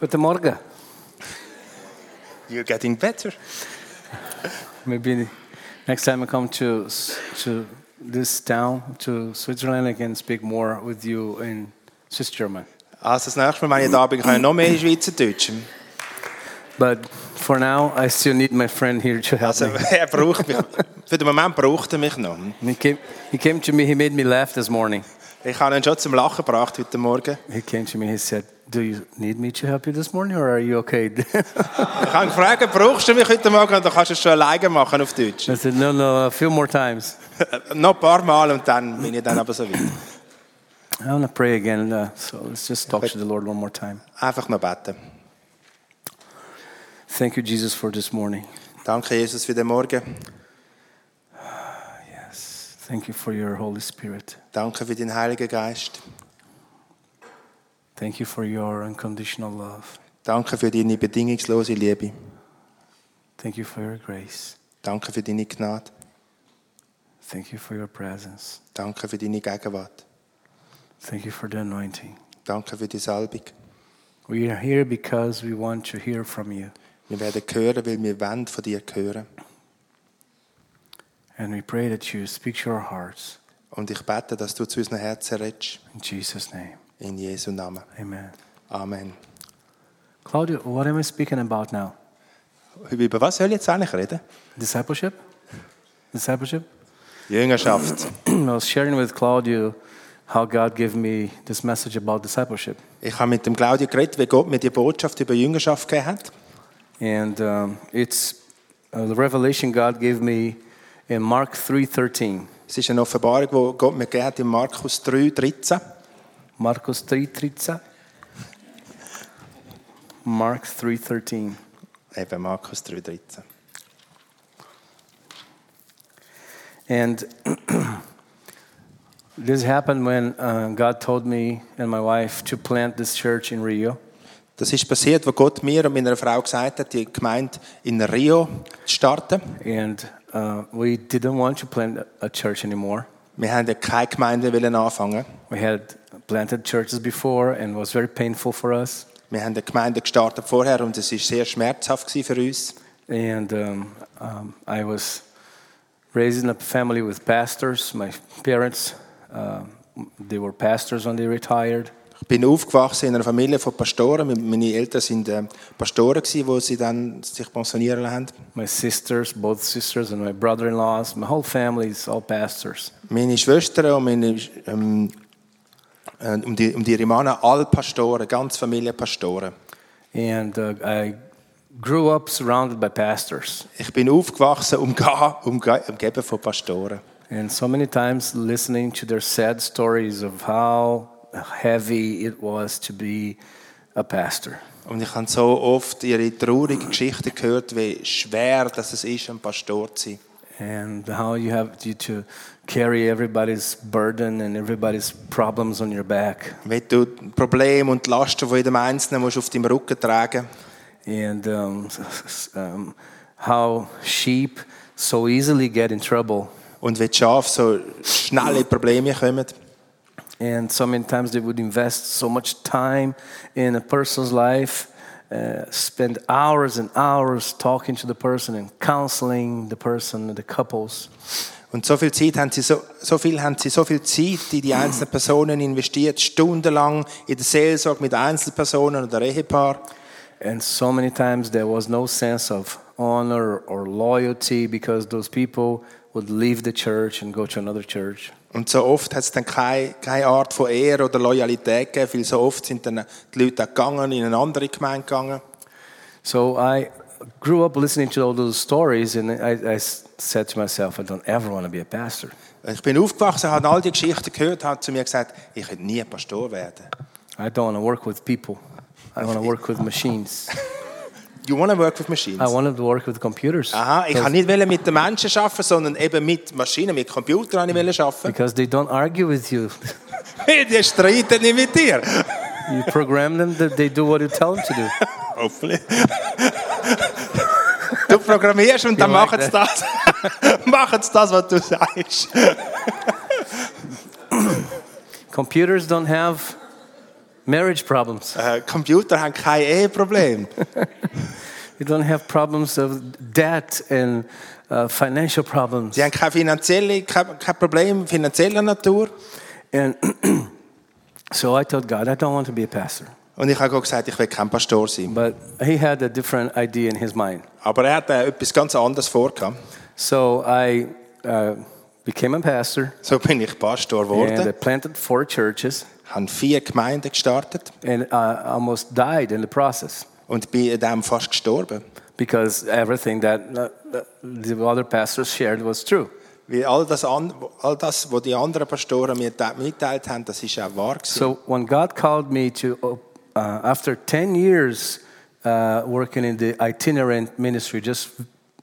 Guten Morgen. You're getting better. Maybe next time I come to s- to this town to Switzerland, I can speak more with you in Swiss German. Also das nächste Mal, wenn ich da bin, kann ich noch mehr Schweizerdeutsch. But for now, I still need my friend here to help Also me. er braucht mich. Für den Moment braucht er mich noch. He came, he came to me. He made me laugh this morning. Ich habe ihn schon zum Lachen gebracht heute Morgen. He came to me. He said, "Do you need me to help you this morning, or are you okay?" Ich habe ihn gefragt, brauchst du mich heute Morgen? Und dann kannst du es schon alleine machen auf Deutsch. Äh, I said, "No, no, a few more times. noch ein paar Mal und dann bin ich dann aber so weit. I want to pray again. Uh, so let's just talk to the Lord one more time. Einfach noch beten. Thank you, Jesus, for this morning. Danke, Jesus, für den Morgen. Yes. Thank you for your Holy Spirit. Danke für deinen Heiligen Geist. Thank you for your unconditional love. Danke für deine bedingungslose Liebe. Thank you for your grace. Danke für deine Gnade. Thank you for your presence. Danke für deine Gegenwart. Thank you for the anointing. Danke für die Salbung. We are here because we want to hear from you. Wir werden hören, weil wir wollen von dir hören. And we pray that you speak to our hearts. Und ich bete, dass du zu unseren Herzen redest. In Jesus' name. In Jesu Namen. Amen. Amen. Claudio, what am I speaking about now? Über was soll ich jetzt eigentlich reden? Discipleship? Discipleship? Jüngerschaft. I was sharing with Claudio how God gave me this message about discipleship. Ich habe mit dem Claudio geredet, wie Gott mir die Botschaft über Jüngerschaft gegeben hat. And um, it's uh, the revelation God gave me in Mark 3.13. Es ist eine Offenbarung, die Gott mir gegeben hat in Markus 3, 13. Marcos 3.13. Mark 3.13. Eben Markus 3, 13. And this happened when uh, God told me and my wife to plant this church in Rio. Das ist passiert, wo Gott mir und meiner Frau gesagt hat, die Gemeinde in Rio zu starten. And uh, we didn't want to plant a church anymore. Wir haben ja keine Gemeinde wollen anfangen. We had planted churches before and was very painful for us. Wir haben eine Gemeinde gestartet vorher und es war sehr schmerzhaft gewesen für uns. And um, um, I was raised in a family with pastors. My parents, uh, they were pastors when they retired. Ich bin aufgewachsen in einer Familie von Pastoren. Meine Eltern sind äh, Pastoren gewesen, wo sie dann sich pensionieren haben. My sisters, both sisters, and my brother-in-laws, my whole family is all pastors. Meine Schwestern und meine ähm, äh, um die um die Rimana, alle Pastoren, ganz Familie Pastoren. And uh, I grew up surrounded by pastors. Ich bin aufgewachsen um umga umge umgeben von Pastoren. And so many times listening to their sad stories of how heavy it was to be a pastor. Und ich habe so oft ihre traurigen Geschichten gehört, wie schwer dass es ist, ein Pastor zu sein. and how you have to, to carry everybody's burden and everybody's problems on your back. Wenn du die Probleme und die Lasten von jedem Einzelnen musst auf deinem Rücken tragen And um, s- s- um, how sheep so easily get in trouble. und wenn die Schafe so schnell in Probleme kommen. And so many times they would invest so much time in a person's life, uh, spend hours and hours talking to the person and counseling the person, the couples. Und so viel Zeit haben sie so, so viel haben sie so viel Zeit in die einzelnen Personen investiert, stundenlang in der Seelsorge mit Einzelpersonen oder Ehepaar. And so many times there was no sense of honor or loyalty because those people would leave the church and go to another church. Und so oft hat es dann keine, keine Art von Ehre oder Loyalität gegeben, weil so oft sind dann die Leute auch gegangen, in eine andere Gemeinde gegangen. So I grew up listening to all those stories, and I, I s- said to myself, I don't ever want to be a pastor. Ich bin aufgewachsen, habe all die Geschichten gehört, habe zu mir gesagt, ich könnte nie Pastor werden. I don't want to work with people. I want to work with machines. You wanna work with I machines? wanted to work with computers Aha, ich kann nicht wollen mit den Menschen arbeiten, sondern eben mit Maschinen, mit Computern wollte ich wollen arbeiten. because they don't argue with you. Die streiten nicht mit dir. You program them that they do what you tell them to do. Hoffentlich. Du programmierst und dann You like machen sie das. machen sie das, was du sagst. Computers don't have marriage problems. Äh, Computer haben kein Eheproblem. You don't have problems of debt and uh, financial problems. Sie haben kein, finanzielle, kein, kein Problem finanzieller Natur. And so I told God, I don't want to be a pastor. Und ich habe Gott gesagt, ich will kein Pastor sein. But he had a different idea in his mind. Aber er hat äh, etwas ganz anderes vorgehabt. So I uh, became a pastor So bin ich Pastor and I geworden, planted four churches habe vier Gemeinden gestartet and I almost died in the process und bin in dem fast gestorben. because everything that uh, the other pastors shared was true. Weil all das, an- all das, was die anderen Pastoren mir da- mitgeteilt haben, das ist auch wahr. Gewesen. So when God called me to, uh, after 10 years uh, working in the itinerant ministry, just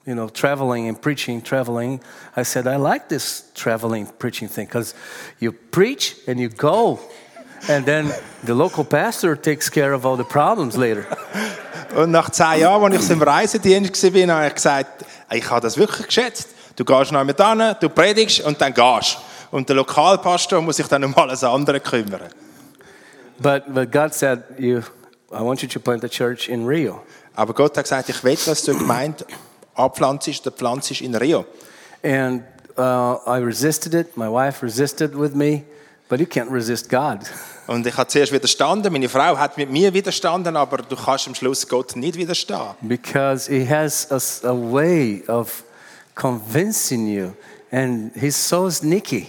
you know, traveling and preaching, traveling, I said, I like this traveling, preaching thing because you preach and you go. And then the local pastor takes care of all the problems later. Und nach zehn Jahren, als ich im Reisedienst war, habe ich gesagt, ich habe das wirklich geschätzt. Du gehst noch mit hin, du predigst und dann gehst. Und der Lokalpastor muss sich dann um alles andere kümmern. But, but God said, you, I want you to plant a church in Rio. Aber Gott hat gesagt, ich will, dass du eine Gemeinde abpflanzt oder pflanzt in Rio. And uh, I resisted it. My wife resisted with me. But you can't resist God. Und ich habe zuerst widerstanden, meine Frau hat mit mir widerstanden, aber du kannst am Schluss Gott nicht widerstehen. Because he has a s- a, way of convincing you, and he's so sneaky.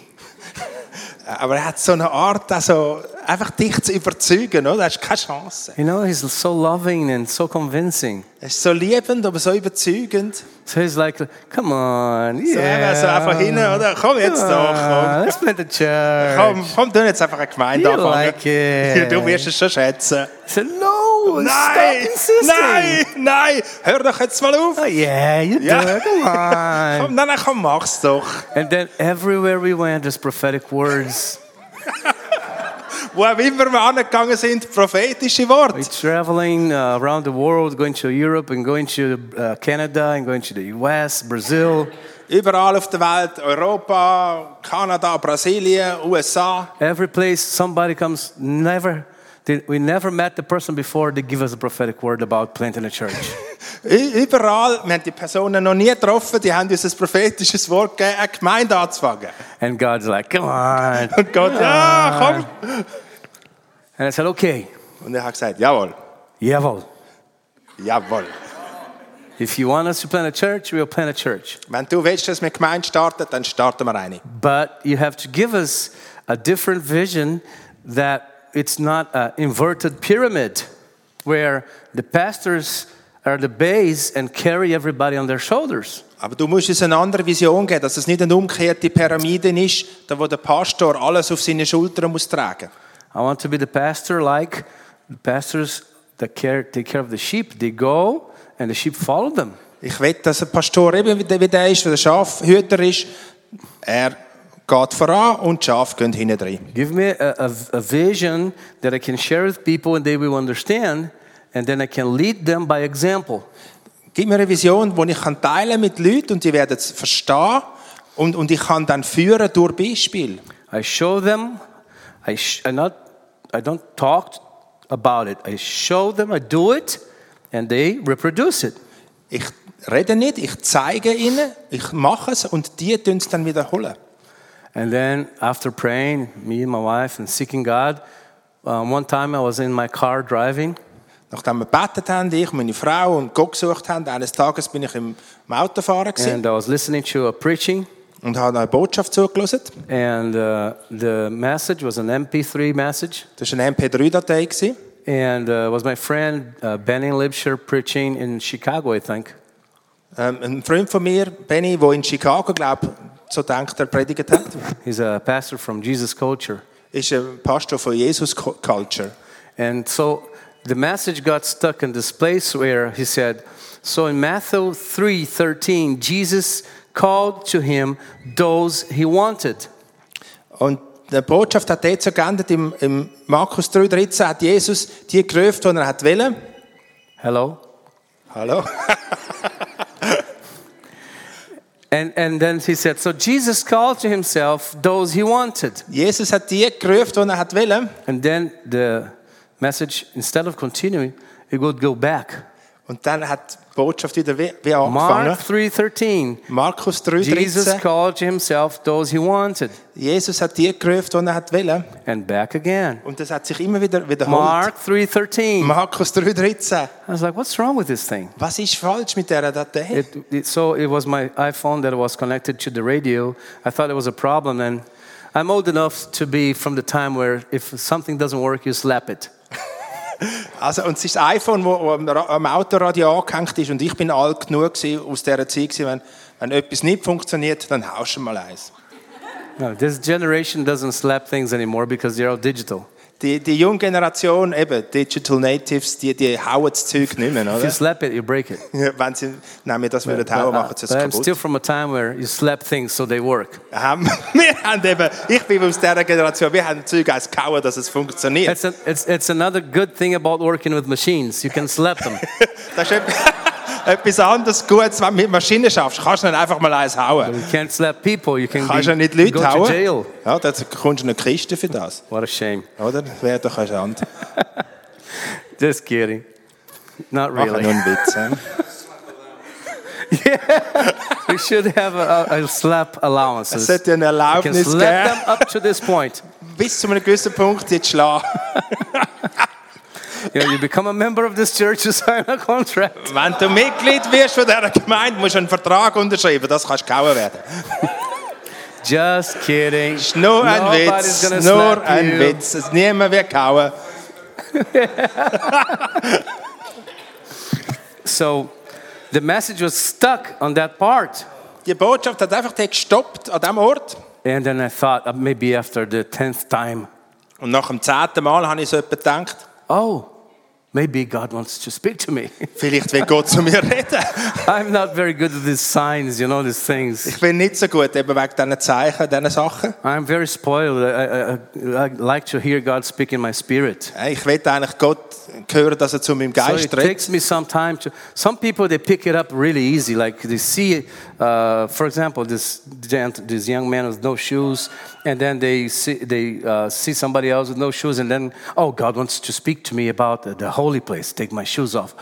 Aber er hat so eine Art, also einfach dich zu überzeugen, oder? Du hast keine Chance. You know, he's so loving and so convincing. Er ist so liebend, aber so überzeugend. So he's like, come on, So, yeah. eben, so einfach hin, oder? Komm jetzt Come doch, on, komm. Let's play the church. Komm, komm, tu jetzt einfach eine Gemeinde You anfangen. like it. Oh, Du wirst es schon schätzen. I said, no, stop Nein, insisting. nein, nein, hör doch jetzt mal auf. Oh, yeah, you Ja. do it. Come on. Komm, nein, nein, komm, mach's doch. and then everywhere we went, there's prophetic words. Wo auch immer wir angegangen sind, prophetische We're Worte. traveling uh, around the world, going to Europe and going to uh, Canada and going to the US, Brazil. Überall auf der Welt, Europa, Kanada, Brasilien, USA. Every place somebody comes, never, did, we never met the person before, they give us a prophetic word about planting a church. Ü- Überall, wir haben die Personen noch nie getroffen, die haben uns ein prophetisches Wort gegeben, eine Gemeinde anzufangen. and God's like, come on. Und Gott, ja, komm. And I said, okay, Und er hat gesagt, jawohl, jawohl. jawohl. If you want us to plant a church, we'll plant a church. Wenn du willst, dass wir Gemeinde starten, dann starten wir eine. But you have to give us a different vision that it's not an inverted pyramid where the pastors are the base and carry everybody on their shoulders. Aber du musst uns eine andere Vision geben, dass es nicht eine umgekehrte Pyramide ist, da wo der Pastor alles auf seine Schultern muss tragen. I want to be the pastor like the pastors that care, take care of the sheep. They go and the sheep follow them. Ich will, dass ein Pastor eben wie der, wie der ist, wie der Schafhüter ist, er geht voran und die Schafe gehen hinten rein. Give me a, a, a vision that I can share with people and they will understand, and then I can lead them by example. Gib mir eine Vision, die ich kann teilen mit Leuten und die werden es verstehen und, und ich kann dann führen durch Beispiel. I show them, I, sh- I, not, I don't talk about it. I show them, I do it, and they reproduce it. Ich rede nicht, ich zeige ihnen, ich mache es und die tun es dann wiederholen. And then after praying, me and my wife, and seeking God, um, one time I was in my car driving. Nachdem wir gebetet haben, ich, meine Frau und Gott gesucht haben, eines Tages bin ich im, im Autofahren gewesen and I was listening to a preaching, und habe eine Botschaft zugelassen. and uh, the message was an MP3 message, Das war eine MP3-Datei. gewesen. and uh, was my friend uh, Benny Libsher preaching in Chicago, I think. Ähm, ein Freund von mir, Benny, der in Chicago, glaube so denkt er, predigt hat, He's a pastor from Jesus Culture, ist ein Pastor von Jesus Co- Culture. and so the message got stuck in this place where he said, "So in Matthew three thirteen, Jesus called to him those he wanted." Und die Botschaft hat dort so geändert, im, im Markus 3,13 hat Jesus die gerufen, die er hat wollen. Hello. Hallo? And, and then he said, So Jesus called to himself those he wanted. Jesus hat die gerufen, die er hat wollen. And then the message, instead of continuing, it would go back. Und dann hat die Botschaft wieder wie, wie angefangen. Mark 3:13. Markus 3, Jesus 13. called to himself those he wanted Jesus hat die gerufen, die er hat wollen. and back again. Und das hat sich immer wieder wiederholt. Mark 3:13. Markus 3, 13. I was like, what's wrong with this thing? Was ist falsch mit dieser Datei? It, it, so it was my iPhone that was connected to the radio. I thought it was a problem, and I'm old enough to be from the time where if something doesn't work, you slap it. Also, und es ist das iPhone, das am, Ra- am Autoradio angehängt ist. Und ich bin alt genug gewesen, aus dieser Zeit, gewesen, wenn, wenn etwas nicht funktioniert, dann haust du mal eins. No, this generation doesn't slap things anymore because they're all digital. Die, die junge Generation, eben, Digital Natives, die, die hauen das Zeug nicht mehr, If you oder? slap it, you break it. Ja, Wenn sie nämlich das würden hauen, machen sie es But I'm kaputt. still from a time where you slap things so they work. Ähm, wir haben eben, ich bin aus dieser Generation, wir haben Zeug eins gehauen, dass es funktioniert. It's, a, it's, it's another good thing about working with machines. You can slap them. Das ist et- etwas anderes Gutes, wenn du mit Maschinen schaffst. Kannst du nicht einfach mal eins hauen. You can't slap people. You can Kannst du be, nicht Leute go to hauen. jail. Ja, dann kommst du in eine Kiste für das. What a shame. Oder? Das wäre doch ein Schand. Just kidding. Not Mach nur really. einen Witz. hä? We should have a, a, a slap Es allowances. You sollte eine can Erlaubnis slap them geben, up to this point. bis zu einem gewissen Punkt jetzt schlagen. You know, you become a member of this church, you sign a contract. Wenn du Mitglied wirst von dieser Gemeinde, musst du einen Vertrag unterschreiben. Das kannst gehauen werden. Just kidding. Ist nur ein Nobody's gonna Witz. Nur slap ein you. Witz. Es niemand wird gehauen. So the message was stuck on that part. Die Botschaft hat einfach dort gestoppt, an diesem Ort. And then I thought uh, maybe after the 10th time, Und nach dem zehnten Mal habe ich so etwas gedacht, oh, maybe God wants to speak to me. vielleicht will Gott zu mir reden. I'm not very good at these signs, you know, these things. Ich bin nicht so gut eben wegen diesen Zeichen, diesen Sachen. I'm very spoiled. I, I, I, I like to hear God speak in my spirit. Ich will eigentlich Gott hören, dass er zu meinem So it Geist redet. takes me some time to. Some people they pick it up really easy. Like they see, uh, for example, this gent, this young man with no shoes, and then they see they uh, see somebody else with no shoes, and then oh, God wants to speak to me about the, the holy place. Take my shoes off.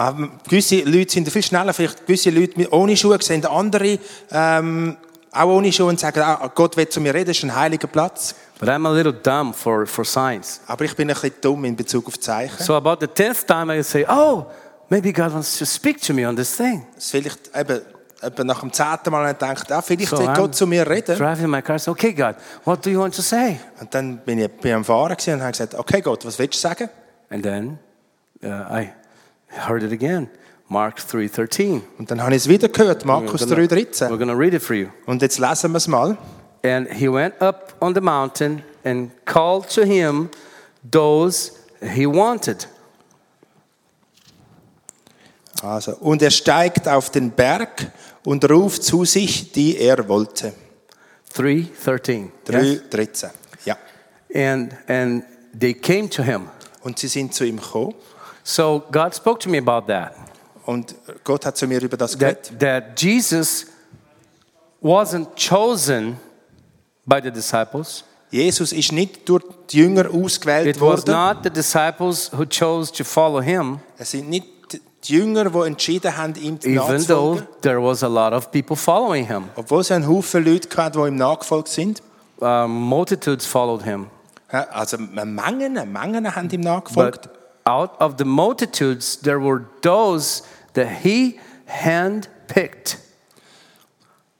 Aber gewisse Leute sind viel schneller, vielleicht gewisse Leute mit- ohne Schuhe sehen andere ähm, auch ohne Schuhe und sagen, ah, Gott will zu mir reden, das ist ein heiliger Platz. But I'm a little dumb for for signs. Aber ich bin ein bisschen dumm in Bezug auf Zeichen. So about the tenth time, I say, oh, maybe God wants to speak to me on this thing. Dass vielleicht eben, eben nach dem zehnten Mal denkt, ah, vielleicht So will I'm Gott zu mir reden. driving my car. I say, okay, God, what do you want to say? Und dann bin ich bin ich am Fahren gewesen und habe gesagt, okay Gott, was willst du sagen? And then uh, I heard it again. Mark 3:13. Und dann habe ich es wieder gehört, Markus We're gonna- 3,13. We're going to read it for you. Und jetzt lesen wir es mal. And he went up on the mountain and called to him those he wanted. Also, und er steigt auf den Berg und ruft zu sich, die er wollte. 3:13. 3,13. Ja. And and they came to him. Und sie sind zu ihm gekommen. So God spoke to me about that. Und Gott hat zu mir über das geredet. That that Jesus wasn't chosen by the disciples. Jesus ist nicht durch die Jünger ausgewählt It was worden. not the disciples who chose to follow him, Es sind nicht die Jünger, die entschieden haben, ihm even though nachzufolgen. there was a lot of people following him. Obwohl es einen Haufen Leute gab, die ihm nachgefolgt sind. Uh, multitudes followed him. Ja, Also Mengen, Mengen haben ihm nachgefolgt. But out of the multitudes, there were those that he handpicked.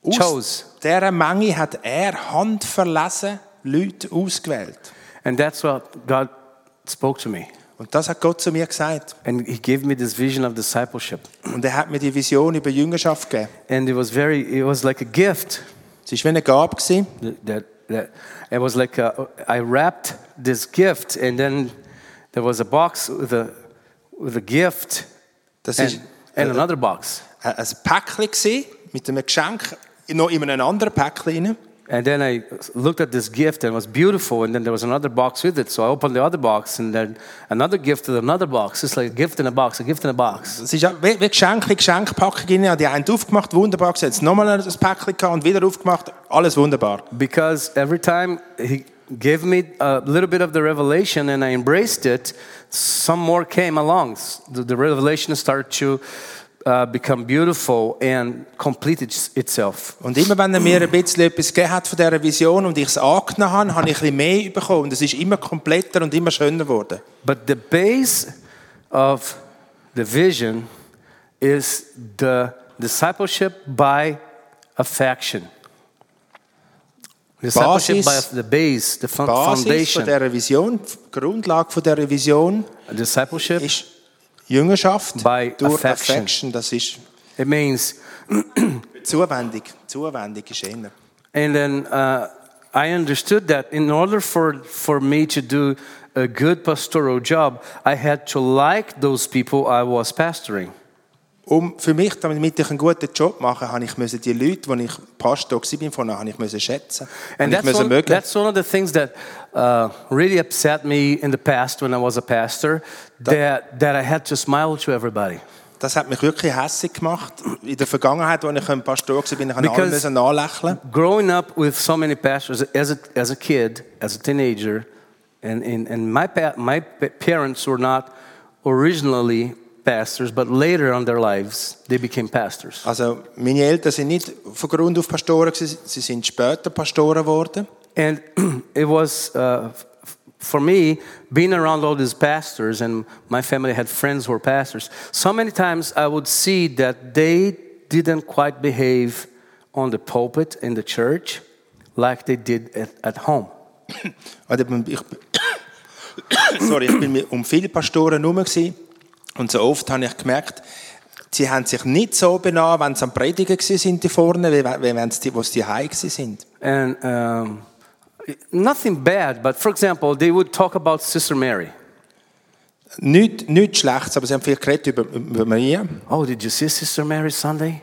chose. Aus dieser Menge hat er handverlesen Leute ausgewählt. And that's what God spoke to me. Und das hat Gott zu mir gesagt. And he gave me this vision of discipleship. Und er hat mir die Vision über Jüngerschaft gegeben. And it was very, it was like a gift Es war wie eine Gabe. gewesen. that, that, that it was like a, I wrapped this gift and then there was a box with a, with a gift Das and, war and ein another box. ein Päckchen gewesen, mit einem Geschenk, noch in einem anderen Päckchen. rein. And then I looked at this gift and it was beautiful. And then there was another box with it. So I opened the other box and then another gift with another box. It's like a gift in a box, a gift in a box. Es ist ja wie wie Geschenke, Geschenkpackung. rein. Ich habe die eine aufgemacht, wunderbar gesetzt. Nochmal ein Päckchen gehabt und wieder aufgemacht. Alles wunderbar. Because every time he gave me a little bit of the revelation and I embraced it, some more came along. S- The, the revelation started to uh, become beautiful and complete its, itself. Und immer wenn er mir ein bisschen etwas gegeben hat von dieser Vision und ich es angenommen habe, habe ich ein bisschen mehr bekommen. Und es ist immer kompletter und immer schöner geworden. But the base of the vision is the discipleship by affection. Discipleship Basis- by the base, the fo- Die Basis von foundation. dieser Vision, die Grundlage von dieser Vision Discipleship ist Jüngerschaft By durch affection. Affection. Das ist It means, Zuwendung. Zuwendung ist inner. and then uh, I understood that in order for, for me to do a good pastoral job, I had to like those people I was pastoring. Um für mich, damit ich einen guten Job machen habe ich müssen die Leute, die ich Pastor war, von habe ich müssen schätzen. And Und ich that's müssen one, mögen. that's one of the things that uh, really upset me in the past when I was a pastor, that, that I had to smile to everybody. Das hat mich wirklich hässlich gemacht. In der Vergangenheit, als ich ein Pastor war, bin ich an alle Because- müssen anlächeln. Growing up with so many pastors as a, as a kid, as a teenager, and, and, and my, pa- my pa- parents were not originally pastors, but later on their lives, they became pastors. Also meine Eltern sind nicht von Grund auf Pastoren, gewesen, sie sind später Pastoren geworden. And it was, uh, f- for me, being around all these pastors, and my family had friends who were pastors, so many times I would see that they didn't quite behave on the pulpit in the church like they did at, at home. Oder Also ich, sorry, ich bin mit- um viele Pastoren herum gewesen und so oft habe ich gemerkt, sie haben sich nicht so benommen, wenn sie am Predigen gewesen sind, die vorne, wie, wie wenn sie, wo sie heim sind. And um, nothing bad, but for example, they would talk about Sister Mary. Nicht, nichts Schlechtes, aber sie haben viel geredet über, über Maria. Oh, did you see Sister Mary Sunday?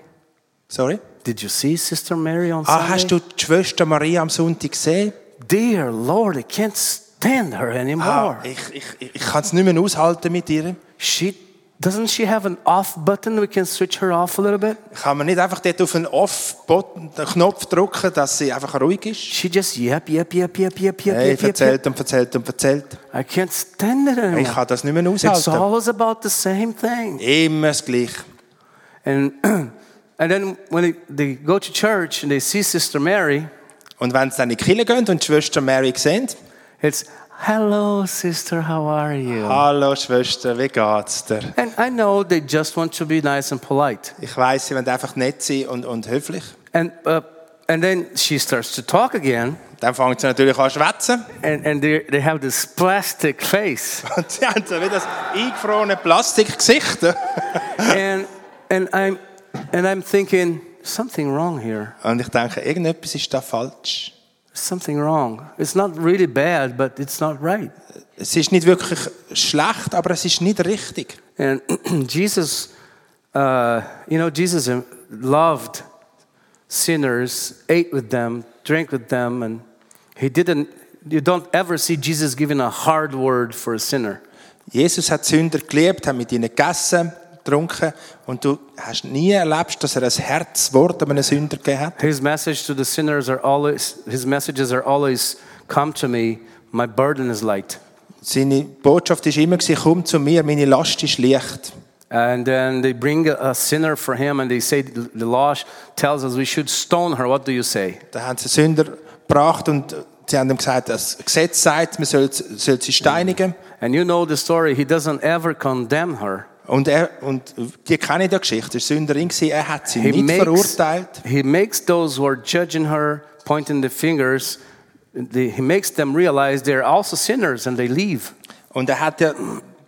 Sorry. Did you see Sister Mary on Ah, Sunday? hast du die Schwester Maria am Sonntag gesehen? Dear Lord, I can't stand her anymore. Ah, ich, ich, ich, ich kann es nicht mehr aushalten mit ihr. She doesn't she have an off button? We can switch her off a little bit. Kann man nicht einfach dort auf einen Off-Knopf drücken, dass sie einfach ruhig ist? She just yep, yep, yep, yep, yep, yep, Hey, yep, yep, yep. erzählt und erzählt und erzählt. I can't stand it Ich anymore. kann das nicht mehr It's aushalten. always about the same thing. Immer das Gleiche. And and then when they, they go to church and they see Sister Mary, Und wenn sie dann in die Kirche gehen und die Schwester Mary sehen, it's hello, sister, how are you? «Hallo Schwester, wie geht's dir?» and I know they just want to be nice and polite. Ich weiss, sie wollen einfach nett sein und, und höflich. And uh, and then she starts to talk again, Dann fangen sie natürlich an zu schwätzen. and and they they have this plastic face. Und sie haben so wie das eingefrorene Plastikgesicht. and and I'm and I'm thinking something wrong here. Und ich denke, irgendetwas ist da falsch. Something wrong. It's not really bad, but it's not right. Es ist nicht wirklich schlecht, aber es ist nicht richtig. And Jesus, uh, you know, Jesus loved sinners, ate with them, drank with them, and he didn't. You don't ever see Jesus giving a hard word for a sinner. Jesus hat Sünder geliebt, hat mit ihnen gegessen, getrunken und du hast nie erlebt, dass er ein Herzwort an einen Sünder gegeben hat. His message to the sinners are always. His messages are always, "Come to me, my burden is light." Seine Botschaft war immer, gewesen, komm zu mir, meine Last ist leicht. And then they bring a- a sinner for him, and they say, The law tells us we should stone her. What do you say? Da haben sie Sünder gebracht und sie haben ihm gesagt, das Gesetz sagt, man soll, soll sie steinigen. And you know the story. He doesn't ever condemn her. Und, er, und die kennen die Geschichte, der Sünderin war, er hat sie He nicht makes, verurteilt. he makes those who are judging her, pointing the fingers, the, he makes them realize they're also sinners and they leave. Und er hat ja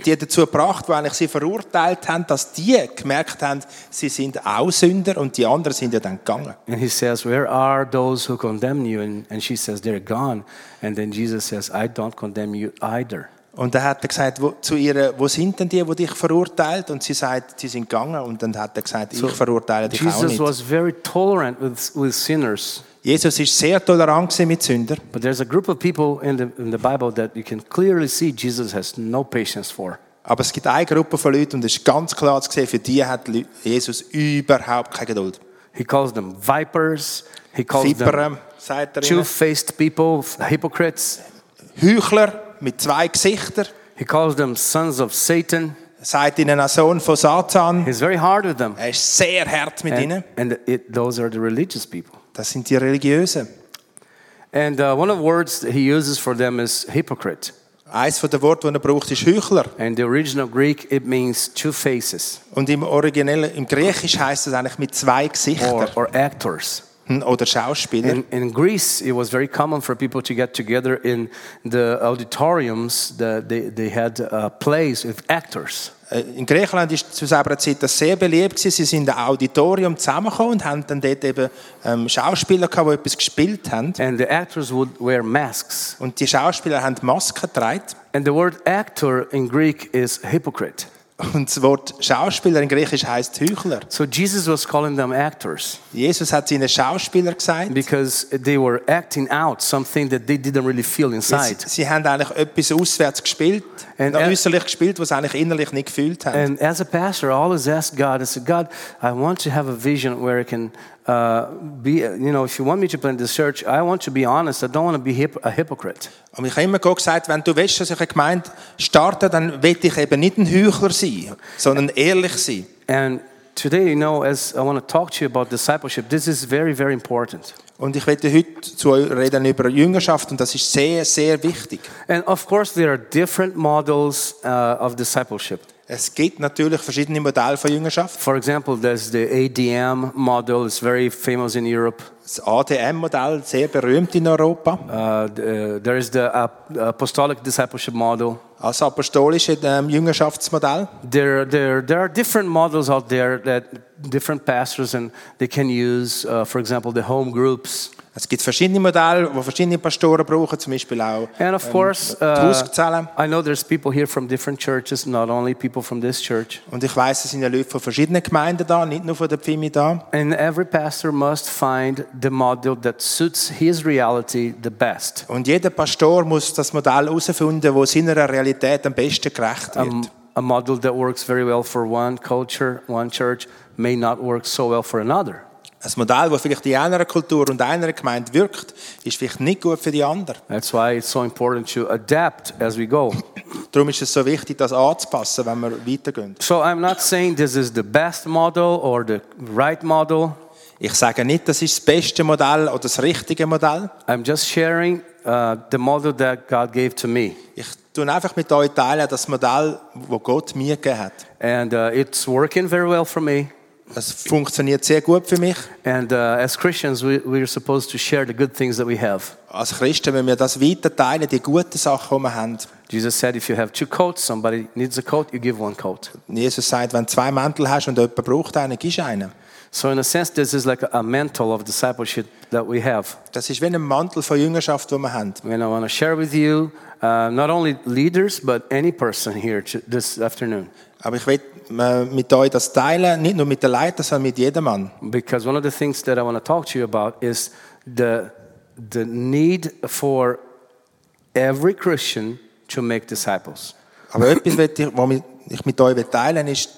die dazu gebracht, weil ich sie verurteilt haben, dass die gemerkt haben, sie sind auch Sünder und die anderen sind ja dann gegangen. And he says, Where are those who condemn you? And, and she says, They're gone. And then Jesus says, I don't condemn you either. Und dann hat er gesagt, wo, zu ihr, wo sind denn die, die dich verurteilt? Und sie sagt, sie sind gegangen. Und dann hat er gesagt, ich verurteile dich auch Jesus nicht. was very tolerant with, with sinners. Jesus ist sehr tolerant gewesen mit Sündern. But there's a group of people in the, in the Bible that you can clearly see Jesus has no patience for. Aber es gibt eine Gruppe von Leuten und es ist ganz klar zu sehen, für die hat Leu- Jesus überhaupt keine Geduld. He calls them vipers, he calls them Viperen, sagt er ihnen. two faced people, hypocrites. Heuchler mit zwei Gesichtern. He calls them sons of Satan. Er sagt ihnen ein Sohn von Satan. He's very hard with them. Er ist sehr hart mit ihnen. And, and it, those are the religious people. Das sind die Religiösen. And uh, one of the words that he uses for them is hypocrite. Eins von den Worten, die er braucht, ist Heuchler. And the original Greek, it means two faces Und im Originellen, im Griechisch heißt das eigentlich mit zwei or, Gesichtern or actors. Hm, oder Schauspieler. In, in Greece, it was very common for people to get together in the auditoriums. The, they, they had uh, plays with actors. Äh, In Griechenland ist zu selber Zeit das sehr beliebt gewesen. Sie sind im Auditorium zusammengekommen und haben dann dort eben ähm, Schauspieler gehabt, die etwas gespielt haben. And the actors would wear masks. Und die Schauspieler haben Masken getragen. And the word actor in Greek is hypocrite. Und das Wort Schauspieler in Griechisch heißt Heuchler. So Jesus was calling them actors Jesus hat ihnen Schauspieler gesagt. because they were acting out something that they didn't really feel Sie, inside. sie haben eigentlich etwas auswärts gespielt, And- noch äußerlich gespielt, was sie eigentlich innerlich nicht gefühlt haben. And as a pastor, I always ask God, I said, God, I want to have a vision where I can uh, be, you know, if you want me to plant this church, I want to be honest. I don't want to be hip- a hypocrite. Und ich habe immer Gott gesagt, wenn du willst, dass ich eine Gemeinde starte, dann will ich eben nicht ein Heuchler sein, sondern ehrlich sein. And today, you know, as I want to talk to you about discipleship, this is very, very important. Und ich werde heute zu euch reden über Jüngerschaft und das ist sehr, sehr wichtig. And of course, there are different models uh, of discipleship. Es gibt natürlich verschiedene Modelle von Jüngerschaft. For example, there's the ADM model, it's very famous in Europe. Das ADM-Modell, sehr berühmt in Europa. Uh, th- uh, there is the uh, apostolic discipleship model. Als apostolische ähm, Jüngerschaftsmodell. There, there, there are different models out there that different pastors and they can use. Uh, for example, the home groups, Es gibt verschiedene Modelle, die verschiedene Pastoren brauchen, zum Beispiel auch and of course, die uh, Hauszellen. I know there's people here from different churches, not only people from this church. Und ich weiss, es sind ja Leute von verschiedenen Gemeinden da, nicht nur von der Pfimi da. And every pastor must find the model that suits his reality the best. Und jeder Pastor muss das Modell herausfinden, das seiner Realität am besten gerecht wird. Um, a model that works very well for one culture, one church, may not work so well for another. Ein Modell, das vielleicht in einer Kultur und einer Gemeinde wirkt, ist vielleicht nicht gut für die andere. That's why it's so important to adapt as we go. Darum ist es so wichtig, das anzupassen, wenn wir weitergehen. So I'm not saying this is the best model or the right model. Ich sage nicht, das ist das beste Modell oder das richtige Modell. I'm just sharing uh, the model that God gave to me. Ich tue einfach mit euch teilen, das Modell, das Gott mir gegeben hat. And uh, it's working very well for me. Es funktioniert sehr gut für mich. And uh, as Christians, we, we're supposed to share the good things that we have. Als Christen, wenn wir das weiter teilen, die guten Sachen, die wir haben. Jesus said, if you have two coats, somebody needs a coat, you give one coat. Jesus sagt, wenn du zwei Mäntel hast und jemand braucht einen, gibst du einen. So, in a sense, this is like a mantle of discipleship that we have. Das ist wie ein Mantel von Jüngerschaft, den wir haben. And I want to share with you uh, not only leaders, but any person here to, this afternoon. Aber ich will äh, mit euch das teilen, nicht nur mit den Leitern, sondern mit jedem Mann. Because one of the things that I want to talk to you about is the, the need for every Christian to make disciples. Aber etwas, will ich, was ich mit euch will teilen ist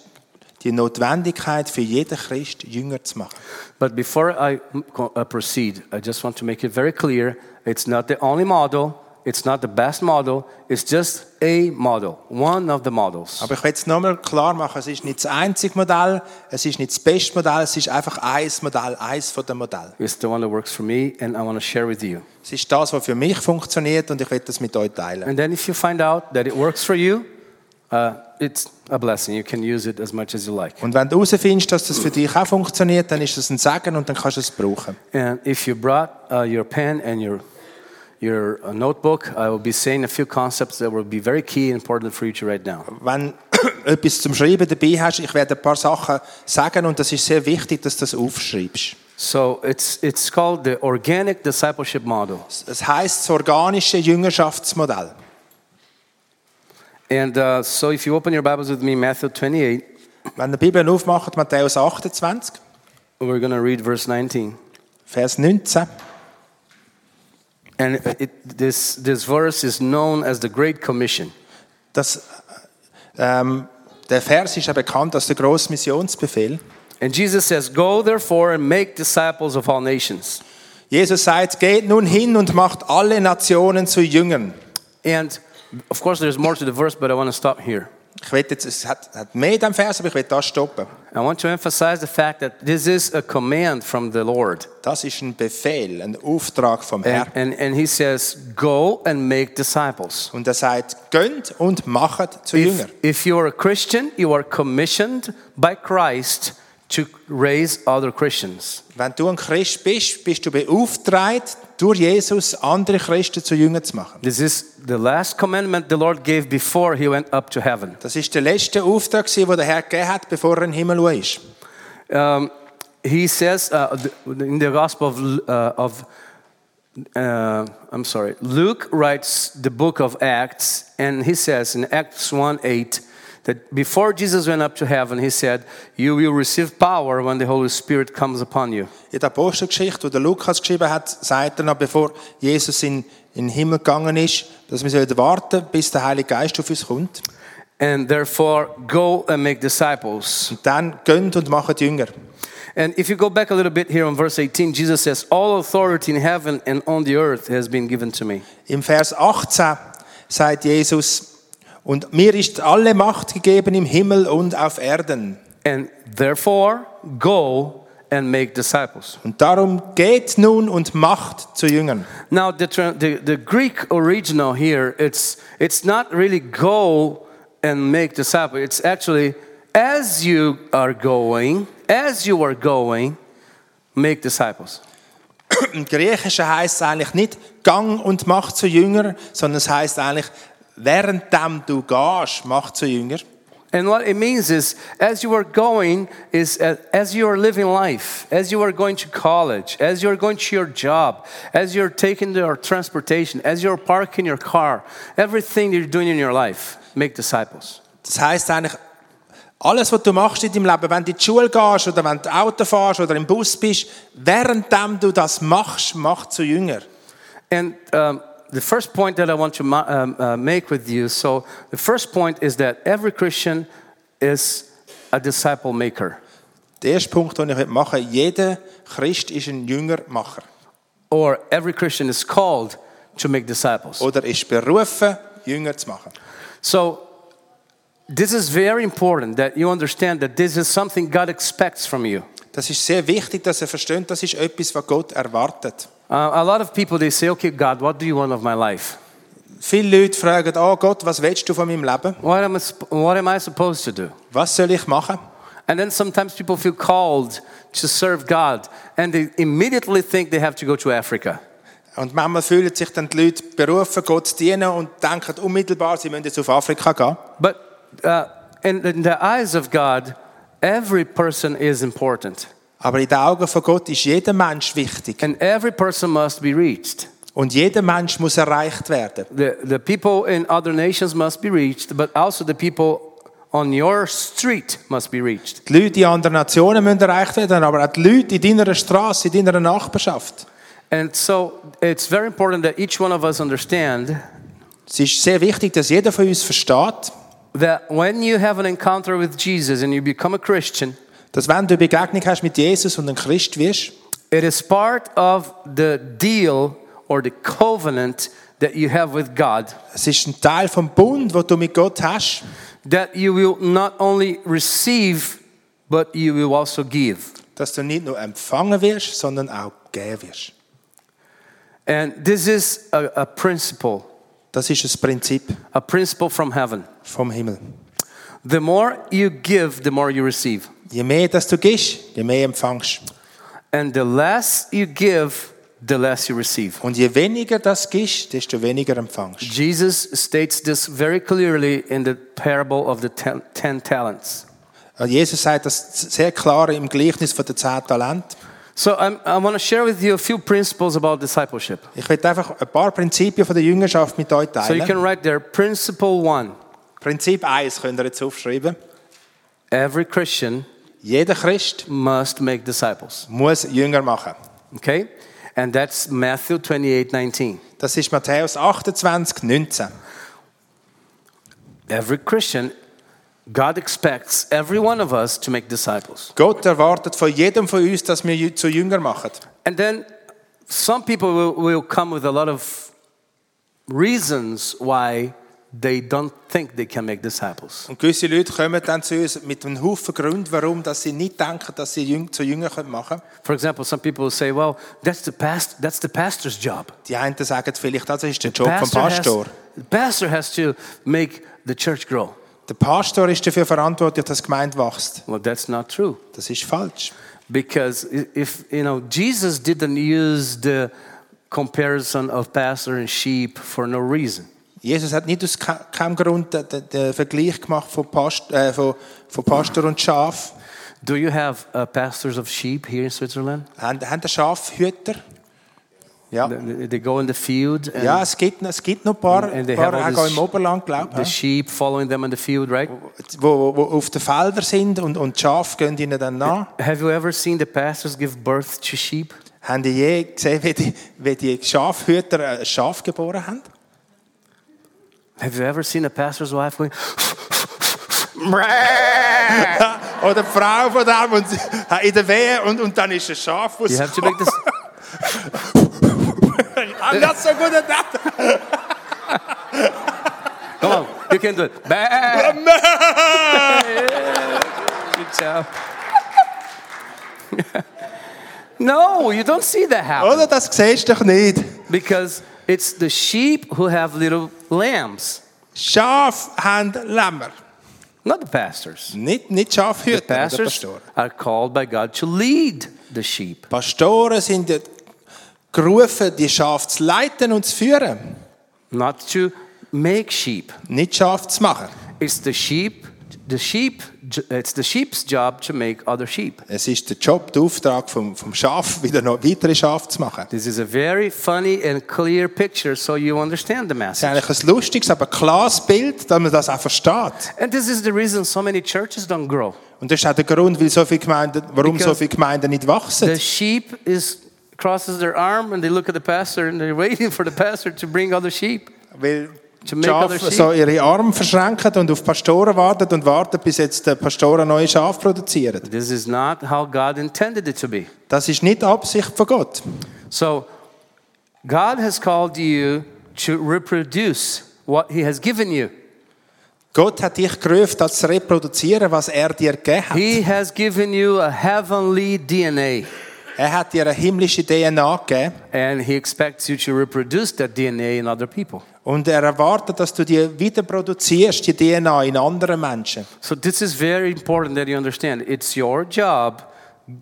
die Notwendigkeit für jeden Christ, Jünger zu machen. But before I m- co- uh, proceed, I just want to make it very clear it's not the only model, it's not the best model, it's just a model, one of the models. Aber ich will es nochmal klar machen, es ist nicht das einzige Modell, es ist nicht das beste Modell, es ist einfach ein Modell, eins von den Modellen. It's the one that works for me, and I want to share with you. Es ist das, was für mich funktioniert und ich will das mit euch teilen. And then if you find out that it works for you, uh, it's a blessing. You can use it as much as you like. Und wenn du herausfindest, dass das für dich auch funktioniert, dann ist das ein Segen und dann kannst du es brauchen. And if you brought uh, your pen and your, your uh, notebook, I will be saying a few concepts that will be very key and important for you to write down. Wenn etwas zum Schreiben dabei hast, ich werde ein paar Sachen sagen und das ist sehr wichtig, dass du das aufschreibst. So it's, it's called the organic discipleship model. Es heißt das organische Jüngerschaftsmodell. And uh, so if you open your Bibles with me, Matthew 28, Wenn ihr die Bibel aufmacht, Matthäus 28, we're going to read verse 19. Vers 19. And it, it- this, this verse is known as the Great Commission. Das, ähm, der Vers ist ja bekannt als der grosse Missionsbefehl. And Jesus says, Go therefore and make disciples of all nations, Jesus sagt, geht nun hin und macht alle Nationen zu Jüngern. And of course, there's more to the verse, but I want to stop here. Ich will jetzt, es hat, hat mehr in diesem Vers, aber ich will das stoppen. I want to emphasize the fact that this is a command from the Lord. Das ist ein Befehl, ein Auftrag vom And, Herrn. and, and he says, Go and make disciples. Und er sagt, gönnt und machet zu Jünger. If, if you are a Christian, you are commissioned by Christ to raise other Christians. Wenn du ein Christ bist, bist du beauftragt, durch Jesus andere Christen zu Jünger zu machen. This is the last commandment the Lord gave before he went up to heaven. Das ist der letzte Auftrag, gewesen, den der Herr gegeben hat, bevor er in den Himmel ist. Um, he says uh, th- in the Gospel of, uh, of uh, I'm sorry, Luke writes the book of Acts, and he says in Acts 1 8 that before Jesus went up to heaven, he said, You will receive power when the Holy Spirit comes upon you. In der Apostelgeschichte, die der Lukas geschrieben hat, sagt er noch, bevor Jesus in, in den Himmel gegangen ist, dass wir sollen warten bis der Heilige Geist auf uns kommt. And therefore, go and make disciples. Und dann gönnt und macht Jünger. And if you go back a little bit here on verse 18, Jesus says, All authority in heaven and on the earth has been given to me. Im Vers 18 sagt Jesus, und mir ist alle Macht gegeben im Himmel und auf Erden. And therefore, go and make disciples. Und darum geht nun und macht zu Jüngern. Now, the, tra- the, the Greek original here, it's, it's not really go and make disciples. It's actually as you are going, as you are going, make disciples. Im Griechischen heißt es eigentlich nicht Gang und mach zu Jünger, sondern es heißt eigentlich, währenddem du gehst, mach zu Jünger. And what it means is, as you are going, is uh, as you are living life, as you are going to college, as you are going to your job, as you're taking your transportation, as you're parking your car, everything you're doing in your life, make disciples. Das heißt eigentlich, alles, was du machst in deinem Leben, wenn du in die Schule gehst oder wenn du Auto fährst oder im Bus bist, währenddem du das machst, mach zu Jünger. And um, the first point that I want to ma- um, uh, make with you so, the first point is that every Christian is a disciple maker Der erste Punkt, den ich machen möchte, jeder Christ ist ein Jüngermacher. or every christian is called to make disciples Oder ist berufen, Jünger zu machen. so this is very important that you understand that this is something god expects from you Das ist sehr wichtig, dass ihr versteht, das ist etwas, was Gott erwartet. uh, a lot of people they say okay god what do you want of my life Viele Leute fragen, oh Gott, was willst du von meinem Leben? what am i, sup- what am I supposed to do Was soll ich machen? and then sometimes people feel called to serve god and they immediately think they have to go to africa Und manchmal fühlen sich dann die Leute berufen, Gott zu dienen und denken unmittelbar, sie müssen jetzt auf Afrika gehen. But uh, in, in the eyes of God, every person is important, Aber in den Augen von Gott ist jeder Mensch wichtig. and every person must be reached. Und jeder Mensch muss erreicht werden. The, the people in other nations must be reached, but also the people on your street must be reached. Die Leute in anderen Nationen müssen erreicht werden, aber auch die Leute in deiner Straße, in deiner Nachbarschaft. And so it's very important that each one of us understand Es ist sehr wichtig, dass jeder von uns versteht, that when you have an encounter with Jesus and you become a Christian, dass wenn du eine Begegnung hast mit Jesus und ein Christ wirst, it is part of the deal or the covenant that you have with God es ist ein Teil vom Bund, den du mit Gott hast, that you will not only receive, but you will also give. dass du nicht nur empfangen wirst, sondern auch geben wirst. And this is a, a principle, Das ist das Prinzip a principle from heaven. vom Himmel. The more you give, the more you receive. Je mehr das du gibst, je mehr empfangst. And the less you give, the less you receive. Und je weniger das gibst, desto weniger empfangst. Jesus states this very clearly in the parable of the ten, ten talents. Also Jesus sagt das sehr klar im Gleichnis von den zehn Talenten. So I'm, I want to share with you a few principles about discipleship. Ich werde einfach ein paar Prinzipien von der Jüngerschaft mit euch So you teilen. can write there, principle one, Prinzip 1 könnt ihr jetzt aufschreiben. every Christian Jeder Christ must make disciples. muss Jünger machen. Okay? And that's Matthew 28 19. Das ist Matthäus 28, 19. Every Christian, God expects every one of us to make disciples. Gott erwartet von jedem von uns, dass wir Jü- zu Jünger machen. And then some people will, will come with a lot of reasons why they don't think they can make disciples. Und gewisse Leute kommen dann zu uns mit einem Haufen Gründen, warum dass sie nicht denken, dass sie Jüng- zu Jüngern können machen können. For example, some people say, well, that's the, past, that's the pastor's job. Die einen sagen vielleicht, das ist der Job vom Pastor. Has, the pastor has to make the church grow. Der Pastor ist dafür verantwortlich, dass die Gemeinde wächst. Well, that's not true. Das ist falsch. Because i- if, you know, Jesus didn't use the comparison of pastor and sheep for no reason. Jesus hat nicht aus ke- keinem Grund den, den, den Vergleich gemacht von Pastor, äh, von, von Pastor und Schaf. Do you have uh, pastors of sheep here in Switzerland? Haben, haben die Schafhüter? Ja. They they go in the field and ja, es gibt, noch- es gibt noch ein paar, And they paar have all auch this- im Oberland, glaube the ich, sheep following them in the field, right? wo, wo auf den Feldern sind und, und die Schafe gehen ihnen dann nach. Have you ever seen the pastors give birth to sheep? Haben die je gesehen, wie die, wie die Schafhüter ein Schaf geboren haben? Have you ever seen a pastor's wife going, Oder die Frau von dem und in der Wehe und, und dann ist ein Schaf, das you have to make this? Ah, das ist so gut erdacht. Come on, you can do it. Bah! Good job. no, you don't see that happen Oder das siehst du doch nicht. because it's the sheep who have little lambs, Schaf haben Lämmer. not the pastors. Nicht, nicht Schafhüter oder Pastors Pastoren. are called by God to lead the sheep. Pastoren sind ja gerufen, die Schafe zu leiten und zu führen. not to make sheep. Nicht Schafe zu machen. It's the sheep, the sheep, it's the sheep's job to make other sheep. Es ist der Job, der Auftrag vom, vom Schaf, wieder noch weitere Schafe zu machen. This is a very funny and clear picture, so you understand the Das message. ist eigentlich ein lustiges, aber klares Bild, dass man das auch versteht. And this is the reason so many churches don't grow. Und das ist auch der Grund, weil so viele Gemeinden, warum so Because- viele Gemeinden nicht wachsen. The sheep is crosses their arm and they look at the pastor and they're waiting for the pastor to bring other sheep. Weil To die make Schafe other sheep. so ihre Arme verschränken und auf die Pastoren warten und warten, bis jetzt die Pastoren neue Schafe produzieren. This is not how God intended it to be. Das ist nicht die Absicht von Gott. So God has called you to reproduce what he has given you. Gott hat dich gerufen, das zu reproduzieren, was er dir gegeben hat. He has given you a heavenly DNA, Er hat dir eine himmlische DNA gegeben and He expects you to reproduce that DNA in other people. und er erwartet, dass du die wieder produzierst, die DNA in anderen Menschen. So, this is very important that you understand. It's your job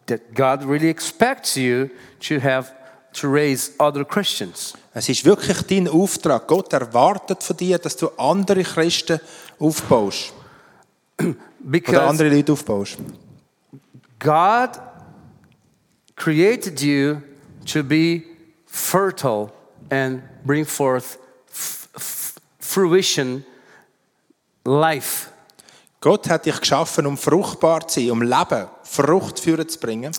that God really expects you to have to raise other Christians. Es ist wirklich dein Auftrag. Gott erwartet von dir, dass du andere Christen aufbaust oder Because andere Leute aufbaust. God created you to be fertile and bring forth f- f- fruition life. Gott hat dich geschaffen, um fruchtbar zu sein, um Leben, Frucht führen zu bringen.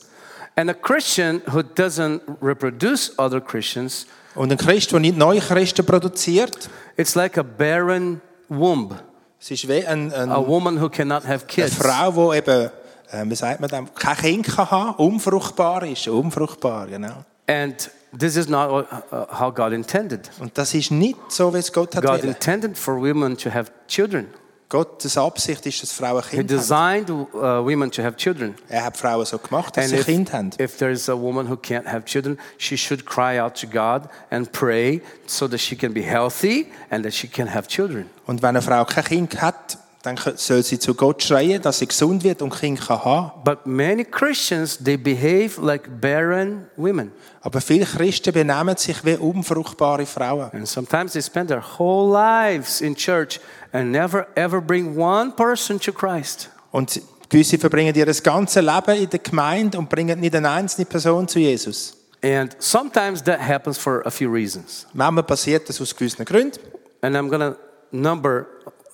And a Christian who doesn't reproduce other Christians, Und ein Christ, der nicht neue Christen produziert, it's like a barren womb, es ist wie ein, ein, a eine woman who cannot have kids. Frau, die eben, äh, wie sagt man dem, kein Kind kann haben, unfruchtbar ist. Unfruchtbar, genau. And this is not uh, uh, how God intended. Und das ist nicht so, wie es Gott hat God willen. intended for women to have children. Gottes Absicht ist, dass Frauen He Kinder haben. designed uh, women to have children. Er hat Frauen so gemacht, dass And sie if, Kinder haben. if there's a woman who can't have children, she should cry out to God and pray so that she can be healthy and that she can have children. Und wenn eine Frau kein Kind hat, dann kö- soll sie zu Gott schreien, dass sie gesund wird und Kind kann haben. But many Christians, they behave like barren women. Aber viele Christen benehmen sich wie unfruchtbare Frauen. And sometimes they spend their whole lives in church and never ever bring one person to Christ. Und sie- gewisse verbringen ihr das ganze Leben in der Gemeinde und bringen nicht eine einzelne Person zu Jesus. And sometimes that happens for a few reasons. Manchmal passiert das aus gewissen Gründen. And I'm going to number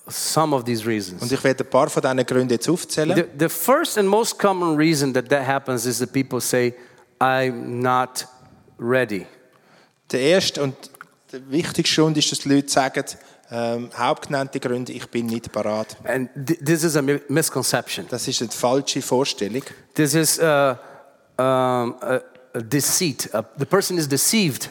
some of these Und reasons. ich werde ein paar von diesen Gründen jetzt The, aufzählen. the first and most common reason that that happens is that people say, I'm not ready. Der erste und der wichtigste Grund ist, dass die Leute sagen, ähm, hauptgenannte Gründe, ich bin nicht parat. And th- this is a mi- misconception. Das ist eine falsche Vorstellung. This is uh, um, a, a deceit. Uh the person is deceived.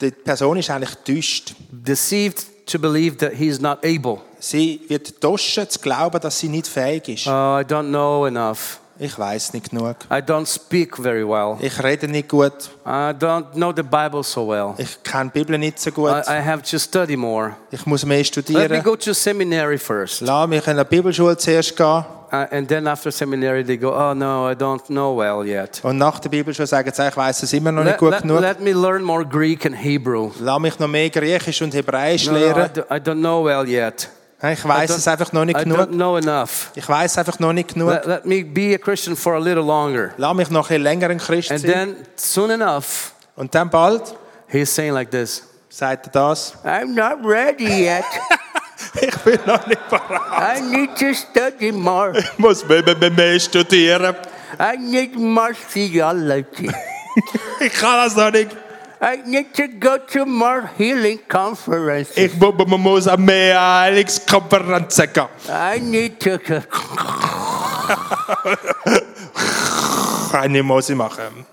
Die Person ist eigentlich getäuscht. deceived to believe that he's not able. Sie wird getäuscht, zu glauben, dass sie nicht fähig ist. Oh, I don't know enough. Ich weiß nicht genug. I don't speak very well. Ich rede nicht gut. I don't know the Bible so well. Ich kenne die Bibel nicht so gut. I, I have to study more. Ich muss mehr Let me studieren. go to seminary first. Lass mich in der Bibelschule zuerst gehen. Uh, and then after seminary, they go, oh no, I don't know well yet. Und nach der Bibelschule sagen sie, ich weiß es immer noch nicht Let, gut let- genug. let me learn more Greek and Hebrew. Lass mich noch mehr Griechisch und Hebräisch No, no, I, lernen. do, I don't know well yet. Ich weiß es einfach noch nicht I don't genug. know enough. Ich weiß einfach noch nicht genug. Let, let me be a Christian for a little longer. Lass mich noch ein bisschen länger ein Christ And sein. then soon enough, Und dann bald he's saying like this sagt er das. I'm not ready yet. Ich bin noch nicht bereit. I need to study more. Ich muss mehr, mehr, mehr studieren. I need more theology. Ich kann das noch nicht. I need to go to more healing conferences. Ich mu- mu- muss an mehr Heilungskonferenzen gehen. I need to. Keine muss ich machen.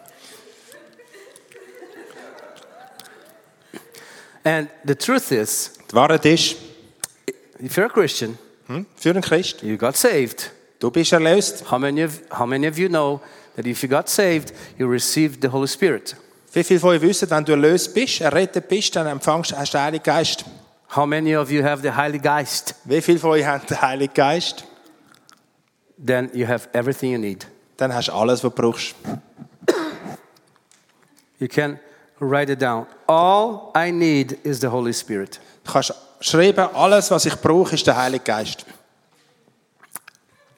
And the truth is, Die Wahrheit ist, if you're a Christian, hm, für einen Christ, you got saved. du bist erlöst. How many of, how many of you know that if you got saved, you received the Holy Spirit? Wie viele von euch wissen, wenn du erlöst bist, errettet bist, dann empfängst hast du den Heiligen Geist. How many of you have the Holy Geist? Wie viele von euch haben den Heiligen Geist? Then you have everything you need. Dann hast du alles, was du brauchst. You can write it down. All I need is the Holy Spirit. Du kannst schreiben, alles, was ich brauche, ist der Heilige Geist.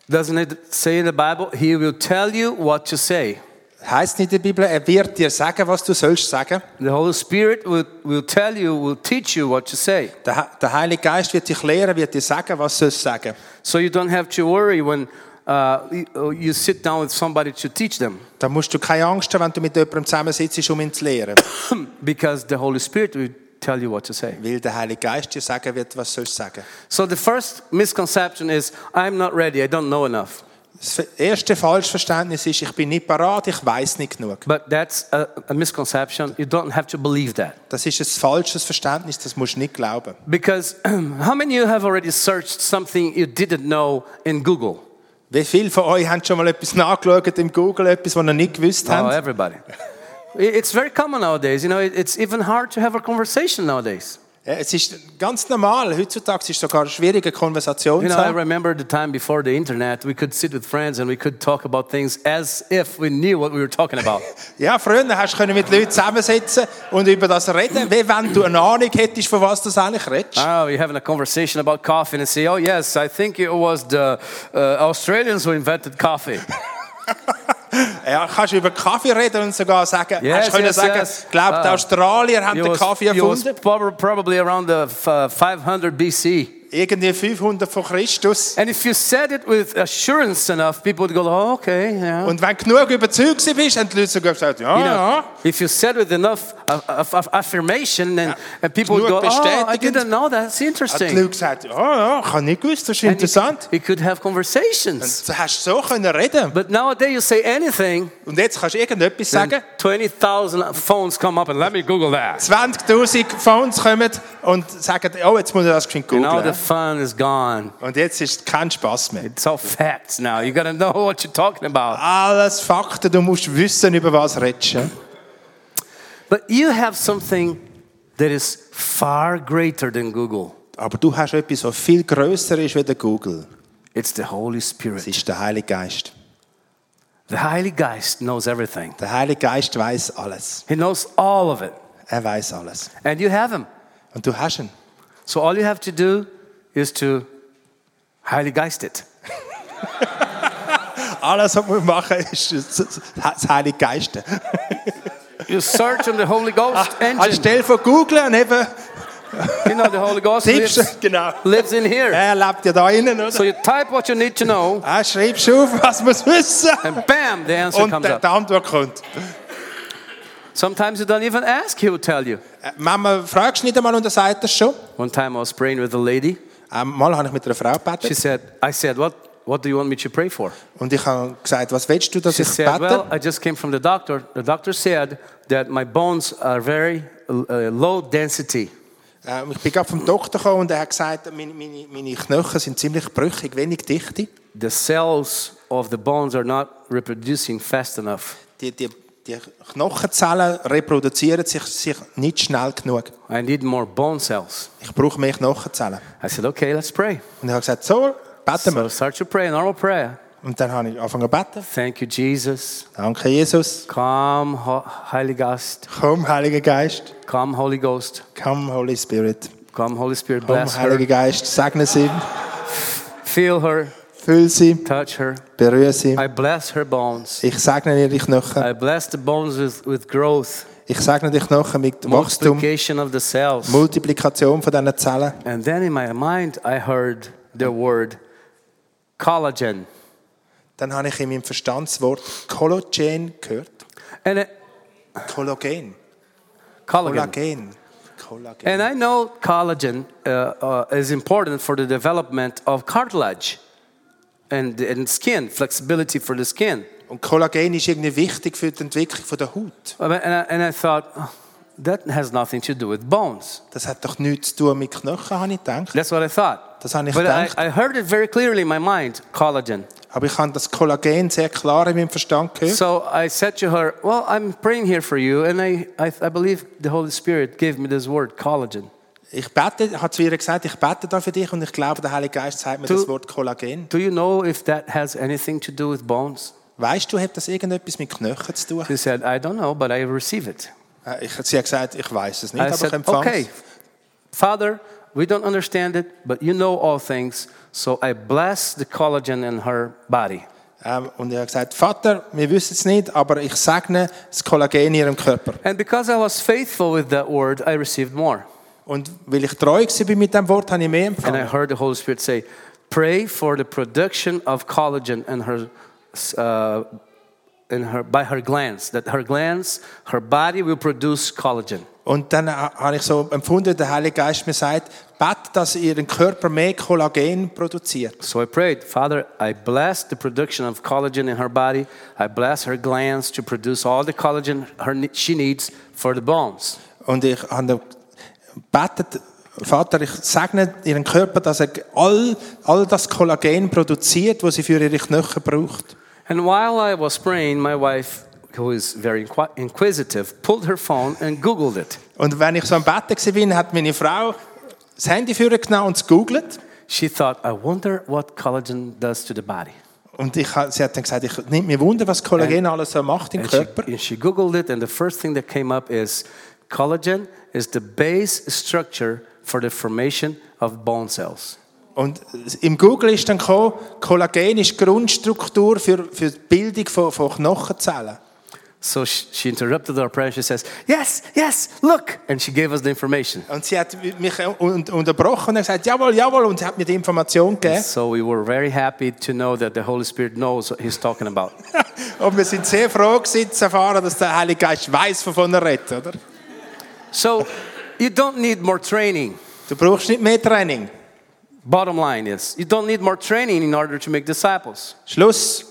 Doesn't it say in the Bible, He will tell you what to say? Heißt nicht in der Bibel, er wird dir sagen, was du sollst sagen. The Holy Spirit will, will tell you, will teach you what to say. Der, He- der Heilige Geist wird dich lehren, wird dir sagen, was du sollst sagen. So you don't have to worry when uh, you- you sit down with somebody to teach them Da musst du keine Angst haben, wenn du mit jemandem zusammensitzt, um ihn zu lehren. because the Holy Spirit will tell you what to say. Weil der Heilige Geist dir sagen wird, was du sollst sagen. So the first misconception is I'm not ready, I don't know enough. Das erste Falschverständnis ist, ich bin nicht parat, ich weiß nicht genug. But that's a, a misconception. You don't have to believe that. Das ist ein falsches Verständnis, das musst du nicht glauben. Because how many of you have already searched something you didn't know in Google? Wie viele von euch haben schon mal etwas nachgeschaut im Google, etwas, was ihr nicht gewusst Oh, habt? everybody. It- It's very common nowadays. You know, it- it's even hard to have a conversation nowadays. Ja, Äh, Es ist ganz normal, heutzutage ist es sogar schwierig, eine Konversation You zu know, I haben. remember the time before the internet, we could sit with friends and we could talk about things as if we knew what we were talking about. Ja, früher hast du können mit Leuten zusammensitzen und über das reden, wie wenn du eine Ahnung hättest, von was du eigentlich redest. oh, you're having a conversation about coffee and say, oh, yes, I think it was the uh, Australians who invented coffee. Ja, kannst du über Kaffee reden und sogar sagen, Yes, hast du können yes, sagen, yes. glaubt, die Ah. Australier haben It den was- Kaffee it was erfunden. prob- probably around the f- uh, 500 BC. Irgendwie 500 vor Christus. And if you said it with assurance enough, people would go, oh, okay, yeah. Und wenn du genug überzeugt warst, bist, haben die Leute sogar gesagt, ja, You know, ja. If you said with enough of, of, of affirmation, and, and people would go, Genug oh, I bestätigend. didn't know that. That's Hat die interesting. Leute gesagt, ja, ja, ich habe nicht gewusst, das And ist you interessant. could- You could have conversations. Du hast so können reden. But nowadays you say anything, Und jetzt kannst du irgendetwas sagen. and 20,000 phones come up and let me Google that. 20.000 Phones kommen und sagen, oh, jetzt muss ich das geschwind Now the googeln. fun is gone. Und jetzt ist kein Spaß mehr. It's all facts now. You gotta know what you're talking about. Alles Fakten, du musst wissen, über was redest. ja. But you have something that is far greater than Google. Aber du hast etwas, was viel grösser ist als Google. It's the Holy Spirit. Das ist der Heilige Geist. The Holy Geist knows everything. Der Heilige Geist weiß alles. He knows all of it. Er weiß alles. And you have him. Und du hast ihn. So all you have to do is to Holy Geist it. Alles, was wir machen, ist das das Heilige Geist. You search on the Holy Ghost engine. Anstelle von Google und eben You know the Holy Ghost tippst lives, Genau. lives in here. Er lebt ja da innen, oder? So you type what you need to know, Er schreibst auf, was man wissen and bam, the answer Und comes der, up. die Antwort kommt. Sometimes you don't even ask, he will tell you. Äh, Manchmal fragst du nicht einmal und er sagt das schon. One time I was praying with a lady. Einmal habe ich mit einer Frau She gebetet. said, I said, what, What do you want me to pray for? Und ich habe gesagt, was willst du, dass She ich said, bete? Well, I just came from the doctor. The doctor said that my bones are very uh, low density. Ähm, ich bin gerade vom Doktor gekommen und er hat gesagt, meine, meine, meine Knochen sind ziemlich brüchig, wenig dichte. The cells of the bones are not reproducing fast enough. Die, die, die Knochenzellen reproduzieren sich, sich nicht schnell genug. I need more bone cells. Ich brauche mehr Knochenzellen. I said, Okay, let's pray. Und ich habe gesagt, so, beten So wir. start to pray, normal prayer. Und dann habe ich angefangen zu beten. Thank you, Jesus. Danke, Jesus. Come, Ho- Holy Ghost. Komm, Heiliger Geist. Come, Holy Ghost. Komm, Holy Spirit. Come, Holy Spirit, Komm, bless her. Heiliger Geist. Segne sie. Feel her, Füll sie. touch her. Berühre sie. I bless her bones. Ich segne ihre Knochen. I bless the bones with, with growth, Ich segne die Knochen mit Wachstum. multiplication of the cells. Multiplikation von diesen Zellen. And then in my mind, I heard the word collagen. Dann habe ich in meinem Verstand das Wort Kollagen gehört. And it, Kollagen. collagen. Kollagen. Kollagen. And I know collagen uh, uh, is important for the development of cartilage and, and skin, flexibility for the skin. Und Kollagen ist irgendwie wichtig für die Entwicklung von der Haut. Uh, And I, and I thought, "Oh, that has nothing to do with bones. Das hat doch nichts zu tun mit Knochen, habe ich gedacht. That's what I thought. Das habe ich But I, gedacht. I heard it very clearly in my mind, collagen. Aber ich habe das Kollagen sehr klar in meinem Verstand gehört. So I said to her, Well, I'm praying here for you, and I, I, I believe the Holy Spirit gave me this word, collagen. Ich bete, hat zu ihr gesagt, ich bete da für dich und ich glaube, der Heilige Geist sagt mir Du- das Wort Kollagen. Do you know if that has anything to do with bones? Weißt du, hat das irgendetwas mit Knochen zu tun? She said, I don't know, but I receive it. Äh, Ich, sie hat gesagt, ich weiß es nicht, I aber ich said, empfange Äh, es. Okay, Father, we don't understand it, but you know all things. So I bless the collagen in her body. Ähm, und er hat gesagt, Vater, wir wissen es nicht, aber ich segne das Kollagen in ihrem Körper. And because I was faithful with that word, I received more. Und weil ich treu war mit dem Wort, habe ich mehr And I empfangen. heard the Holy Spirit say, Pray for the production of collagen in her, uh, in her, by her glands, that her glands, her body will produce collagen. Und dann ha- habe ich so empfunden, der Heilige Geist mir sagt, bete, dass ihren Körper mehr Kollagen produziert. So I prayed, Father, I bless the production of collagen in her body. I bless her glands to produce all the collagen her, she needs for the bones. Und ich habe betet, Vater, ich segne ihren Körper, dass er all, all das Kollagen produziert, was sie für ihre Knochen braucht. And while I was praying, my wife, who is very inqui- inquisitive, pulled her phone and Googled it. Und wenn ich so am Betten war, hat meine Frau das Handy vorgenommen und es googelt. She thought, I wonder what collagen does to the body. Und ich, ha- sie hat dann gesagt, ich nehme mir Wunder, was Kollagen alles so macht im And she, Körper. and she Googled it, and the first thing that came up is collagen is the base structure for the formation of bone cells. Und im Google ist dann gekommen, Kollagen ist die Grundstruktur für, für die Bildung von, von Knochenzellen. So she, she interrupted our prayer and she says, Yes, yes, look! And she gave us the information. Und sie hat mich un unterbrochen und hat gesagt, jawohl, jawohl, und sie hat mir die Information gegeben. So we were very happy to know that the Holy Spirit knows what he's talking about. Und wir sind sehr froh gewesen, zu erfahren, dass der Heilige Geist weiß, wovon er redet, oder? so you don't need more training. Du brauchst nicht mehr Training. Bottom line is, you don't need more training in order to make disciples. Schluss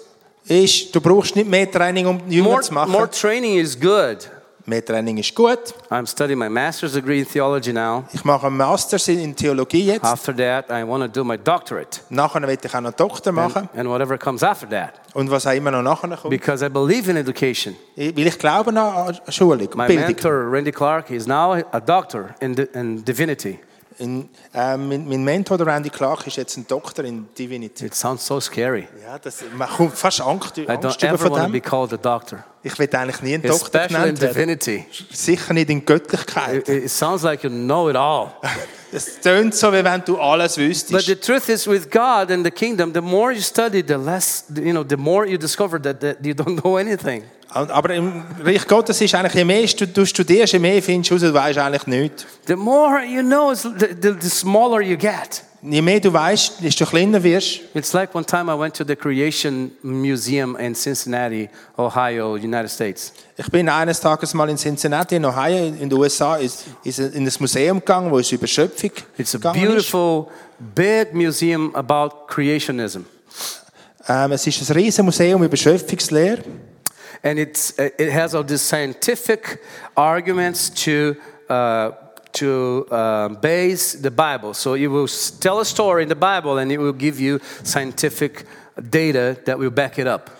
ist, du brauchst nicht mehr Training, um Jünger More, zu machen. more training is good. Mehr Training ist gut. I'm studying my master's degree in theology now. Ich mache einen Master in Theologie jetzt. After that, I want to do my doctorate Nachher will ich auch noch Doktor machen. and, and whatever comes after that Und was auch immer noch nachher kommt. because I believe in education. Ich- Weil ich glaube noch an Schulung, My Bildung. mentor, Randy Clark, is now a doctor in, di- in divinity. In, äh, mein, mein Mentor, der Randy Clark, ist jetzt ein Doktor in Divinity. It sounds so scary. Ja, das, man kommt fast Angst, I Angst don't über ever want to von be dem. called a doctor, Ich will eigentlich nie ein Doktor especially in genannt werden. divinity. Sicher nicht in Göttlichkeit. It, it sounds like you know it all. Es tönt so, wie wenn du alles But the wüsstest. truth is, with God and the kingdom, the more you study, the less, you know, the more you discover that, that you don't know anything. Aber im Reich Gottes ist eigentlich, je mehr stu- du studierst, je mehr findest du raus, du weißt eigentlich nichts. The more you know, is the, the, the smaller you get. Je mehr du weißt, desto kleiner wirst. It's like one time I went to the Creation Museum in Cincinnati, Ohio, United States. Ich bin eines Tages mal in Cincinnati, in Ohio, in den USA, ist, ist in ein Museum gegangen, wo es über Schöpfung It's a gegangen ist. beautiful, big museum about creationism. Ähm, es ist ein riesen Museum über Schöpfungslehre. And it's, uh, it has all these scientific arguments to, uh, to uh, base the Bible. So it will s- tell a story in the Bible and it will give you scientific data that will back it up.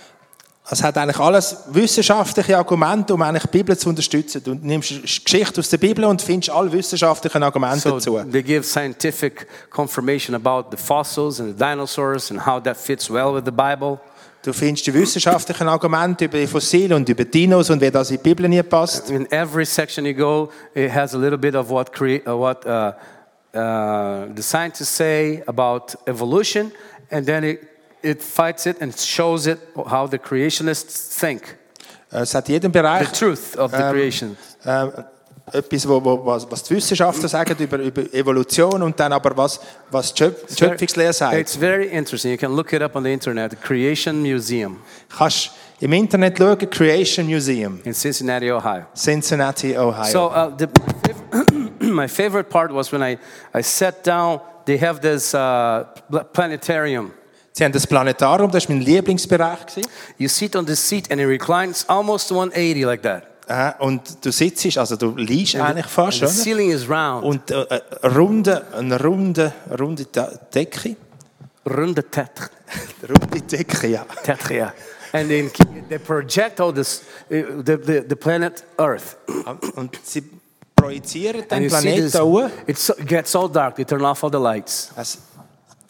Es hat eigentlich alles wissenschaftliche Argumente, um eigentlich die Bibel zu unterstützen. Du nimmst eine Geschichte aus der Bibel und findest alle wissenschaftlichen Argumente So dazu. they give scientific confirmation about the fossils and the dinosaurs and how that fits well with the Bible. Du findest die wissenschaftlichen Argumente über die Fossilien und über Dinos und wie das in die Bibel nie passt. In every section you go, it has a little bit of what, crea- uh, what uh, uh, the scientists say about evolution, and then it, it fights it and shows it how the creationists think, Es hat in jedem Bereich the truth of the Um, creation. ähm, etwas, wo, wo, was, was die Wissenschaftler sagen über, über Evolution und dann aber was, was die Schöp- die Schöpfungslehre sagt. It's very interesting. You can look it up on the internet, the Creation Museum Kannst im Internet schauen, Creation Museum, in Cincinnati, Ohio. Cincinnati, Ohio. So uh, the, my favorite part was when I, I sat down. They have this uh, pl- planetarium. Sie haben das Planetarium, das war mein Lieblingsbereich. Gewesen. You sit on this seat and it reclines almost 180 like that. Äh, und du sitzt, also du liegst eigentlich fast, The oder? ceiling is round. Und äh, äh, eine runde, eine runde, runde Ta- Decke. Runde tetre. Runde Decke, ja. tetre yeah. And then k- they project all this, uh, the, the, the planet Earth. Und sie projizieren And den you see Planeten this, da hoch. it's so, it gets so dark, they turn off all the lights.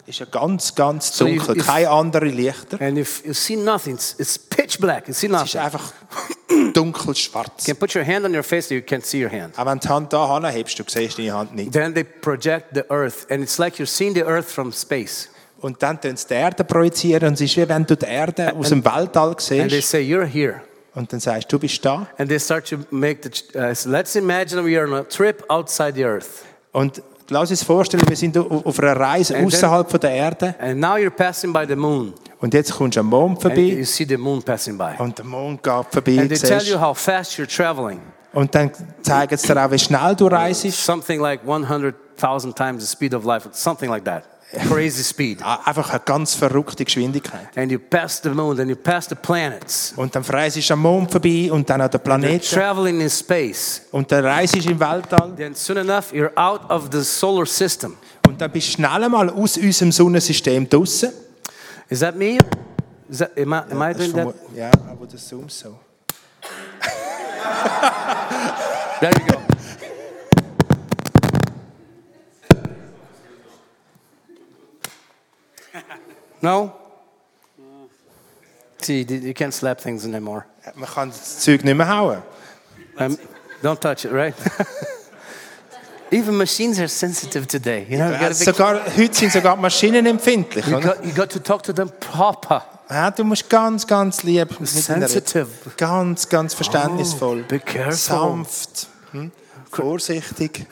Es ist ja ganz, ganz So you- dunkel, if- keine anderen Lichter. And if you see nothing, it's, it's pitch black, you see Es ist nothing. You einfach dunkelschwarz. can put your hand on your face, you can't see your hand. Auch wenn du die Hand da hebst, du siehst deine Hand nicht. Then they project the earth, and it's like you're seeing the earth from space. Und dann tun sie die Erde projizieren und es ist wie wenn du die Erde aus dem Weltall And they siehst say, You're here. und dann sagst du, du bist da. And they start to make the. ch- Uh, so let's imagine we are on a trip outside the earth. Und lass uns vorstellen, wir sind au- auf einer Reise And then- außerhalb von der Erde And now you're passing by the moon. und jetzt kommst du am Mond And you vorbei see the moon passing by. und der Mond geht vorbei And they tell siehst. you how fast you're traveling. und dann zeigen sie dir auch, wie schnell du reist. Something like 100,000 times the speed of light, something like that. Crazy speed. Einfach eine ganz verrückte Geschwindigkeit. And you pass the moon, then you pass the planets. Und dann reist du am Mond vorbei und dann an den You're Planeten traveling in space. und dann reist du im Weltall Then soon enough, you're out of the solar system. und dann bist du schnell einmal aus unserem Sonnensystem draussen. Is that me? Is that, am I, am I Das doing ist that? vom- Ja, aber das Zoom so. There you go. no? See, you- you can't slap things anymore. Äh, Man kann das Zeug nicht mehr hauen. Um, don't touch it, right? Even machines are sensitive today. You know, you gotta Ja, be, Äh, also sogar, heute sind sogar die Maschinen empfindlich. you, Oder? got, you got to talk to them proper. Ja, du musst ganz, ganz lieb mit ihnen reden. Sensitive. Ganz, ganz verständnisvoll. Oh, be careful. Sanft. Hm? Vorsichtig.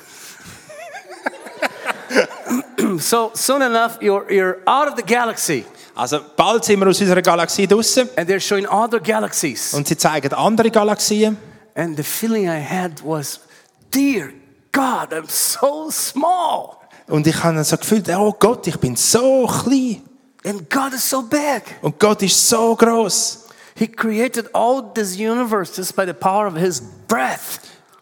So soon enough, you're, you're out of the galaxy, Also bald sind wir aus unserer Galaxie draußen and they're showing other galaxies. und sie zeigen andere Galaxien. And the feeling I had was, dear God, I'm so small. Und ich habe dann so gefühlt, oh Gott, ich bin so klein. And God is so big. Und Gott ist so groß. He created all this universe just by the power of His breath.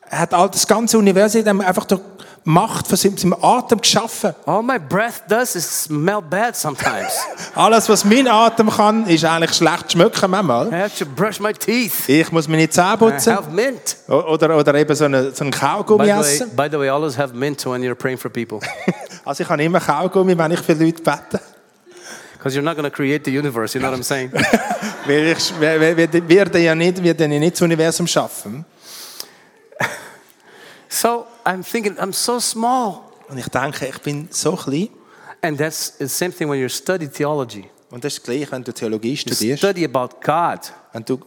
Er hat all das ganze Universum einfach durch die Macht von seinem seinem Atem geschaffen. All my breath does is smell bad sometimes. Alles, was mein Atem kann, ist eigentlich schlecht schmecken manchmal. I have to brush my teeth. Ich muss meine Zähne I putzen have mint. O- oder, oder eben so einen, so einen Kaugummi By the, essen. way, by the way, always have mint when you're praying for people. Also ich habe immer Kaugummi, wenn ich für Leute bete. Because you're not going to create the universe, you know what I'm saying? Weil ich weil- weil- wir werden ja nicht, wir werden ja nicht das Universum schaffen. so I'm thinking, I'm so small. Und ich denke, ich bin so klein. And that's the same thing when you study theology. Und das ist gleich, wenn du Theologie You studierst. study about God. Wenn du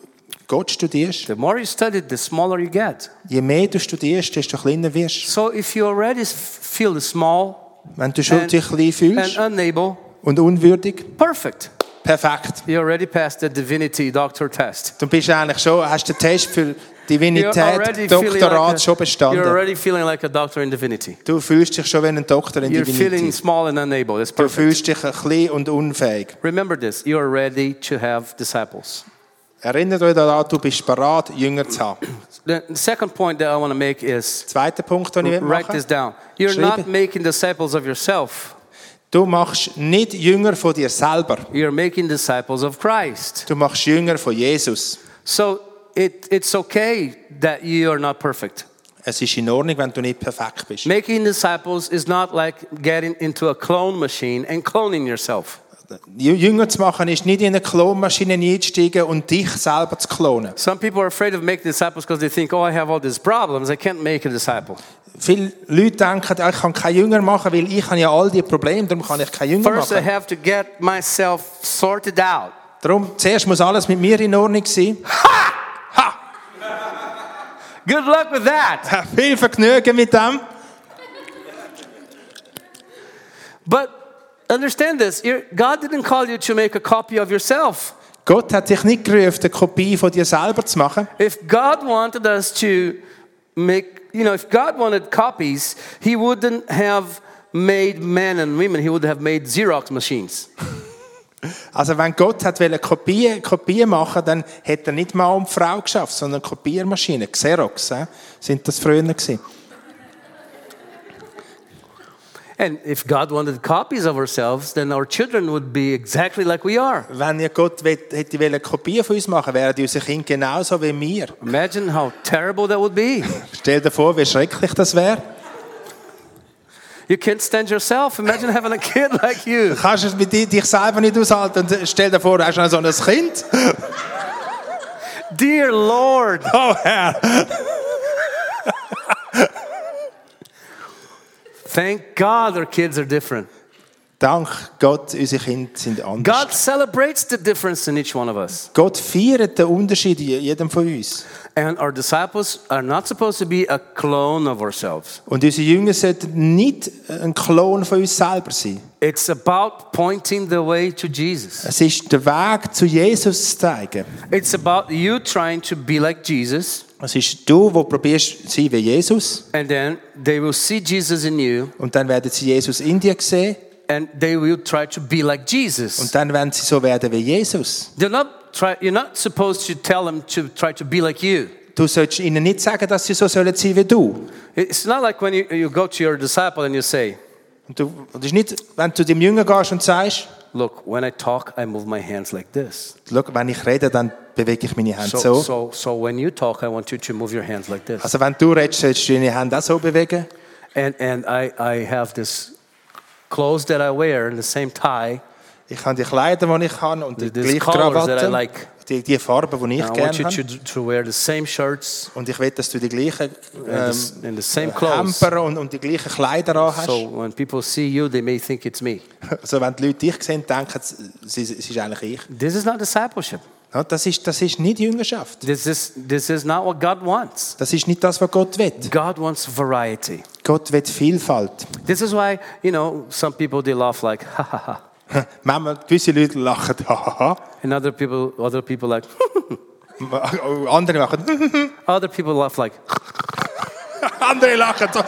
Gott studierst, The more you study, the smaller you get. je mehr du studierst, desto kleiner wirst So if you already s- feel small du. Wenn du schon dich klein and fühlst unable, und unwürdig, perfect. perfekt. You already passed the divinity doctor test. Du bist eigentlich schon, hast den Test für You're Divinität, feeling Doktorat like a- schon you're bestanden. already feeling like a doctor in divinity. Du fühlst dich schon wie ein Doktor in You're feeling Divinität. small and unable. That's Du perfect. fühlst dich klein und unfähig. Remember this. You are ready to have disciples. Erinnert euch daran, du bist bereit, Jünger zu haben. The second point that I want to make is Zweiter Punkt, den ich write machen this will. down. You're Schreibe. not making disciples of yourself. Du machst nicht Jünger von dir selber. You're making disciples of Christ. Du machst Jünger von Jesus. So it, it's okay that you are not perfect. Es ist in Ordnung, wenn du nicht perfekt bist. Making disciples is not like getting into a clone machine and cloning yourself. Jü- Jünger zu machen ist nicht in eine Klonmaschine einsteigen und dich selber zu klonen. Some people are afraid of making disciples because they think, oh, I have all these problems. I can't make a disciple. Viele Leute denken, ah, ich kann keinen Jünger machen, weil ich habe ja all die Probleme, darum kann ich keinen Jünger First, I machen. have to get myself sorted out. Darum, zuerst muss alles mit mir in Ordnung sein. Good luck with that. Viel Vergnügen mit dem. But understand this you're, God didn't call you to make a copy of yourself. Gott hat dich nicht gerufen, eine Kopie von dir selber zu machen. If God wanted us to make, you know, if God wanted copies, He wouldn't have made men and women, He would have made Xerox machines. Also wenn Gott hat wollte Kopie, Kopie machen, dann hätte er nicht mal um Frau geschafft, sondern Kopiermaschine, Xerox, äh, sind das früher gewesen. And if God wanted copies of ourselves, then our children would be exactly like we are. Wenn ja Gott wett- hätte wollte Kopie von uns machen, wären die unsere Kinder genauso wie wir. Imagine how terrible that would be. Stell dir vor, wie schrecklich das wäre. You can't stand yourself. Imagine having a kid like you. Du kannst es mit dir, dich selber nicht aushalten und stell dir vor, du hast noch so ein Kind. Dear Lord. Oh Herr! Thank God our kids are different. Dank Gott, unsere Kinder sind anders. God celebrates the difference in each one of us. Gott feiert den Unterschied in jedem von uns. And our disciples are not supposed to be a clone of ourselves. Und unsere Jünger sollten nicht ein Klon von uns selber sein. It's about pointing the way to Jesus. Es ist der Weg zu Jesus zu zeigen. It's about you trying to be like Jesus, Es ist du, wo probierst zu sein wie Jesus and then they will see Jesus in you, und dann werden sie Jesus in dir sehen and they will try to be like und Jesus. dann werden sie so werden wie Jesus. They're not try, you're not supposed to tell them to try to be like you. Du sollst ihnen nicht sagen, dass sie so sollen sein wie du. It's not like when you, you go to your disciple and you say, Und du das ist nicht, wenn du dem Jünger gehst und sagst, Look, when I talk, I move my hands like this. Schau, wenn ich rede, dann bewege ich meine Hände So, so. so, so when you talk, I want you to move your hands like this. Also wenn du redest, sollst du deine Hände auch so bewegen. And, and I, I have this clothes that I wear and the same tie. Ich habe die Kleider, die ich habe und die These gleiche colours that I Krawatte, like. die, die Farben, die ich I want gerne you to, habe. to wear the same shirts Und ich will, dass du die gleichen and, the, ähm, s- and the same clothes. Camper und, und die gleichen Kleider an hast. So when people see you, they may think it's me. Also wenn die Leute dich sehen, denken sie, es ist- es ist eigentlich ich. This is not discipleship. Ja, Das ist, das ist nicht Jüngerschaft. This is, this is not what God wants. Das ist nicht das, was Gott will. God wants variety. Gott will Vielfalt. This is why, you know, some people they laugh like, ha ha ha. Manchmal gewisse Leute lachen, hahaha. And other people, other people like, Andere machen, other people laugh like, andere lachen so.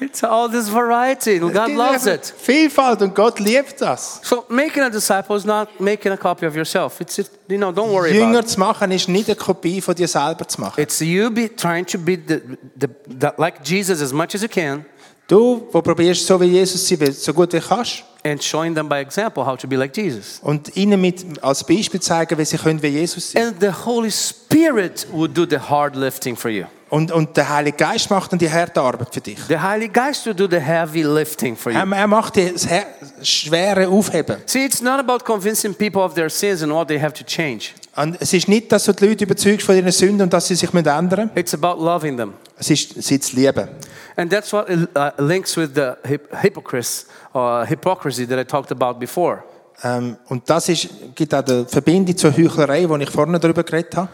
it's all this variety. God loves it. Vielfalt und Gott liebt das. So making a disciple is not making a copy of yourself. It's it, you know, don't worry Jünger about it. zu machen ist nicht eine Kopie von dir selber zu machen. It's you be trying to be the, the, the, like Jesus as much as you can Du, wo probierst so wie Jesus zu sein, so gut wie kannst, and showing them by example how to be like Jesus. und ihnen mit als Beispiel zeigen, wie sie können wie Jesus sein. And the Holy Spirit will do the hard lifting for you. Und, und der Heilige Geist macht dann die harte Arbeit für dich. The Holy Geist will do the heavy lifting for Er, you. er macht dir das Her- schwere Aufheben. See, it's not about convincing people of their sins and what they have to change. Und es ist nicht, dass du die Leute überzeugst von ihren Sünden und dass sie sich mit ändern. It's about loving them. Es ist, sie zu lieben. And that's what uh, links with the hip- hypocrites, uh, hypocrisy that I talked about before. Ähm, und das ist, gibt auch die Verbindung zur Heuchlerei, wo ich vorne darüber geredet habe.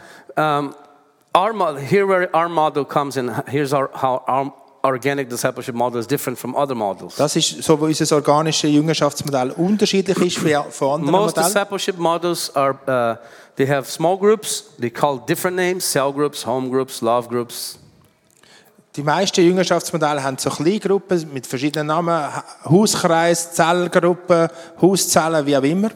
um, our model, here where our model comes in, here's our, how our, organic discipleship model is different from other models. Das ist so, wo unser organisches Jüngerschaftsmodell unterschiedlich ist von von anderen Most Modellen. discipleship models are uh, they have small groups. They call different names: cell groups, home groups, love groups. Die meisten Jüngerschaftsmodelle haben so kleine Gruppen mit verschiedenen Namen, Ha- Hauskreis, Zellgruppen, Hauszellen, wie auch immer.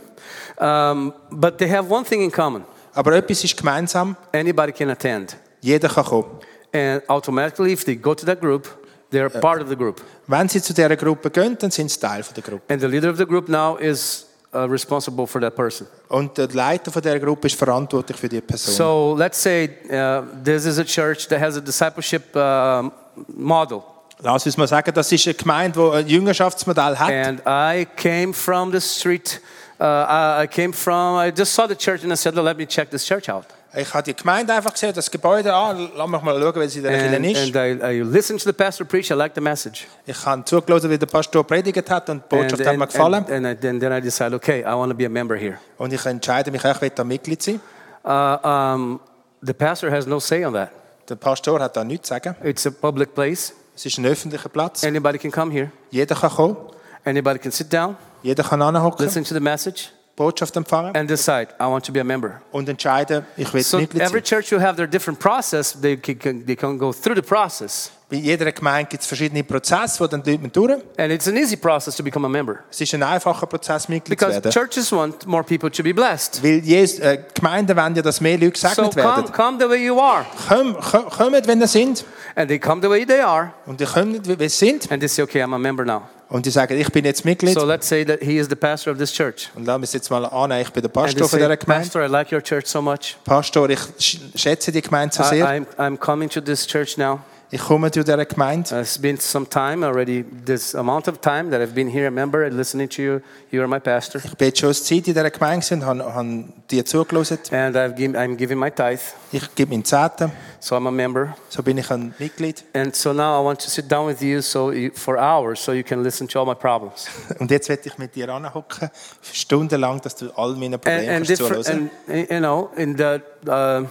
Um, but they have one thing in common: Aber etwas ist gemeinsam, anybody can attend, jeder kann kommen. and automatically, if they go to that group, they're part of the group. Wenn sie zu dieser Gruppe gehen, dann sind sie Teil von der Gruppe. And the leader of the group now is uh, responsible for that person. Und der Leiter von dieser Gruppe ist verantwortlich für die Person. So let's say uh, this is a church that has a discipleship um model. Lass uns mal sagen, das ist eine Gemeinde, die ein Jüngerschaftsmodell hat. And I came from the street. Uh, I- I came from, I just saw the church and I said, "Well, let me check this church out. Ich habe die Gemeinde einfach gesehen, das Gebäude an. Lass mich mal schauen, wie sie in der And, Kirche ist. and I, I listened to the pastor preach. I liked the message. Ich habe zugelassen, wie der Pastor predigt hat und die And, Botschaft hat mir gefallen. and- and I- then, then I decided, okay, I want to be a member here. und ich entscheide mich, ich will da Mitglied sein. Uh, um, the pastor has no say on that. Der Pastor hat da nichts zu sagen. It's a public place. Es ist ein öffentlicher Platz. Anybody can come here. Jeder kann kommen, Anybody can sit down, jeder kann anhocken, listen to the message, Botschaft empfangen and decide, I want to be a member. und entscheiden, ich will So Mitglied every sein. church will have their different process. They can- can, they can go through the process. Bei jeder Gemeinde gibt es verschiedene Prozesse, die dann die Leute durch. And it's an easy process to become a member. Es ist ein einfacher Prozess, Mitglied zu Because werden. churches want more people to be blessed. Weil Jesus, äh, Gemeinden wollen ja, dass mehr Leute So gesegnet come, werden. come the way you are. Komm, komm, kommt, wenn ihr sind. And they come the way they are. Und ihr kommt, wie wie ihr sind. And they say, okay, I'm a member now. Und die sagen, ich bin jetzt Mitglied. So let's say that he is the pastor of this church. Und lass uns jetzt mal annehmen, ich bin And der they Pastor von say, dieser Gemeinde. Pastor, I like your church so much. Pastor, ich sch- schätze die Gemeinde so I, sehr. am I'm coming to this church now. Ich komme zu dieser Gemeinde. Uh, It's been some time already, this amount of time that I've been here a member and listening to you. You are my pastor. Ich bin jetzt schon eine Zeit in dieser Gemeinde gewesen und habe, habe dir zugelassen. And I've given, I'm giving my tithe. Ich gebe meinen Zehnten. So I'm a member. So bin ich ein Mitglied. And so now I want to sit down with you so you, for hours so you can listen to all my problems. Und jetzt werde ich mit dir anhocken, stundenlang, dass du all meine And, Probleme and, kannst different, zuhören. and you know, in the uh,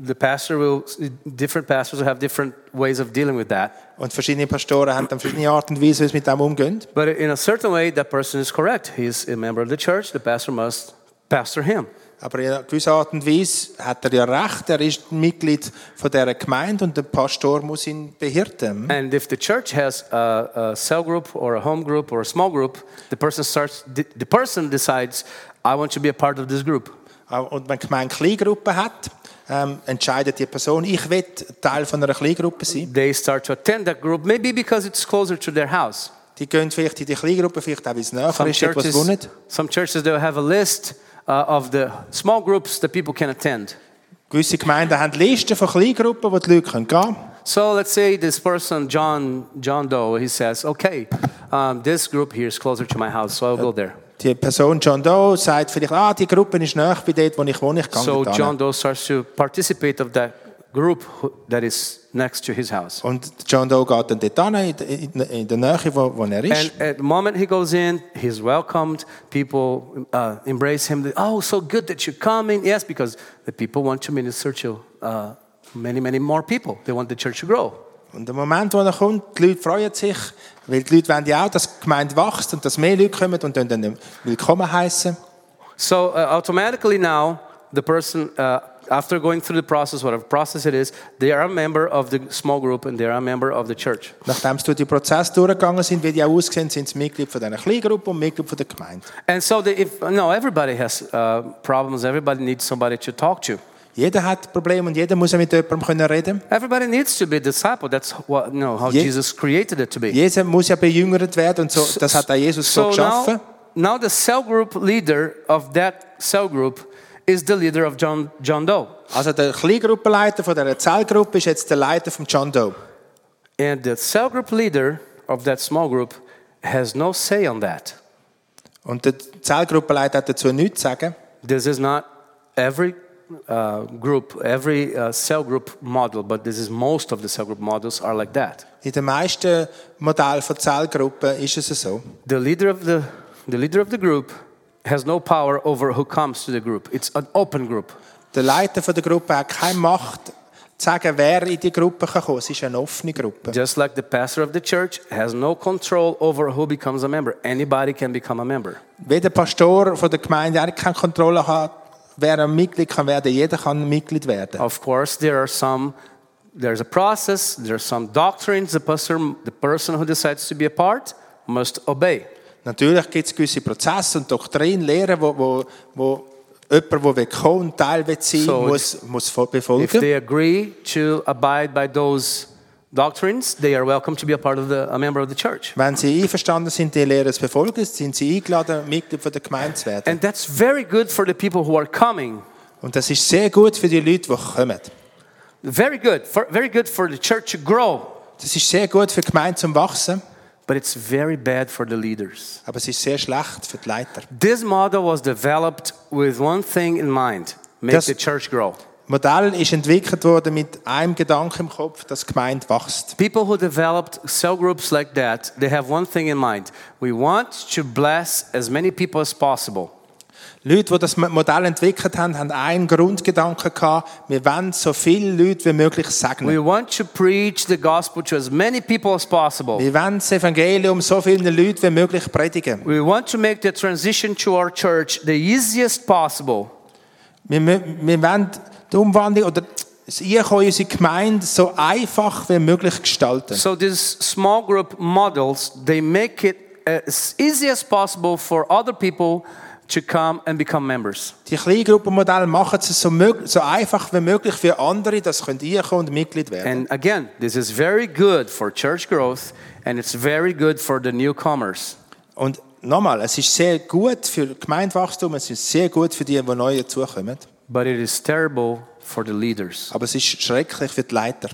the pastor will different pastors will have different ways of dealing with that. Und verschiedene Pastoren haben dann verschiedene Art und Weise, wie sie mit dem umgehen. But in a certain way, that person is correct. He is a member of the church. The pastor must pastor him. Aber in einer gewissen Art und Weise hat er ja recht, er ist Mitglied von dieser Gemeinde und der Pastor muss ihn behirten. And if the church has a, a cell group or a home group or a small group, the person starts. The, the person decides, I want to be a part of this group. Und wenn die Gemeinde Kleingruppen hat, ähm, entscheidet die Person, ich will Teil von einer Kleingruppe sein. They start to attend that group, maybe because it's closer to their house. Die gehen vielleicht in die Kleingruppe, vielleicht auch, weil es näher Some ist, etwas wohnen. churches, some churches they'll have a list uh, of the small groups that people can attend. Gewisse Gemeinden haben Listen von Kleingruppen, wo die Leute gehen können. So let's say this person, John, John Doe, he says, okay, um, this group here is closer to my house, so I'll go there. Die Person John Doe sagt vielleicht, ah, die Gruppe ist näher bei dort, wo ich wohne, ich gehe So dorthin. John Doe starts to participate of that group who- that is next to his house. Und John Doe geht dann dort hin, in, in, in der Nähe, wo, wo er ist. And at the moment he goes in, he's welcomed. People uh, embrace him. They, Oh, so good that you're coming. Yes, because the people want to minister to uh, many, many more people. They want the church to grow. Und der Moment, wo er kommt, die Leute freuen sich, weil die Leute wollen ja auch, dass die Gemeinde wächst und dass mehr Leute kommen und dann- dann willkommen heißen. So uh, automatically now, the person, uh, after going through the process, whatever process it is, they are a member of the small group and they are a member of the church. Nachdem sie durch den Prozess durchgegangen sind, wie die auch aussehen, sind sie Mitglied von dieser Kleingruppe und Mitglied von der Gemeinde. And so, the, if no, everybody has uh, problems. Everybody needs somebody to talk to. Jeder hat Probleme und jeder muss mit jemandem können reden. Everybody needs to be a disciple. That's what no, how Ye- Jesus created it to be. Jeder muss ja bejüngert werden und so, das hat auch Jesus so, So geschaffen. now, now the cell group leader of that cell group is the leader of John, John Doe. Also der Kleingruppenleiter von dieser Zellgruppe ist jetzt der Leiter von John Doe. And the cell group leader of that small group has no say on that. Und der Zellgruppenleiter hat dazu nichts zu sagen. This is not every uh, group, every uh, cell group model, but this is most of the cell group models are like that. In den meisten Modellen von Zellgruppen ist es so. The leader of the, the leader of the group has no power over who comes to the group. It's an open group. Der Leiter von der Gruppe hat keine Macht zu sagen, wer in die Gruppe kann kommen. Es ist eine offene Gruppe. Just like the pastor of the church has no control over who becomes a member, anybody can become a member. Wie der Pastor von der Gemeinde auch keine Kontrolle hat, wer ein Mitglied kann werden, jeder kann Mitglied werden. Of course, there are some. There's a process. There's some doctrines. The person, the person who decides to be a part, must obey. Natürlich gibt es gewisse Prozesse und Doktrinen, Lehren, wo, wo, wo jemand, der kommen und Teil will sein So, muss, muss vo- If befolgen. they agree to abide by those doctrines, they are welcome to be a part of the, a member of the church. Wenn sie einverstanden sind, die Lehre zu befolgen, sind sie eingeladen, Mitglied von der Gemeinde zu werden. And that's very good for the people who are coming. Und das ist sehr gut für die Leute, die kommen. Very good. For, very good for the church to grow. Das ist sehr gut für die Gemeinde zum Wachsen, But it's very bad for the leaders. aber es ist sehr schlecht für die Leiter. This model was developed with one thing in mind make Das- the church grow. Das Modell ist entwickelt worden mit einem Gedanken im Kopf, dass die Gemeinde wächst. People who developed cell groups like that, they have one thing in mind. We want to bless as many people as possible. Leute, die das Modell entwickelt haben, haben einen Grundgedanken gehabt, wir wollen so viele Leute wie möglich segnen. We want to preach the gospel to as many people as possible. Wir wollen das Evangelium so vielen Leuten wie möglich predigen. We want to make the transition to our church the easiest possible. Wir, mü- wir wollen die Umwandlung oder das Einkommen in unsere Gemeinde so einfach wie möglich gestalten. So these small group models, they make it as easy as possible for other people to come and become members. Die Kleingruppenmodelle machen es so, mög- so einfach wie möglich für andere, dass sie einkommen und Mitglied werden And again, this is very good for church growth and it's very good for the newcomers. Und nochmal, es ist sehr gut für Gemeindewachstum, es ist sehr gut für die, die neu dazukommen. But it is terrible for the leaders. Aber es ist schrecklich für die Leiter.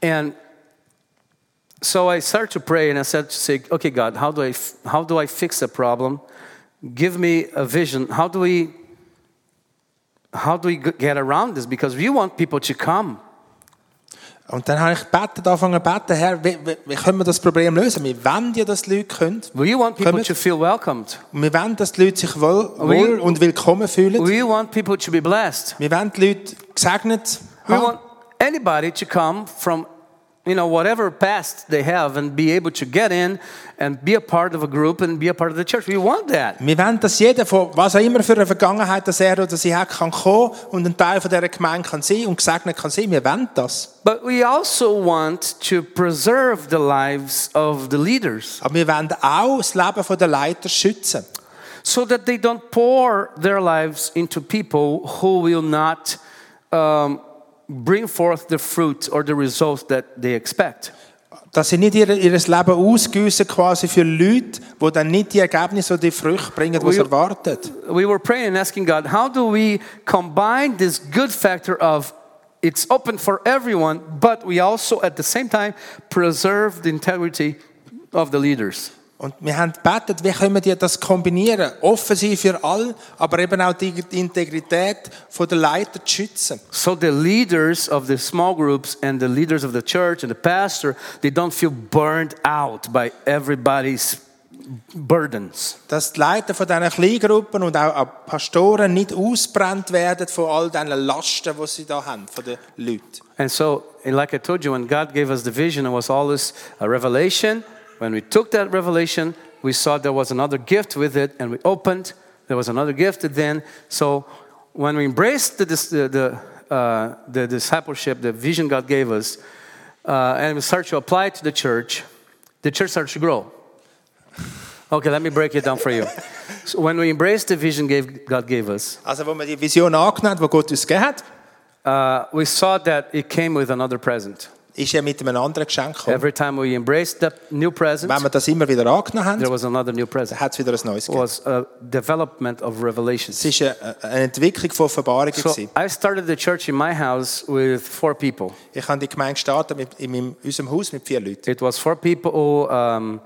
And so I started to pray and I said to say, okay, God, how do I, f- how do I fix the problem? Give me a vision. How do we, how do we g- get around this? Because we want people to come. Und dann habe ich gebetet, angefangen zu beten, Herr, wie, wie, wie können wir das Problem lösen? Wir wollen ja, dass die Leute können. We want people to Committed. feel welcomed. Und wir wollen, dass die Leute sich wohl, We- wohl und willkommen fühlen. We want people to be blessed. Wir wollen die Leute gesegnet We haben. want anybody to come from, you know, whatever past they have and be able to get in and be a part of a group and be a part of the church. We want that. Wir wollen, dass jeder von was auch immer für eine Vergangenheit das er oder sie hat, kann kommen und ein Teil von dieser Gemeinde kann sein und gesegnet kann sein. Wir wollen das. But we also want to preserve the lives of the leaders Aber wir wollen auch das Leben der Leiter schützen. so that they don't pour their lives into people who will not um, bring forth the fruit or the result that they expect. Dass sie nicht ihr, ihr Leben ausgüssen quasi für Leute, die dann nicht die Ergebnisse oder die Früchte bringen, die sie Will- erwartet. we were praying and asking God, how do we combine this good factor of it's open for everyone, but we also at the same time preserve the integrity of the leaders? Und wir haben gebetet, wie können wir das kombinieren? Offen sein für alle, aber eben auch die Integrität von der Leiter zu schützen. So the leaders of the small groups and the leaders of the church and the pastor, they don't feel burned out by everybody's burdens. Dass die Leiter von diesen Kleingruppen und auch auch Pastoren nicht ausbrennt werden von all diesen Lasten, die sie da haben, von den Leuten. And so, and like I told you, when God gave us the vision, it was always a revelation. When we took that revelation, we saw there was another gift with it, and we opened. There was another gift then. So, when we embraced the, dis- the, the, uh, the discipleship, the vision God gave us, uh, and we started to apply it to the church, the church started to grow. Okay, let me break it down for you. So when we embraced the vision gave, God gave us, Also, wo wir die Vision angenommen haben, die Gott uns gegeben hat, uh, we saw that it came with another present. ist ja mit einem anderen Geschenk gekommen. Every time we embraced that new present, Wenn wir das immer wieder angenommen there haben, was another new present. hat es wieder ein neues It gegeben. was a development of Es revelations. ist eine eine Entwicklung von Verwahrungen. So gewesen. I started the church in my house with four people. Ich habe die Gemeinde gestartet mit, in meinem- unserem Haus mit vier Leuten. It was four people, um,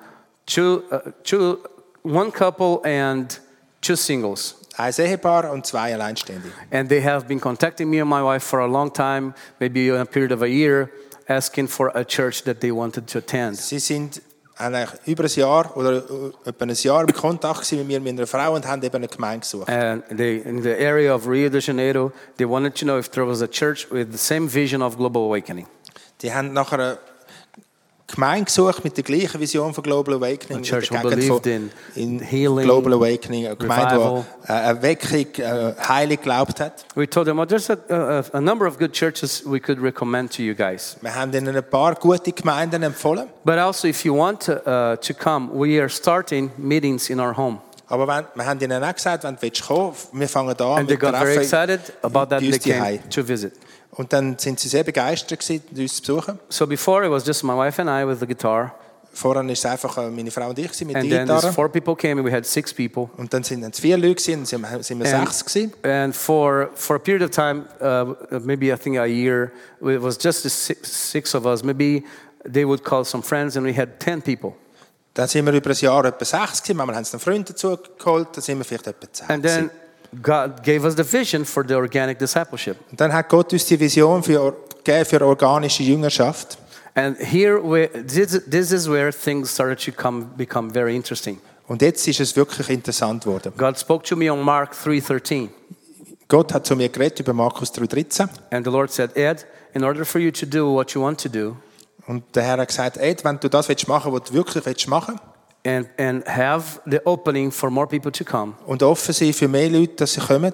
two, uh, two, one couple and two singles. Ein Ehepaar und zwei Alleinstehende. And they have been contacting me and my wife for a long time, maybe in a period of a year, asking for a church that they wanted to attend. Sie sind haben eigentlich über ein Jahr oder äh, etwa ein Jahr im Kontakt gewesen mit mir, mit einer Frau und haben eben eine Gemeinde gesucht. And they, in the area of Rio de Janeiro, they wanted to know if there was a church with the same vision of global awakening. Die haben nachher eine Gemeinde gesucht mit der gleichen Vision von Global Awakening. A in church der who Gegend von- believed in in healing, Global Awakening, eine Gemeinde, revival. die äh, Erweckung, äh, Heilung geglaubt hat. We told them, well, there's a, a, a number of good churches we could recommend to you guys. Wir haben ihnen ein paar gute Gemeinden empfohlen. But also, if you want to, uh, to come, we are starting meetings in our home. Aber wenn, wir haben ihnen auch gesagt, wenn du willst kommen, wir fangen da an, And they wir got very excited about that. bei They uns die came to visit. Und dann sind sie sehr begeistert gewesen, uns zu besuchen. So before, it was just my wife and I with the guitar. Vorher war es einfach äh, meine Frau und ich gewesen mit der And then these Gitarre. four people came, and we had six people. Und dann sind es vier Leute gewesen, dann sind wir, sind wir And- sechs gewesen. And for, for a period of time, uh, maybe I think a year, it was just the six, six of us. Maybe they would call some friends, and we had 10 people. Dann sind wir über ein Jahr etwa sechs gewesen. Manchmal haben sie dann Freunde dazugeholt, dann sind wir vielleicht etwa zehn. And gewesen. then God gave us the vision for the organic discipleship. und dann hat Gott uns die Vision für, or- gegeben für organische Jüngerschaft. And here, we, this, this is where things started to come, become very interesting. Und jetzt ist es wirklich interessant geworden. God spoke to me on Mark 3.13. Gott hat zu mir geredet über Markus 3,13. And the Lord said, Ed, in order for you to do what you want to do Und der Herr hat gesagt, Ed, wenn du das willst machen willst, was du wirklich willst machen and, and have the opening for more people to come und offen sein für mehr Leute, dass sie kommen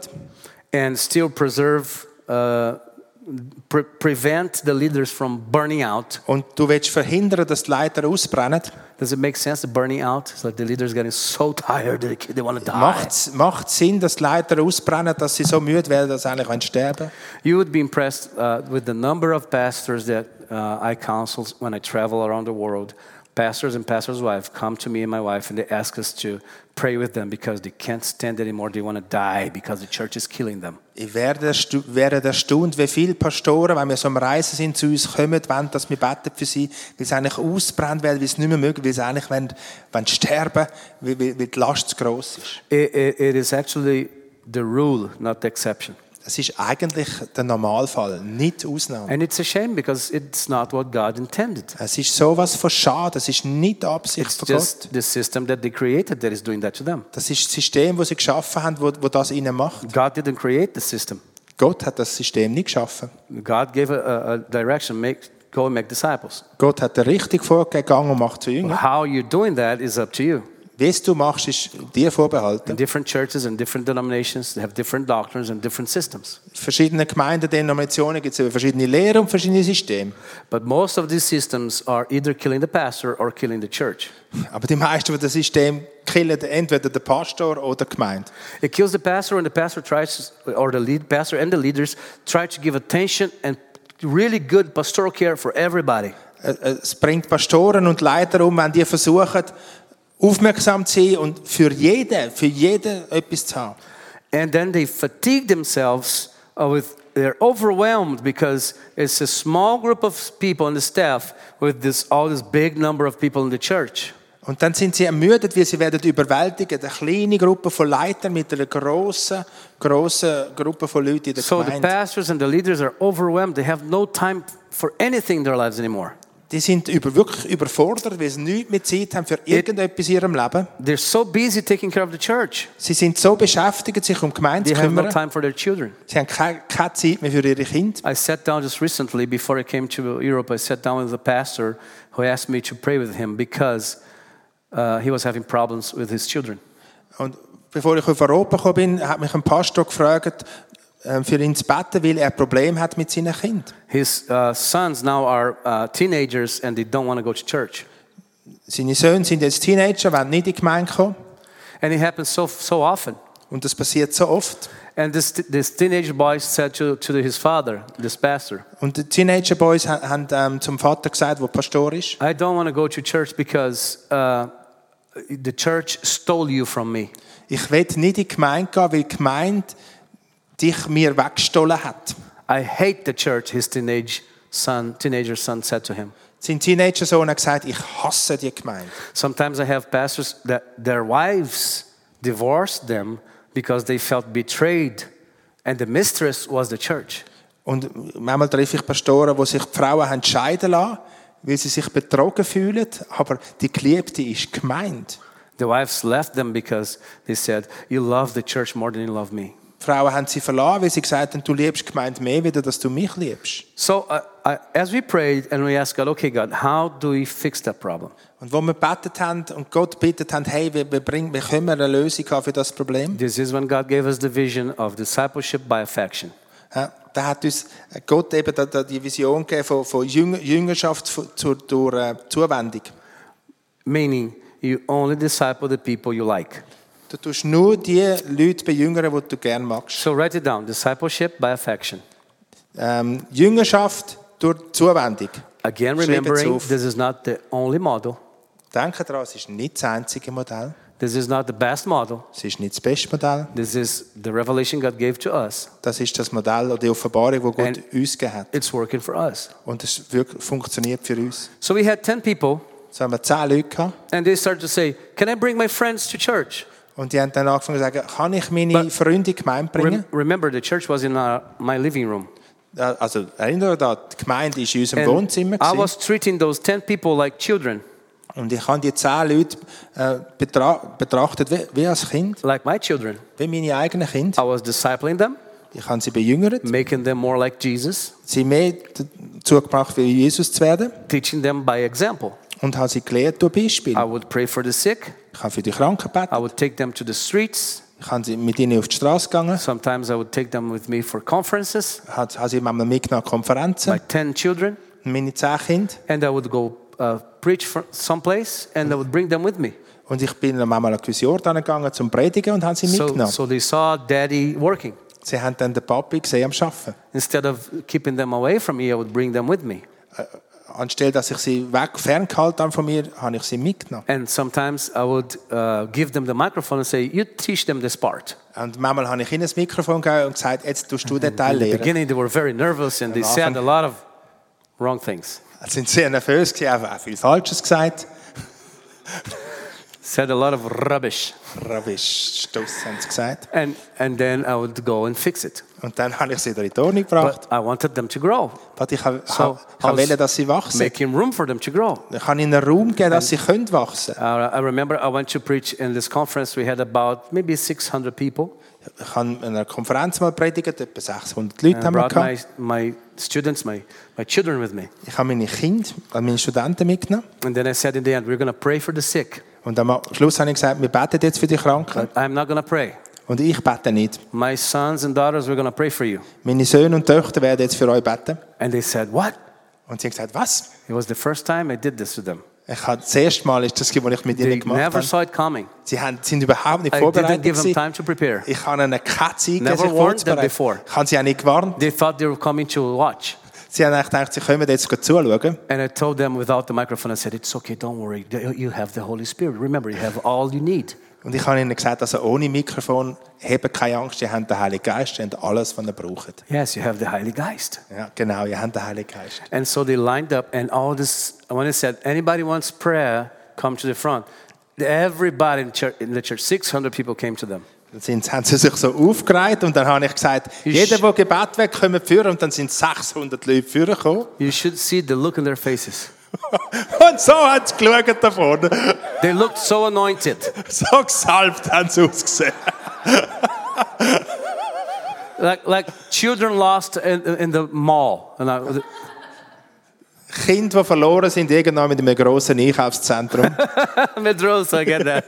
and still preserve, uh, pre- prevent the leaders from burning out. und du willst verhindern, dass die Leiter ausbrennen, Does it make sense, the burning out? It's like the leaders getting so tired that they, they want to die. macht macht Sinn, dass die Leiter ausbrennen, dass sie so müde werden, dass sie eigentlich wollen sterben You would be impressed uh, with the number of pastors that uh, I counsel when I travel around the world. Pastors and pastors' wives come to me and my wife, and they ask us to pray with them because they can't stand anymore. They want to die because the church is killing them. Ich werde erstu- während der Stunde, wie viele Pastoren, wenn wir so am Reisen sind, zu uns kommen, wollen, dass wir beten für sie, weil sie eigentlich ausbrennen werden, weil sie nicht mehr mögen, weil sie eigentlich wollen, wollen sterben, weil, weil, weil die Last zu gross ist. It, it, it is actually the rule, not the exception. Das ist eigentlich der Normalfall, nicht die Ausnahme. And it's a shame because it's not what God intended. Es ist sowas von schade, das ist nicht die Absicht It's von Gott. just the system that they created that is doing that to them. Das ist das System, das sie geschaffen haben, wo, wo das ihnen macht. God didn't create the system. Gott hat das System nicht geschaffen. God gave a, a, a direction: make go and make disciples. Gott hat dir richtig vorgegangen und macht zu Jünger. How you're doing that is up to you. Wie es du machst, ist dir vorbehalten. In different churches and different denominations, they have different doctrines and different systems. In verschiedenen Gemeinden, Denominationen gibt es eben verschiedene Lehren und verschiedene Systeme. But most of these systems are either killing the pastor or killing the church. Aber die meisten von den Systemen killen entweder den Pastor oder die Gemeinde. It kills the pastor when the pastor tries, or the lead pastor and the leaders try to give attention and really good pastoral care for everybody. Äh, äh, Es bringt Pastoren und Leiter um, wenn die versuchen, aufmerksam zu sein und für jeden, für jeden etwas zu haben. And then they fatigue themselves uh, with, they're overwhelmed because it's a small group of people on the staff with this, all this big number of people in the church. Und dann sind sie ermüdet, weil sie werden überwältigt. Eine kleine Gruppe von Leitern mit einer grossen, grossen Gruppe von Leuten in der So the Gemeinde. pastors and the leaders are overwhelmed. They have no time for anything in their lives anymore. Die sind über, wirklich überfordert, weil sie nichts mehr Zeit haben für irgendetwas in ihrem Leben. They're so busy taking care of the church. Sie sind so beschäftigt, sich um die Gemeinde They zu have no kümmern. time for their children. Sie haben keine, keine Zeit mehr für ihre Kinder. I sat down just recently before I came to Europe. I sat down with a pastor who asked me to pray with him because uh, he was having problems with his children. Und bevor ich auf Europa gekommen bin, hat mich ein Pastor gefragt, ähm, für ihn zu beten, weil er Probleme hat mit seinen Kindern. His uh, sons now are uh, teenagers and they don't want to go to church. Seine Söhne sind jetzt Teenager, wollen nicht in die Gemeinde kommen. And it happens so, so often. Und das passiert so oft. And this, this teenage boy said to, to his father, this pastor, Und die Teenager Boys ha- haben ähm, zum Vater gesagt, der Pastor ist, I don't want to go to church because uh, the church stole you from me. ich will nicht in die Gemeinde gehen, weil die Gemeinde dich mir weggestohlen hat. I hate the church, his teenage son, teenager son said to him. Sein Teenager-Sohn hat gesagt, ich hasse die Gemeinde. Sometimes I have pastors that their wives divorced them because they felt betrayed and the mistress was the church. Und manchmal treffe ich Pastoren, die sich die Frauen haben scheiden lassen, weil sie sich betrogen fühlen, aber die Geliebte ist gemeint. The wives left them because they said, You love the church more than you love me. Die Frauen haben sie verlassen, weil sie gesagt haben, du liebst die Gemeinde mehr, wieder, dass du mich liebst. So uh, I, as we prayed and we asked God, okay, God, how do we fix that problem? Und wo wir gebetet haben und Gott gebetet haben, hey, wir, wir, bringen, wir können eine Lösung haben für das Problem, This is when God gave us the vision of discipleship by affection. ja, äh, da hat uns Gott eben da, da die Vision gegeben von, von Jüng- Jüngerschaft zu- zur, durch äh, Zuwendung. meaning you only disciple the people you like. Du tust nur die Leute bejüngern, die du gerne magst. So write it down discipleship by affection. Ähm, Jüngerschaft durch Zuwendung. Again, Schreib jetzt remembering auf. this is not the only model, Denke daran, es ist nicht das einzige Modell. this is not the best model, Es ist nicht das beste Modell. this is the revelation God gave to us. Das ist das Modell oder die Offenbarung, die Gott Ein- uns gegeben hat. It's working for us. Und es wirk- funktioniert für uns. So we had 10 people, So haben wir zehn Leute gehabt. and they started to say, Can I bring my friends to church? Und die haben dann angefangen zu sagen, kann ich meine But- Freunde in die Gemeinde Rem- bringen? remember, the church was in our, my living room. Ja, Also erinnere dich, die Gemeinde war in unserem And Wohnzimmer. I gewesen. Ähm, ah, was treating those 10 people like children, Und ich habe die zehn Leute äh, betra betrachtet wie, wie als Kind, like my children. wie meine eigenen Kinder. I was discipling them, Ich habe sie bejüngert, making them more like Jesus, sie mehr dazu gebracht, wie Jesus zu werden. teaching them by example. Und habe sie gelehrt durch Beispiel. I would pray for the sick. Ich habe für die Kranken I gebetet. would take them to the streets. Ich habe sie mit ihnen auf die Straße gegangen. Sometimes I would take them with me for conferences, Hat- habe sie manchmal mitgenommen an Konferenzen. like 10 children. Meine zehn Kinder. And I would go uh, preach for someplace and I would bring them with me. Und ich bin dann manchmal an gewisse Orte gegangen zum Predigen und habe sie So, mitgenommen. so they saw daddy working. Sie haben dann den Papi gesehen am Arbeiten. Instead of keeping them away from me, I would bring them with me. Anstelle, dass ich sie weg ferngehalten habe von mir, habe ich sie mitgenommen. And sometimes I would uh, give them the microphone and say, You teach them this part. Und manchmal habe ich ihnen das Mikrofon gegeben und gesagt, jetzt tust du den Teil In the lehren. beginning, they were very nervous and they Am said Anfang- a lot of wrong things. Sie sind sehr nervös, gewesen, haben auch viel Falsches gesagt. Said a lot of rubbish. Rabisch, Stuss haben sie gesagt. And, and then I would go and fix it. Und dann habe ich sie wieder in die Ordnung gebracht. But I wanted them to grow. Weil ich habe So, so, wollte, dass sie wachsen. making room for them to grow. Ich habe ihnen Raum gegeben, dass sie können wachsen Uh, I remember I went to preach in this conference. We had about maybe 600 people. Ich habe an einer Konferenz mal predigt, etwa 600 Leute And I haben wir brought my, gehabt. my students, my, my children with me. Ich habe meine Kinder, also meine Studenten mitgenommen. And then I said in the end, we're going to pray for the sick. Und am Schluss habe ich gesagt, wir beten jetzt für die Kranken. But I'm not going to pray. Und ich bete nicht. My sons and daughters, we're going to pray for you. Meine Söhne und Töchter werden jetzt für euch beten. And they said, what? Und sie haben gesagt, was? It was the first time I did this to them. Ich habe, das erste Mal ist das, was ich mit They ihnen gemacht never habe. saw it coming. Sie haben, sind überhaupt nicht I didn't vorbereitet. give them gewesen. time to prepare. Ich habe ihnen keine Zeit gegeben, Never sich warned them vorzubereiten. before. Ich habe sie auch nicht gewarnt. They thought they were coming to watch. Sie haben eigentlich gedacht, sie kommen jetzt gut zuschauen. And I told them without the microphone, I said, it's okay, don't worry. You have the Holy Spirit. Remember, you have all you need. Und ich habe ihnen gesagt, also ohne Mikrofon, habt keine Angst, ihr habt den Heiligen Geist, ihr habt alles, was ihr braucht. Yes, you have the Holy Geist. Ja, genau, ihr habt den Heiligen Geist. And so they lined up, and all this, when I said, anybody wants prayer, come to the front. Everybody in, church, in the church, 600 people came to them. Dann sind, haben sie sich so aufgereiht und dann habe ich gesagt, Ist- jeder, der Gebet will, kommt führen. Und dann sind 600 Leute führen gekommen. You should see the look in their faces. Und so haben sie geschaut da vorne. They looked so anointed. So gesalbt haben sie ausgesehen. Like, like children lost in, in the mall. And I, Kinder, die verloren sind, irgendwann mit einem grossen Einkaufszentrum. Medrosa, I get that.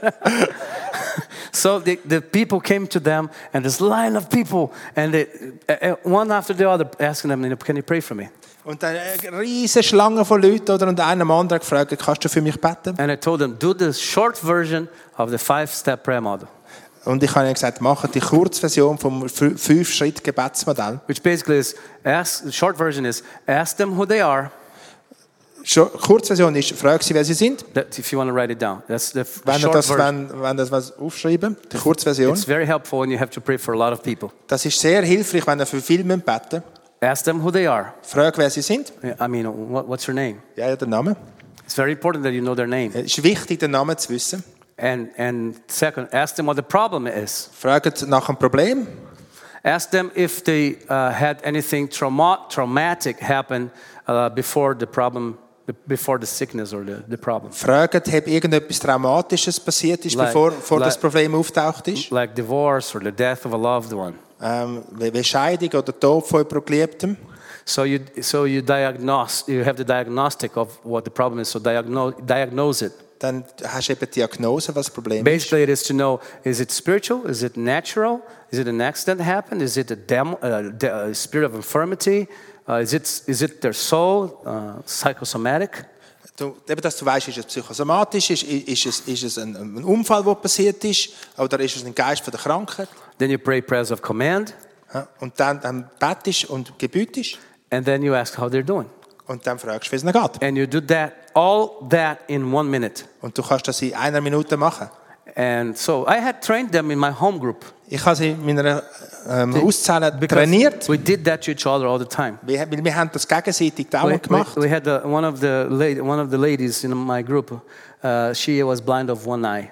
so the, the people came to them, and this line of people, and they, uh, uh, one after the other, asking them, you know, can you pray for me? Und dann eine riesige Schlange von Leuten oder, und einem anderen gefragt, kannst du für mich beten? And I told them, do the short version of the five step prayer model, Und ich habe ihnen gesagt, machen die Kurzversion vom Fü- Fünf-Schritt-Gebetsmodell. which basically is ask, the short version is ask them who they are. Schon- Kurzversion ist, frag sie, wer sie sind. That, if you want to write it down, that's the f- Wenn ihr short das, version. wenn, wenn das was aufschreiben, die Kurzversion. It's very helpful when you have to pray for a lot of people. Das ist sehr hilfreich, wenn ihr für viele müsst beten Ask them who they are. Frag, wer sie sind. Yeah, I mean, what, what's your name? Ja, ja, der Name. It's very important that you know their name. Es ist wichtig, den Namen zu wissen. And, and second, ask them what the problem is. Fragt nach dem Problem. Ask them if they uh, had anything trauma- traumatic happen uh, before the problem, the, before the sickness or the, the problem. Fragen, ob irgendetwas Traumatisches passiert ist, Like- bevor, bevor like- das Problem auftaucht ist. Like divorce or the death of a loved one. Ähm, wie wie Scheidung oder Tod von jemandem Geliebtem. So you, so you diagnose, you have the diagnostic of what the problem is, so diagnose, diagnose it. Dann hast du eben die Diagnose, was das Problem ist. Basically, it is to know is it spiritual? Is it natural? Is it an accident happened? Is it a dem, uh, de- uh, spirit of infirmity? Uh, is, it, is it their soul? Uh, psychosomatic? Du, eben, dass du weißt, ist es psychosomatisch, ist, ist es, ist es ein, ein Unfall, der passiert ist, oder ist es ein Geist von der Krankheit. Then you pray prayers of command, Ja, Und dann, dann bettest und gebütest and then you ask how they're doing. und dann fragst du, wie es ihnen geht. And you do that, all that in one minute. Und du kannst das in einer Minute machen. And so I had trained them in my home group. Ich habe sie in meiner ähm, Hauszelle because trainiert, We did that to each other all the time. wir, weil wir haben das gegenseitig We, dauernd we- gemacht. we had the, one, of the la- one of the ladies in my group, uh, she was blind of one eye.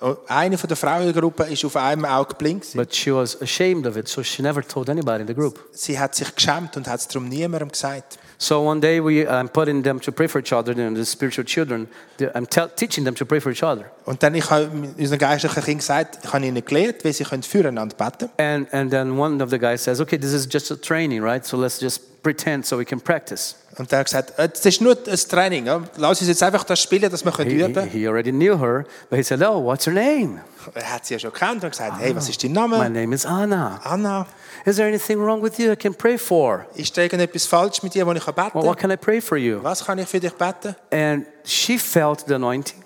Und Eine von der Frauengruppe ist auf einem Auge geblinkt. But she was ashamed of it, so she never told anybody in the group. Sie hat sich geschämt und hat es darum niemandem gesagt. So one day we, I'm putting them to pray for each other, and the spiritual children, the- I'm tell, teaching them to pray for each other. Und dann ich habe unseren geistlichen Kindern gesagt, ich habe ihnen gelehrt, wie sie können füreinander beten And, and then one of the guys says, okay, this is just a training, right? So let's just pretend so we can practice. können. Und dann hat er gesagt, äh, das ist nur ein Training. ja. Lass uns jetzt einfach das spielen, dass wir können He, üben he- he already knew her, but he said, oh, what's her name? Er hat sie ja schon gekannt und gesagt, hey, was ist dein My Name? name is Anna. Anna. Is there anything wrong with you I can pray for? Ist da irgendetwas falsch mit dir, wo ich beten Well, kann? what can I pray for you? Was kann ich für dich beten? And she felt the anointing.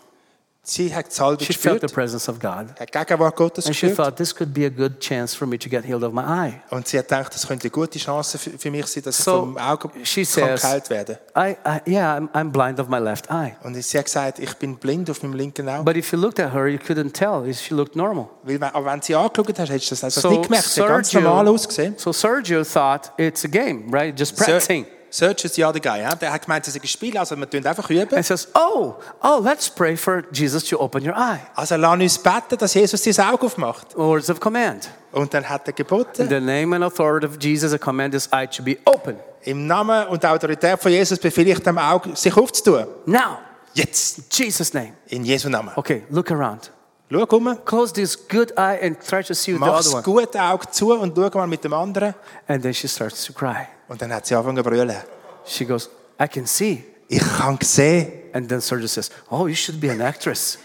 Sie hat die Salbe She felt gespürt, the presence of God. hat die Gegenwart Gottes And she gespürt. thought, this could be a good chance for me to get healed of my eye. Und sie hat gedacht, das könnte eine gute Chance für für mich sein, dass So, ich vom Auge she kann says- geheilt werde. I, I yeah, I'm, I'm blind of my left eye. Und sie hat gesagt, ich bin blind auf meinem linken Auge. But if you looked at her, you couldn't tell. She looked normal. Weil, wenn- aber wenn du sie angeschaut hast, hättest du das also So nicht gemerkt. Sie hat ganz normal ausgesehen. so Sergio thought it's a game, right? Just practicing. Search ist ja der Guy. Ja? Der hat gemeint, es ist ein Spiel, also wir tun einfach üben. and says, oh, oh, let's pray for Jesus to open your eye. Also lass uns beten, dass Jesus sein Auge aufmacht. Words of command. Und dann hat er In geboten, the name and authority of Jesus, I command this eye to be open im Namen und der Autorität von Jesus befehle ich dem Auge, sich aufzutun. now. Jetzt, Jesus' name. in Jesu Namen. Okay, look around. Schau um, Close this good eye and try to see with the mach other das one. gute Auge zu und schau mal mit dem anderen. And then she starts to cry. Und dann hat sie angefangen zu brüllen. She goes, I can see. Ich kann sehen. And then Sergio says, oh, you should be an actress.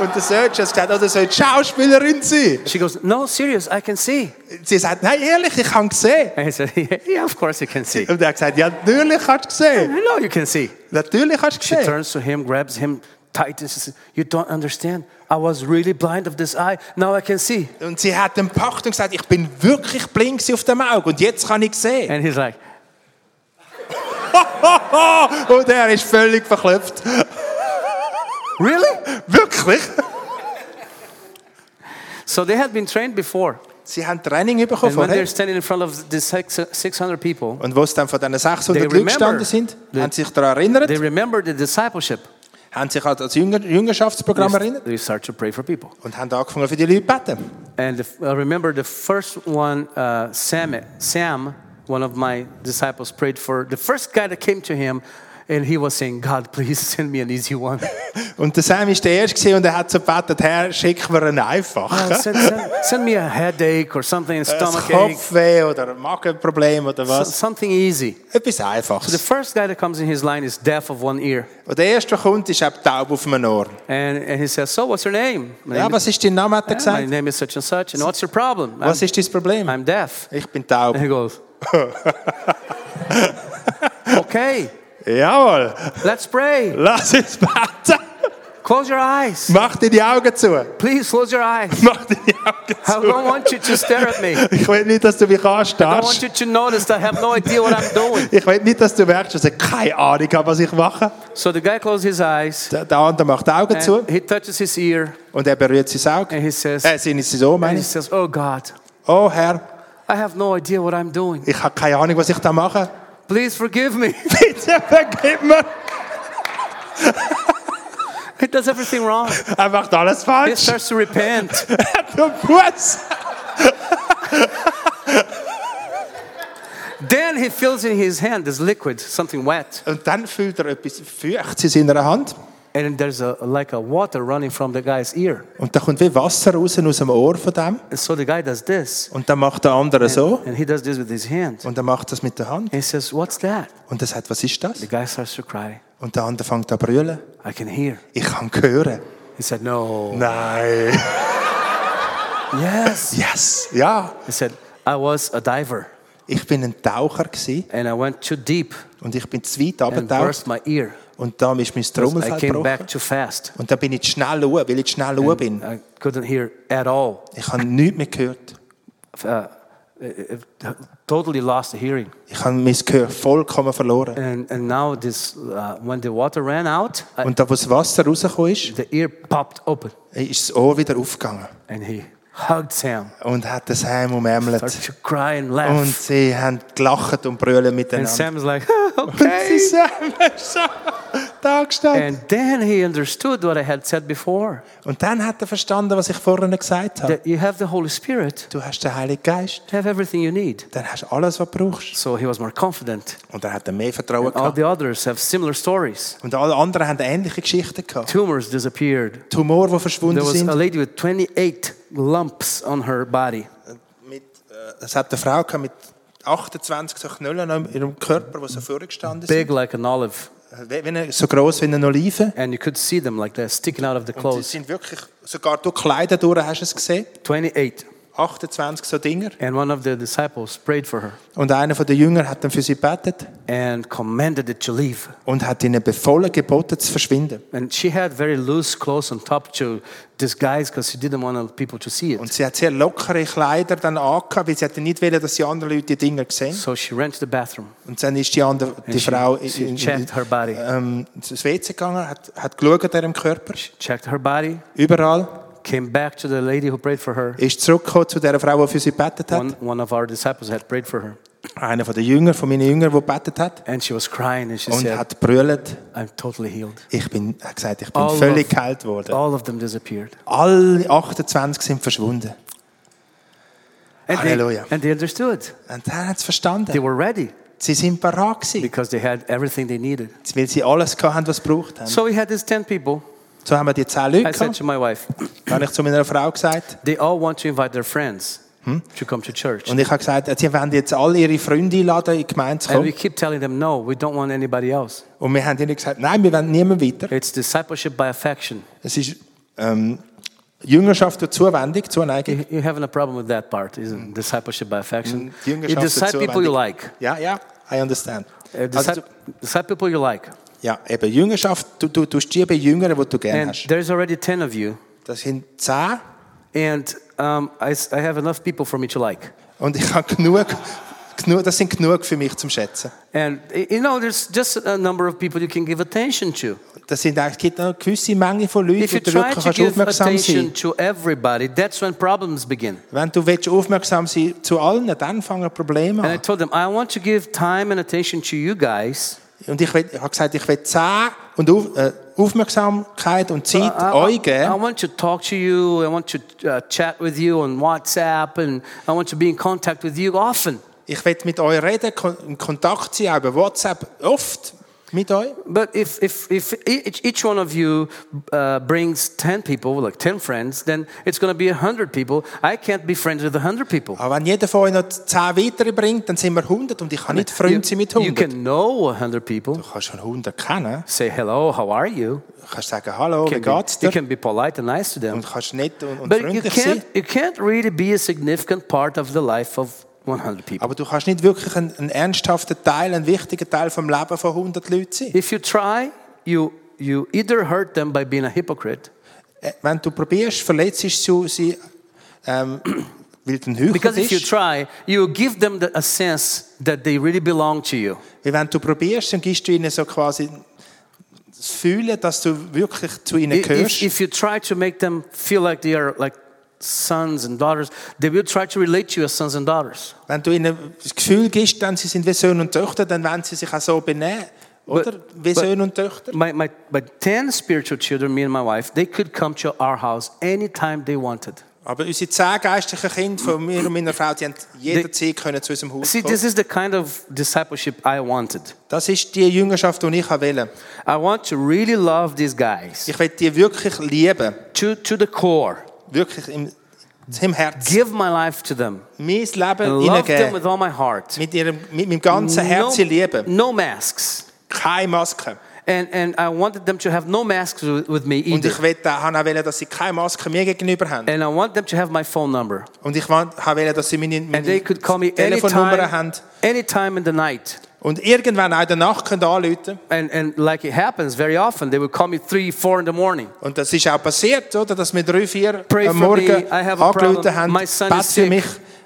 Und der Search hat gesagt, oh, du sollst Schauspielerin sein. She goes, No, serious, I can see. Sie sagt, nein, ehrlich, ich kann sehen. And he said, Yeah, yeah, of course you can see. Und er hat gesagt, ja, natürlich hast du gesehen. I know you can see. Natürlich hast du She gesehen. turns to him, grabs him tight, and she says, You don't understand. I was really blind of this eye. Now I can see. Und sie hat dem Pacht und gesagt, ich bin wirklich blind gewesen auf dem Auge und jetzt kann ich sehen. And he's like, und er ist völlig verklopft. Really? Wirklich? So they had been trained before. Sie haben Training bekommen And when vorher. they're standing in front of the six- 600 people, Und wo sie dann von diesen They 600 Leuten remember. gestanden sind, They- haben sie sich daran erinnert, they remember the discipleship. haben sich an das Jünger Jüngerschaftsprogramm erinnert They start to pray for people. und haben angefangen für die Leute zu beten. And the, I remember the first one, uh, Sam, Sam, one of my disciples, prayed for the first guy that came to him, and he was saying, God, please send me an easy one. Und der Sam war der Erste gewesen und er hat so gebetet, Herr, schick mir einen Uh, einfachen. send, send, send me a headache or something, Ein stomach ache, Kopfweh oder ein Magenproblem oder so- was. something easy. Etwas The Einfaches. first guy that comes in his line is deaf of one ear. Und der Erste, der kommt, ist eben taub auf einem Ohr. And, and he says, So, what's your name? My Ja, name, was ist dein Name, hat er is, my gesagt? name is such and such. And what's your problem? I'm, Was ist dein Problem? I'm deaf. Ich bin taub. And he goes, Okay, Jawohl, let's pray. lass uns beten. Close your eyes. Mach dir die Augen zu. Please close your eyes. Mach dir die Augen I don't want you to stare at me. I zu. Ich will nicht, dass du mich don't want anstarrst. you to notice that I have no idea what I'm doing. Ich will nicht, dass du merkst, dass ich keine Ahnung habe, was ich mache. So the guy closes his eyes. Der, der andere macht die Augen zu And he touches his ear und er berührt sein Auge. and he says, Äh, seine sein Ohr, and meine he ich. says, Oh God, Oh Herr, I have no idea what I'm doing. ich habe keine Ahnung, was ich da mache. Please forgive me. Bitte vergib mir. He does everything wrong. Er macht alles He falsch. starts to repent. Er hat nur Fuß. Then then he feels in his hand this liquid, something wet, Und dann fühlt er etwas Feuchtes in seiner Hand. and there's a, like a water running from the guy's ear. Und da kommt wie Wasser raus aus dem Ohr von dem. And so the guy does this, Und dann macht der andere so. and he does this with his hand. Und er macht das mit der Hand. He says, "What's that?" Und er sagt, was ist das? The guy starts to cry. Und der andere fängt an zu brüllen. I can hear. Ich kann hören. He said, "No." Nein. Yes. Yes. Ja. He said, "I was a diver, Ich bin ein Taucher gewesen and I went too deep und ich bin zu weit and runtergetaucht burst my ear. und da ist mein I Trommelfell came back gebrochen. too fast. Und dann bin ich zu schnell runter, weil ich zu schnell runter bin. I couldn't hear at all. Ich habe nichts mehr gehört. Uh, it- it- totally lost the hearing. Ich habe mein Gehör vollkommen verloren. And, and now this, uh, when the water ran out, I, Und da, wo das Wasser rausgekommen ist, the ear popped open, ist das Ohr wieder aufgegangen and he hugged Sam, und hat das Heim started umärmelt. to cry and Und laugh. sie haben gelacht und brüllen And miteinander. Sam is like, Und okay. sie haben so da gestanden. And then he understood what I had said before Und dann hat er verstanden, was ich vorhin gesagt habe. that you have the Holy Spirit, Du hast den Heiligen Geist, have everything you need. dann hast du alles, was du brauchst. So he was more confident. Und dann hat er mehr Vertrauen All gehabt. the others have similar stories. Und alle anderen haben ähnliche Geschichten gehabt. Tumors disappeared. Tumor, die There verschwunden was a sind. lady with 28 lumps on her body. Mit, äh, das hat eine Frau gehabt mit 28 so Knöllen an ihrem Körper, die so vorgestanden sind. big like an olive, Äh, wie- wie eine- So gross wie eine Olive. and you could see them like they're sticking out of the Sie clothes. sind wirklich, sogar durch die Kleider durch hast du es gesehen. 28. 28 so Dinger. And one of the disciples prayed for her Und einer von den Jüngern hat dann für sie gebetet and commanded it to leave. und hat ihnen befohlen, geboten zu verschwinden. And she had very loose clothes on top to disguise because she didn't want people to see it. Und sie hat sehr lockere Kleider dann angehabt, weil sie hat nicht wollen, dass die anderen Leute die Dinger sehen. So she ran to the bathroom. Und dann ist die, andere, die she- Frau in, she in, in, checked her body. ähm, ins WC gegangen, hat, hat geschaut an ihrem Körper, Checked her body, überall, came back to the lady who prayed for her. ist zurückgekommen zu der Frau, die für sie gebetet hat. One, one of our disciples had prayed for her. Einer von den Jüngern, von meinen Jüngern, der gebetet hat. And she was crying and she Und said, hat brüllt, I'm totally healed. ich bin, hat gesagt, ich bin All völlig of- geheilt worden. All of them disappeared. Alle 28 sind verschwunden. And Hallelujah. They, and they understood. Und dann hat es They verstanden. were ready Sie sind parat gewesen, because they had everything they needed. weil sie alles gehabt haben, was sie gebraucht haben. So we had these 10 people. So haben wir die 10 Leute I said gehabt. to my wife, Dann habe ich zu meiner Frau gesagt, they all want to invite their friends Hmm? to come to church. Und ich habe gesagt, sie wollen jetzt alle ihre Freunde einladen, in die Gemeinde zu And we kommen. keep telling them, no, we don't want anybody else. Und wir haben ihnen gesagt, nein, wir wollen niemanden weiter. It's discipleship by affection. Es ist ähm, Jüngerschaft durch Zuwendung, Zuneigung. You- You're having a problem with that part, isn't it? Discipleship by affection. Die You Jüngerschaft decide dazu, people you wenn like. Ja, ja, I understand. Uh, Also, decide, du- decide people you like. ja, eben, Jüngerschaft, du, du tust die bei Jüngern, die du gerne And hast. there's already 10 of you. Das sind zehn And um, I, s- I have enough people for me to like. und ich habe genug, genug, das sind genug für mich zum Schätzen. And, y- you know, there's just a number of people you can give attention to. Das sind, eigentlich- es gibt noch eine gewisse Menge von Leuten, If you die du try wirklich to kannst give aufmerksam sein attention to everybody, that's when problems begin. Wenn du willst, aufmerksam sein zu allen, dann fangen Probleme And an. I told them, I want to give time and attention to you guys. Und ich, will- ich habe gesagt, ich will 10 und auf, äh, Aufmerksamkeit und Zeit I, I- euch I geben. want to talk to you. I want to uh, chat with you on WhatsApp. And I want to be in contact with you often. Ich will mit euch reden, kon- in Kontakt sein, auch über WhatsApp, oft mit euch. But if, if, if e, each, each one of you uh, brings 10 people, like 10 friends, then it's going to be 100 people. I can't be friends with 100 people. Aber wenn jeder von euch noch 10 weitere bringt, dann sind wir 100 und ich kann nicht Freund sein mit you, you 100. can know 100 people, Du kannst schon 100 kennen, say hello, how are you? du kannst sagen, hallo, Can wie be- geht's you dir? can be polite and nice to them. Und kannst nett und, und But you freundlich can't, sein. you can't really be a significant part of the life of 100 people. Aber du kannst nicht wirklich ein, ein ernsthafter Teil, ein wichtiger Teil vom Leben von 100 Leuten sein. If you try, you, you either hurt them by being a hypocrite, Äh, Wenn du probierst, verletzt du sie, ähm, weil du ein Heuchler because if you bist. try, you give them the, a sense that they really belong to you. Weil wenn du probierst, dann gibst du ihnen so quasi das Fühlen, dass du wirklich zu ihnen I- If, gehörst. if you try to make them feel like they are like sons and daughters, they will try to relate to you as sons and daughters. Wenn du ihnen das Gefühl gibst, dann sie sind wie Söhne und Töchter, dann werden sie sich auch so benehmen. Oder? wie but- Söhne und Töchter. My, my, my 10 spiritual children, me and my wife, they could come to our house anytime they wanted. Aber unsere zehn geistlichen Kinder von mir und meiner Frau, die haben jederzeit können zu unserem Haus See, this kommen. is the kind of discipleship I wanted. Das ist die Jüngerschaft, die ich wähle. I want to really love these guys Ich will die wirklich lieben. to, to the core. Wirklich im, im Herzen. Give my life to them. Mein And Leben love them with hineingeben. all my heart. Mit, ihrem, mit meinem ganzen Herzen lieben. no masks. Keine Maske. And, and I wanted them to have no masks with, with me Und either. ich will, habe auch wollen, dass sie keine Maske mir gegenüber haben. And I want them to have my phone number. Und ich wollte- habe wollen, dass sie meine, And they meine could call me Telefonnummer anytime, haben. anytime in the night. Und irgendwann auch in der Nacht können anrufen können. And, and like it happens very often, they would call me three, four in the morning. Und das ist auch passiert, oder? dass wir drei, vier Pray am for Morgen me. I have a angerufen problem. haben, My son is bett für sick. mich,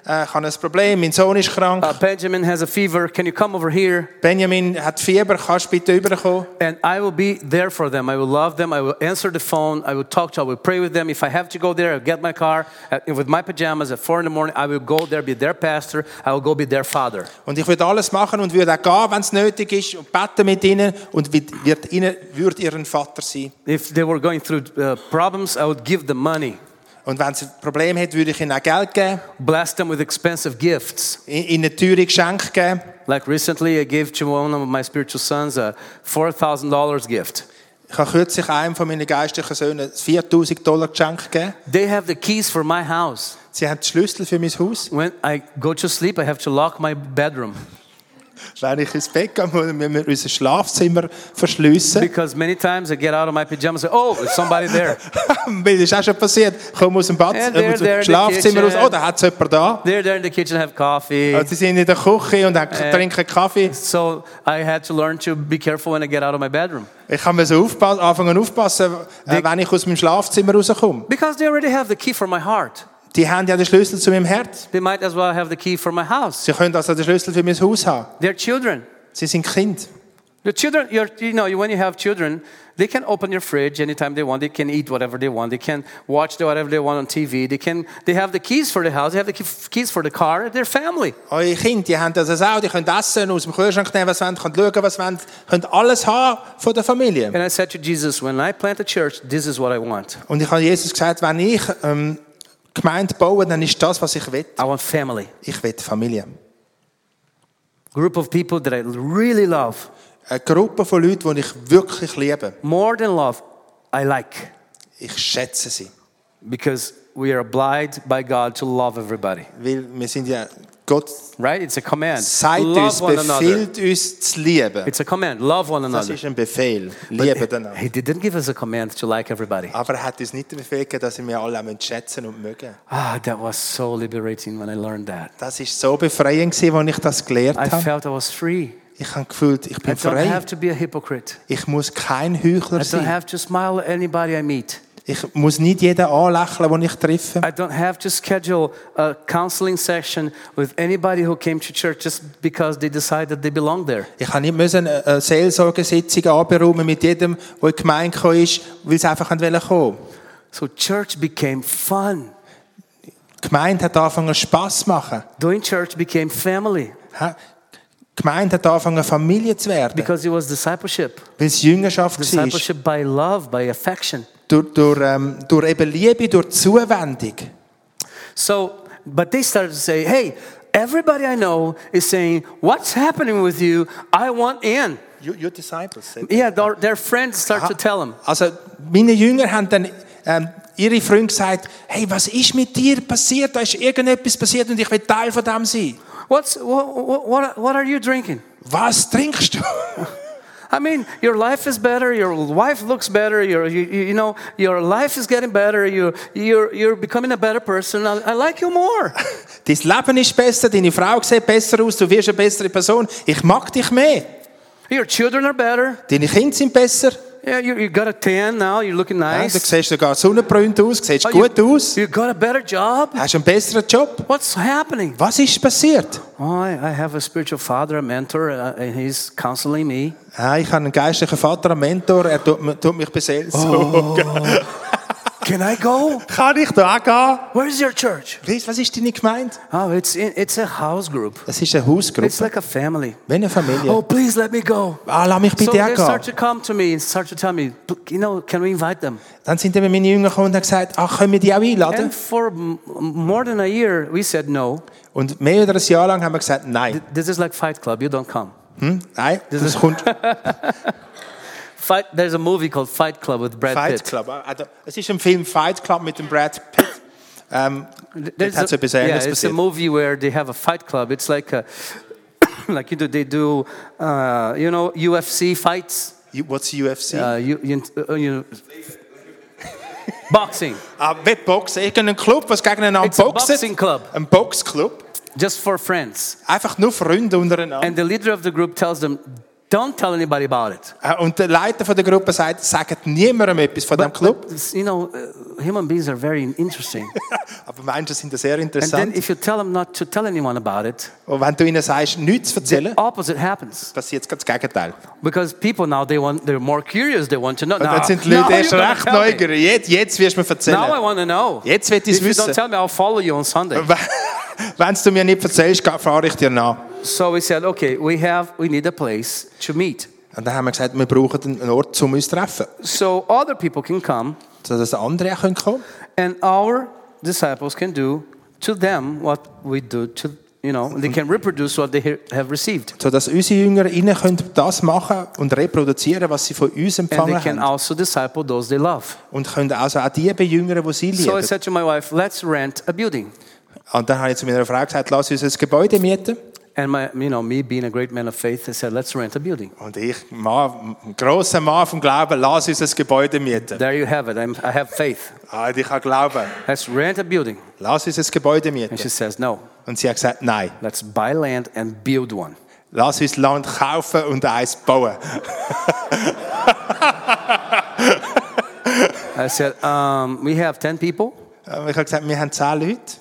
äh, ich habe ein Problem, mein Sohn ist krank, Uh, Benjamin has a fever. Can you come over here? Benjamin hat Fieber, kannst du bitte rüberkommen? And I will be there for them. I will love them. I will answer the phone. I will talk to. I will pray with them. If I have to go there, I'll get my car uh, with my pajamas at four in the morning. I will go there, be their pastor. I will go be their father. Und ich würde alles machen und würde auch gehen, wenn es nötig ist, und beten mit ihnen und wird, wird ihnen, würde ihren Vater sein. If they were going through uh, problems, I would give them money, Und wenn sie ein Problem hat, würde ich ihnen auch Geld geben, bless them with expensive gifts. i- ihnen teure Geschenke geben. Like recently, I gave to one of my spiritual sons a four thousand dollars gift. Ich habe kürzlich einem von meinen geistlichen Söhnen 4000 Dollar Geschenk gegeben. They have the keys for my house. Sie haben die Schlüssel für mein Haus. When I go to sleep, I have to lock my bedroom Wenn ich ins Bett gehe, müssen wir unser Schlafzimmer verschliessen. because many times I get out of my pajamas and oh, there's somebody there. Weil das ist auch schon passiert. Ich komme aus dem Bad, And äh, they're there aus dem in the Schlafzimmer raus. kitchen. Oh, da hat es jemand da. They're there in the kitchen, have coffee. Also, sie sind in der Küche und haben, trinken Kaffee. So I had to learn to be careful when I get out of my bedroom Ich kann mir so aufpassen, anfangen aufpassen, äh, Die- wenn ich aus meinem Schlafzimmer rauskomme. because they already have the key for my heart. Die haben ja den Schlüssel zu meinem Herz. They might as well have the key for my house. Sie können also den Schlüssel für mein Haus haben. They're children. Sie sind Kind. The children, you're, you know, when you have children, they can open your fridge anytime they want. They can eat whatever they want. They can watch whatever they want on TV. They can. They have the keys for the house. They have the key- keys for the car. Their family. Eure Kinder, die haben also das auch. Die können essen, aus dem Kühlschrank nehmen, was sie wollen, können schauen, was sie wollen. Können alles haben von der Familie. And I said to Jesus, when I plant a church, this is what I want. Und ich habe Jesus gesagt, wenn ich ähm, Gemeinde baue, dann ist das, was ich will. I want family, Ich will Familie. group of people that I really love, Eine Gruppe von Leuten, die ich wirklich liebe. more than love, I like. Ich schätze sie. because we are obliged by God to love everybody, Weil wir sind ja, Gott right? It's a command. sagt uns, love one another. befiehlt uns zu lieben. It's a command. Love one Das another. ist ein Befehl. Liebe But einander. he didn't give us a command to like everybody. Aber er hat uns nicht den Befehl gegeben, dass wir alle auch schätzen und mögen. Ah, that was so liberating when I learned that. Das war so befreiend, gewesen, als ich das gelernt I habe. felt I was free. Ich habe gefühlt, ich I bin don't frei. have to be a hypocrite. Ich muss kein Heuchler I don't sein. have to smile at anybody I meet. Ich muss nicht jeden anlächeln, den ich treffe. I don't have to schedule a counseling session with anybody who came to church just because they decided they belong there. Ich habe nicht müssen äh, eine eine Seelsorgesitzung anberaumen mit jedem, der in die Gemeinde gekommen ist, weil sie einfach wollen kommen. So church became fun. Die Gemeinde hat angefangen Spass zu machen. Doing church became family. Hä? Die Gemeinde hat angefangen Familie zu werden, Because it was discipleship. weil es Jüngerschaft war. Discipleship by love, by affection. Durch, durch, ähm, durch eben Liebe, durch Zuwendung. So, but they started to say, hey, everybody I know is saying, what's happening with you? I want in. Your, disciples. Yeah, their, their friends start to tell them. Also meine Jünger haben dann ähm, ihre Freunde gesagt, hey, was ist mit dir passiert? Da ist irgendetwas passiert und ich will Teil von dem sein. What's, what, what, what are you drinking? Was trinkst du? I mean, your life is better, your wife looks better, your, you, you you know, your life is getting better, you, you're, you're becoming a better person. I, I like you more. Dein Leben ist besser, deine Frau sieht besser aus, du wirst eine bessere Person. Ich mag dich mehr. Your children are better. Deine Kinder sind besser. Yeah, you, you got a tan now, you're looking Ja, du nice. siehst sogar sonnenbräunt aus, siehst Oh, gut you, aus, You got a better job. hast einen besseren Job. What's happening? Was ist passiert? Oh, I, I have a spiritual father, a mentor, uh, and he's counseling me. Oh. Ah, ich habe einen geistlichen Vater, einen Mentor, er tut, mir- tut mich beseelsorgen. Can I go? Kann ich da auch gehen? Where is your church? Chris, was ist deine Gemeinde? Oh, it's in, it's a house group. Das ist eine Hausgruppe. It's like a family. Wie eine Familie. Oh, please let me go. Ah, lass mich So bitte they auch start to gehen. come to me and start to tell me, you know, can we invite them? Dann sind eben meine Jünger gekommen und haben gesagt, ach, können wir die auch einladen? And for m- more than a year, we said no. Und mehr oder ein Jahr lang haben wir gesagt, nein. Hm? This is like Fight Club. You don't come. Nein, das kommt Fight. There's a movie called Fight Club with Brad Fight Pitt. Club. Also, es ist ein Film Fight Club mit dem Brad Pitt. Ähm, There's hat's etwas yeah, Ähnliches it's a passiert. movie where they have a fight club. It's like a, like you do, they do, uh, you know, UFC fights. what's UFC? Uh, you, you, uh, you, boxing. Ah, Wettboxen. Irgendein Club, was gegeneinander It's a boxt. boxing club. Ein Boxclub. just for friends. Einfach nur Freunde untereinander. And the leader of the group tells them, don't tell anybody about it. Ah, Und der Leiter von der Gruppe sagt, sagt niemandem etwas von dem Club. But, you know, uh, human beings are very interesting. Aber Menschen sind da sehr and then interessant. if you tell them not to tell anyone about it, Und wenn du ihnen sagst, nichts zu erzählen, opposite happens. passiert gerade das Gegenteil. Because people now, they want, they're more curious. They want to know. Und now, dann sind die now you're Leute erst gonna recht tell me. neugierig. Jetzt, jetzt wirst du mir Now I erzählen. want to know. Jetzt will ich's If you wissen. don't tell me, I'll follow you on Sunday. Wenn du mir nicht erzählst, fahre ich dir nach. So we said, okay, we have, we need a place to meet. Und dann haben wir gesagt, wir brauchen einen Ort, um uns zu treffen, So other people can come sodass andere auch kommen können. and our disciples can do to them what we do to you know they can reproduce what they he- have received Sodass unsere Jünger ihnen können das machen und reproduzieren, was sie von uns and they empfangen can haben. also disciple those they love Und können also auch die bejüngern, die sie so i lieben. said to my wife let's rent a building und dann habe ich zu meiner Frau gesagt, lass uns ein Gebäude mieten. and my you know me being a great man of faith i said let's rent a building Und ich, Mann, ein grosser Mann vom Glauben, lass uns ein Gebäude mieten. there you have it I'm, i have faith Ah, und ich kann glauben, let's rent a building lass uns ein Gebäude and she mieten. says no Und sie hat gesagt, nein, let's buy land and build one lass uns Land kaufen und eins bauen. i said um, we have 10 people Und ich habe gesagt, wir haben zehn Leute.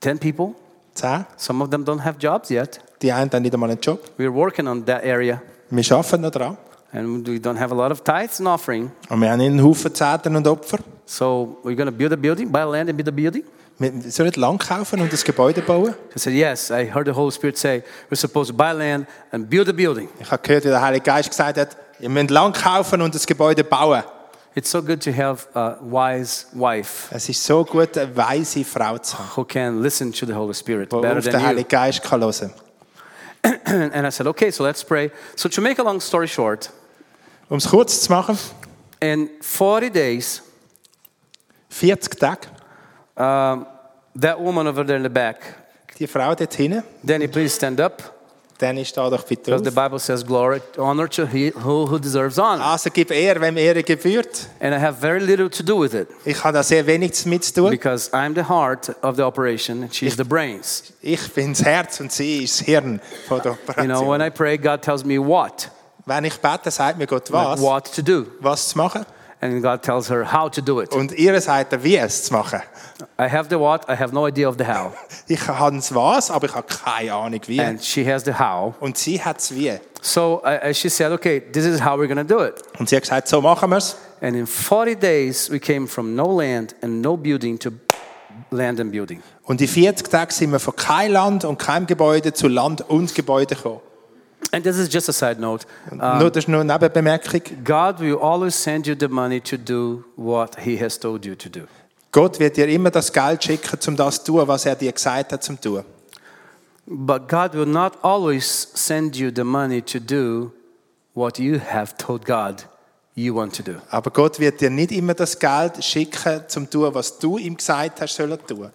10 people Zehn. some of them don't have jobs yet Die einen haben nicht einmal einen Job. we're working on that area Wir arbeiten noch dran. and we don't have a lot of tithes and offering Und wir haben einen Haufen Zehnten und Opfer. So we're going to build a building, buy land and build a building? Wir sollen Land kaufen und ein Gebäude bauen. I said, yes. I heard the Holy Spirit say, we're supposed to buy land and build a building. Ich habe gehört, wie der Heilige Geist gesagt hat, ihr müsst Land kaufen und ein Gebäude bauen. It's so good to have a wise wife Es ist so gut, eine weise Frau zu haben, who can listen to the Holy Spirit die better auf den than you. Heiligen Geist kann hören kann. and I said, okay, so let's pray. So to make a long story short, Um es kurz zu machen, in 40 days, 40 Tage, um, that woman over there in the back, die Frau dort hinten, Danny, please stand up. dann ist da doch bitte Because the auf. Bible says, glory, honor to he who, who deserves honor. Also gib Ehre, wem Ehre gebührt. And I have very little to do with it Ich habe da sehr wenig mit zu tun. because I'm the heart of the operation and she's the brains. Ich bin das Herz und sie ist das Hirn von der Operation. You know, when I pray, God tells me what, Wenn ich bete, sagt mir Gott like was, what to do, was zu machen. and God tells her how to do it. Und ihr sagt mir, wie es zu machen. I have the what, I have no idea of the how, Ich habe das was, aber ich habe keine Ahnung wie. and she has the how. Und sie hat es wie. So I, I- she said, "Okay, this is how we're gonna do it." Und sie hat gesagt, so machen wir es. And in 40 days, we came from no land and no building to land and building. Und in 40 Tagen sind wir von keinem Land und keinem Gebäude zu Land und Gebäude gekommen. And this is just a side note. nur, das ist nur eine Nebenbemerkung. God will always send you the money to do what He has told you to do. Gott wird dir immer das Geld schicken, um das zu tun, was er dir gesagt hat, zum zu tun. But God will not always send you the money to do what you have told God you want to do. Aber Gott wird dir nicht immer das Geld schicken, zum zu tun, was du ihm gesagt hast, sollen tun.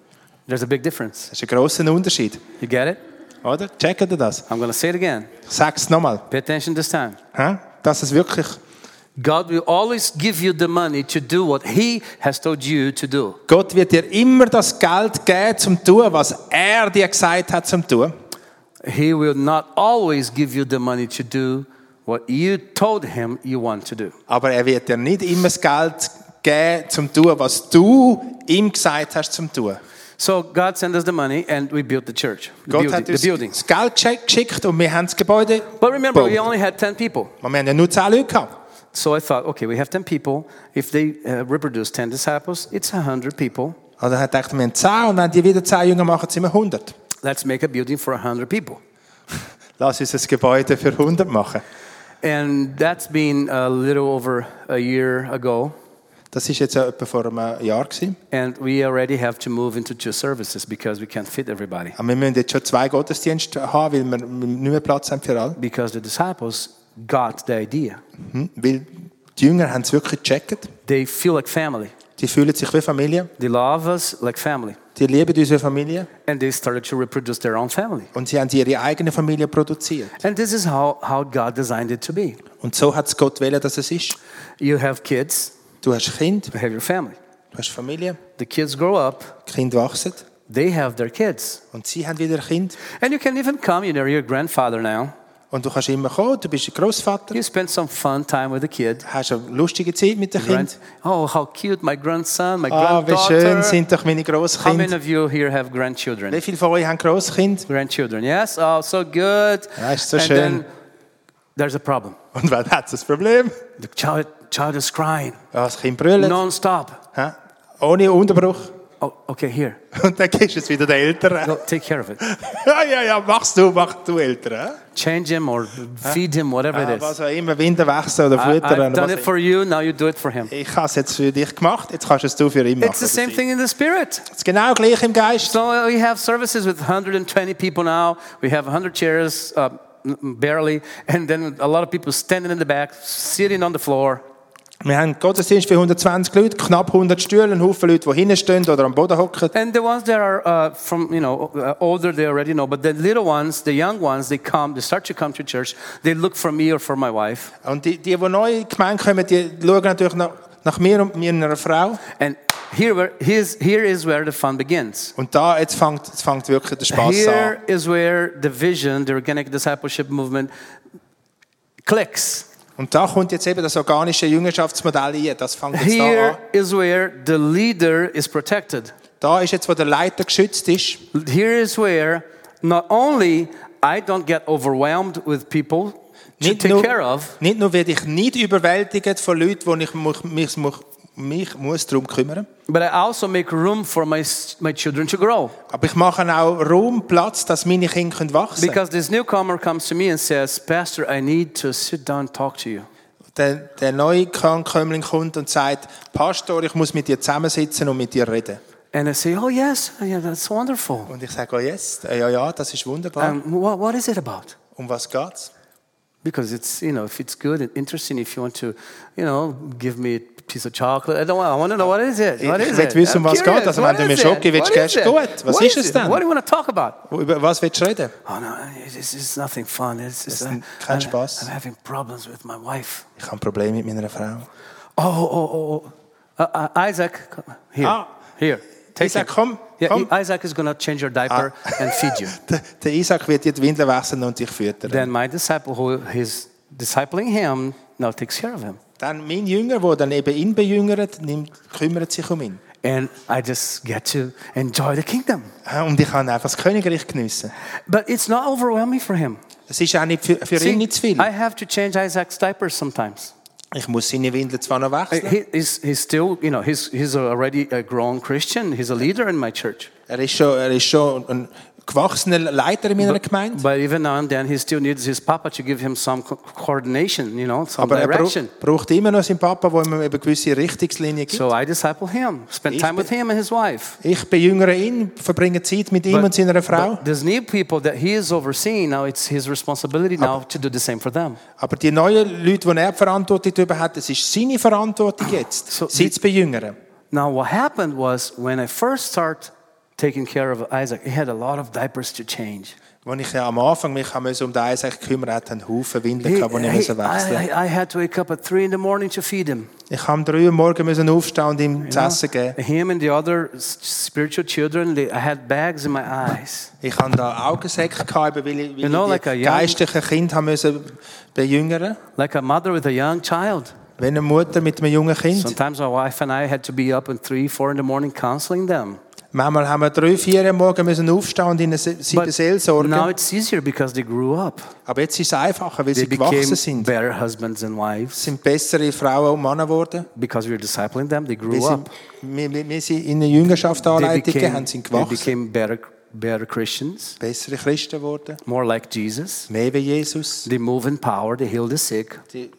There's a big difference. Das ist ein grosser Unterschied. You get it? Oder? Checken ihr das? I'm going to say it again. Ich sage es nochmal. Pay attention this time. Hä? Dass es wirklich God will always give you the money to do what He has told you to do. Gott wird dir immer das Geld geben, zum tun, was er dir gesagt hat, zum tun. He will not always give you the money to do what you told Him you want to do. Aber er wird dir nicht immer das Geld geben, zum tun, was du ihm gesagt hast, zum tun. So God sent us the money and we built the church, the, Gott building, hat the uns building. das Geld geschickt und wir haben das Gebäude. But remember, we Boom. only had 10 people. wir haben ja nur 10 Leute gehabt. So I thought, okay, we have 10 people. If they uh, reproduce 10 disciples, it's 100 people. Also hat er gedacht, wir haben 10 und wenn die wieder 10 Jünger machen, sind wir 100. Let's make a building for 100 people. Lass uns ein Gebäude für 100 machen. And that's been a little over a year ago. Das ist jetzt ja etwa vor einem Jahr gewesen. And we already have to move into two services because we can't fit everybody. Aber wir müssen jetzt schon zwei Gottesdienste haben, weil wir nicht mehr Platz haben für alle. Because the disciples got the idea. Hm? Weil die Jünger haben es wirklich gecheckt. They feel like family. Die fühlen sich wie Familie. They love us like family. Die lieben unsere Familie. And they started to reproduce their own family. Und sie haben ihre eigene Familie produziert. And this is how, how God designed it to be. Und so hat es Gott wählen, dass es ist. You have kids, Du hast Kind, you have your family. du hast Familie, The kids grow up, die Kinder wachsen they have their kids. und sie haben wieder ein Kind. And you can even come, you know, you're a grandfather now. Und du kannst immer kommen, du bist ein Großvater, You spend some fun time with the kid. hast eine lustige Zeit mit dem Grand- Kind. oh, how cute, my grandson, my Ah, wie schön granddaughter. sind doch meine How many Großkinder. of you here have grandchildren? Wie viele von euch haben Großkind? Grandchildren, yes? Oh, so good. Ja, ist so and schön. then there's a problem. Und wer hat das Problem? The child, child is crying Ja, Das Kind brüllt. non-stop. hä? Ohne Unterbruch. Oh, okay, here. Und dann gehst du es wieder den Eltern. Go, take care of it. Ja, ja, ja, machst du, mach du Eltern. hä? Change him or feed him, whatever Ah, it is. was auch immer, Winter wechseln oder I, füttern. have oder done was it auch immer. for you, now you do it for him. Ich habe es jetzt für dich gemacht, jetzt kannst du es du für ihn machen. It's the same thing in the spirit. Es ist genau gleich im Geist. So uh, we have services with 120 people now. We have 100 chairs, uh, m- barely, and then a lot of people standing in the back, sitting on the floor. Wir haben Gottesdienst für 120 Leute, knapp 100 Stühle, einen Haufen Leute, die hinstehen oder am Boden hocken. And the ones that are uh, from, you know, uh, older, they already know. But the little ones, the young ones, they come, they start to come to church. They look for me or for my wife. Und die, die, die neu in die Gemeinde kommen, die schauen natürlich nach, nach mir und meiner Frau. And here, where, here's, here is where the fun begins. Und da, jetzt fängt, jetzt fängt wirklich der Spass an. Here is where the vision, the organic discipleship movement, clicks. Und da kommt jetzt eben das organische Jüngerschaftsmodell rein. Das fängt jetzt da an. Here is where the leader is protected. Da ist jetzt, wo der Leiter geschützt ist. Here is where not only I don't get overwhelmed with people to Nicht take nur, care of, nicht nur werde ich nicht überwältigt von Leuten, die ich mich, mich, mich, mich muss darum kümmern but I also make room for my, s- my children to grow. Aber ich mache auch Raum, Platz, dass meine Kinder können wachsen können. Because this newcomer comes to me and says, Pastor, I need to sit down and talk to you. Der, der neue Krankenkömmling kommt und sagt, Pastor, ich muss mit dir zusammensitzen und mit dir reden. And I say, Oh, yes, yeah, that's wonderful. Und ich sage, oh yes, ja, ja, das ist wunderbar. Um, what, what is it about? um was geht's? Because it's, you know, if it's good and interesting, if you want to, you know, give me a piece of chocolate, I don't want, I want to know what is it? What Ich is will it? wissen, was geht. curious. Also, What wenn du is mir it? Schoki willst, What is gehst du it? gut. Was What ist is es it? denn? What do you want to talk about? Über was willst du reden? Oh no, it's, it's nothing fun. It's, it's, n- I- kein I'm- Spaß. I'm having problems with my wife. Ich habe ein Problem mit meiner Frau. Oh, oh, oh, oh. Uh, uh, Isaac, come- here, Ah. here. Take Isaac, Ah. it. komm, Yeah, komm. I- Isaac is gonna change your diaper and feed you. Der, der Isaac wird dir die Windeln wechseln und dich füttern. Then my disciple, who is discipling him, now takes care of him. Dann mein Jünger, der dann eben ihn bejüngert, nimmt, kümmert sich um ihn. And I just get to enjoy the kingdom. Äh, Und ich kann einfach das Königreich geniessen. But it's not overwhelming for him. Es ist auch nicht für, für ihn nicht zu viel. I have to change Isaac's diapers sometimes. Ich muss seine Windeln zwar noch Uh, wechseln. He, he's, he's still, you know, he's, he's already a grown Christian. He's a leader in my church. Er ist schon, er ist schon ein gewachsener Leiter in meiner Gemeinde. But even now and then, he still needs his papa to give him some co- coordination, you know, some Aber er brauch, direction. braucht immer noch seinen Papa, wo ihm eben gewisse Richtungslinie gibt. So I disciple him, spend Ich time bin- with him and his wife. Ich bejüngere ihn, verbringe Zeit mit ihm und seiner Frau. But these new people that he is overseeing now, it's his responsibility now to do the same for them. Aber die neuen Leute, die er die Verantwortung darüber hat, es ist seine Verantwortung jetzt, So, sie die- zu bejüngern. Now, what happened was when I first start taking care of Isaac, he had a lot of diapers to change. Als ich ja am Anfang mich am Anfang um den Eis kümmern hatte, einen Haufen Windeln, He- gehabt, die ich he- musste wechseln I, I- I had to wake up at three in the morning to feed him. Ich am 3 Uhr morgens müssen aufstehen und ihm zu essen geben. Him and the other s- spiritual children, they, I had bags in my eyes. Ich hatte da Augensäcke, gehabt, weil ich, weil You know, ich Genau, like a die young- geistlichen Kinder haben müssen bejüngern Like a mother with a young child. Wie eine Mutter mit einem jungen Kind. Sometimes my wife and I had to be up at three, four in the morning counseling them. Manchmal haben wir drei, vier am Morgen müssen aufstehen und ihnen se- sieben now Seelsorgen. it's easier because they grew up. Aber jetzt ist es einfacher, weil They sie gewachsen became sind. better husbands and wives sind bessere Frauen und Männer geworden. because we were discipling them. They Wir grew sind, up. wir, wir, wir sind in eine Jüngerschaft They anleitet, became, haben sind they gewachsen. became better, better Christians, Bessere Christen geworden. more like Jesus. Mehr wie Jesus. They move in power. They heal the sick. Die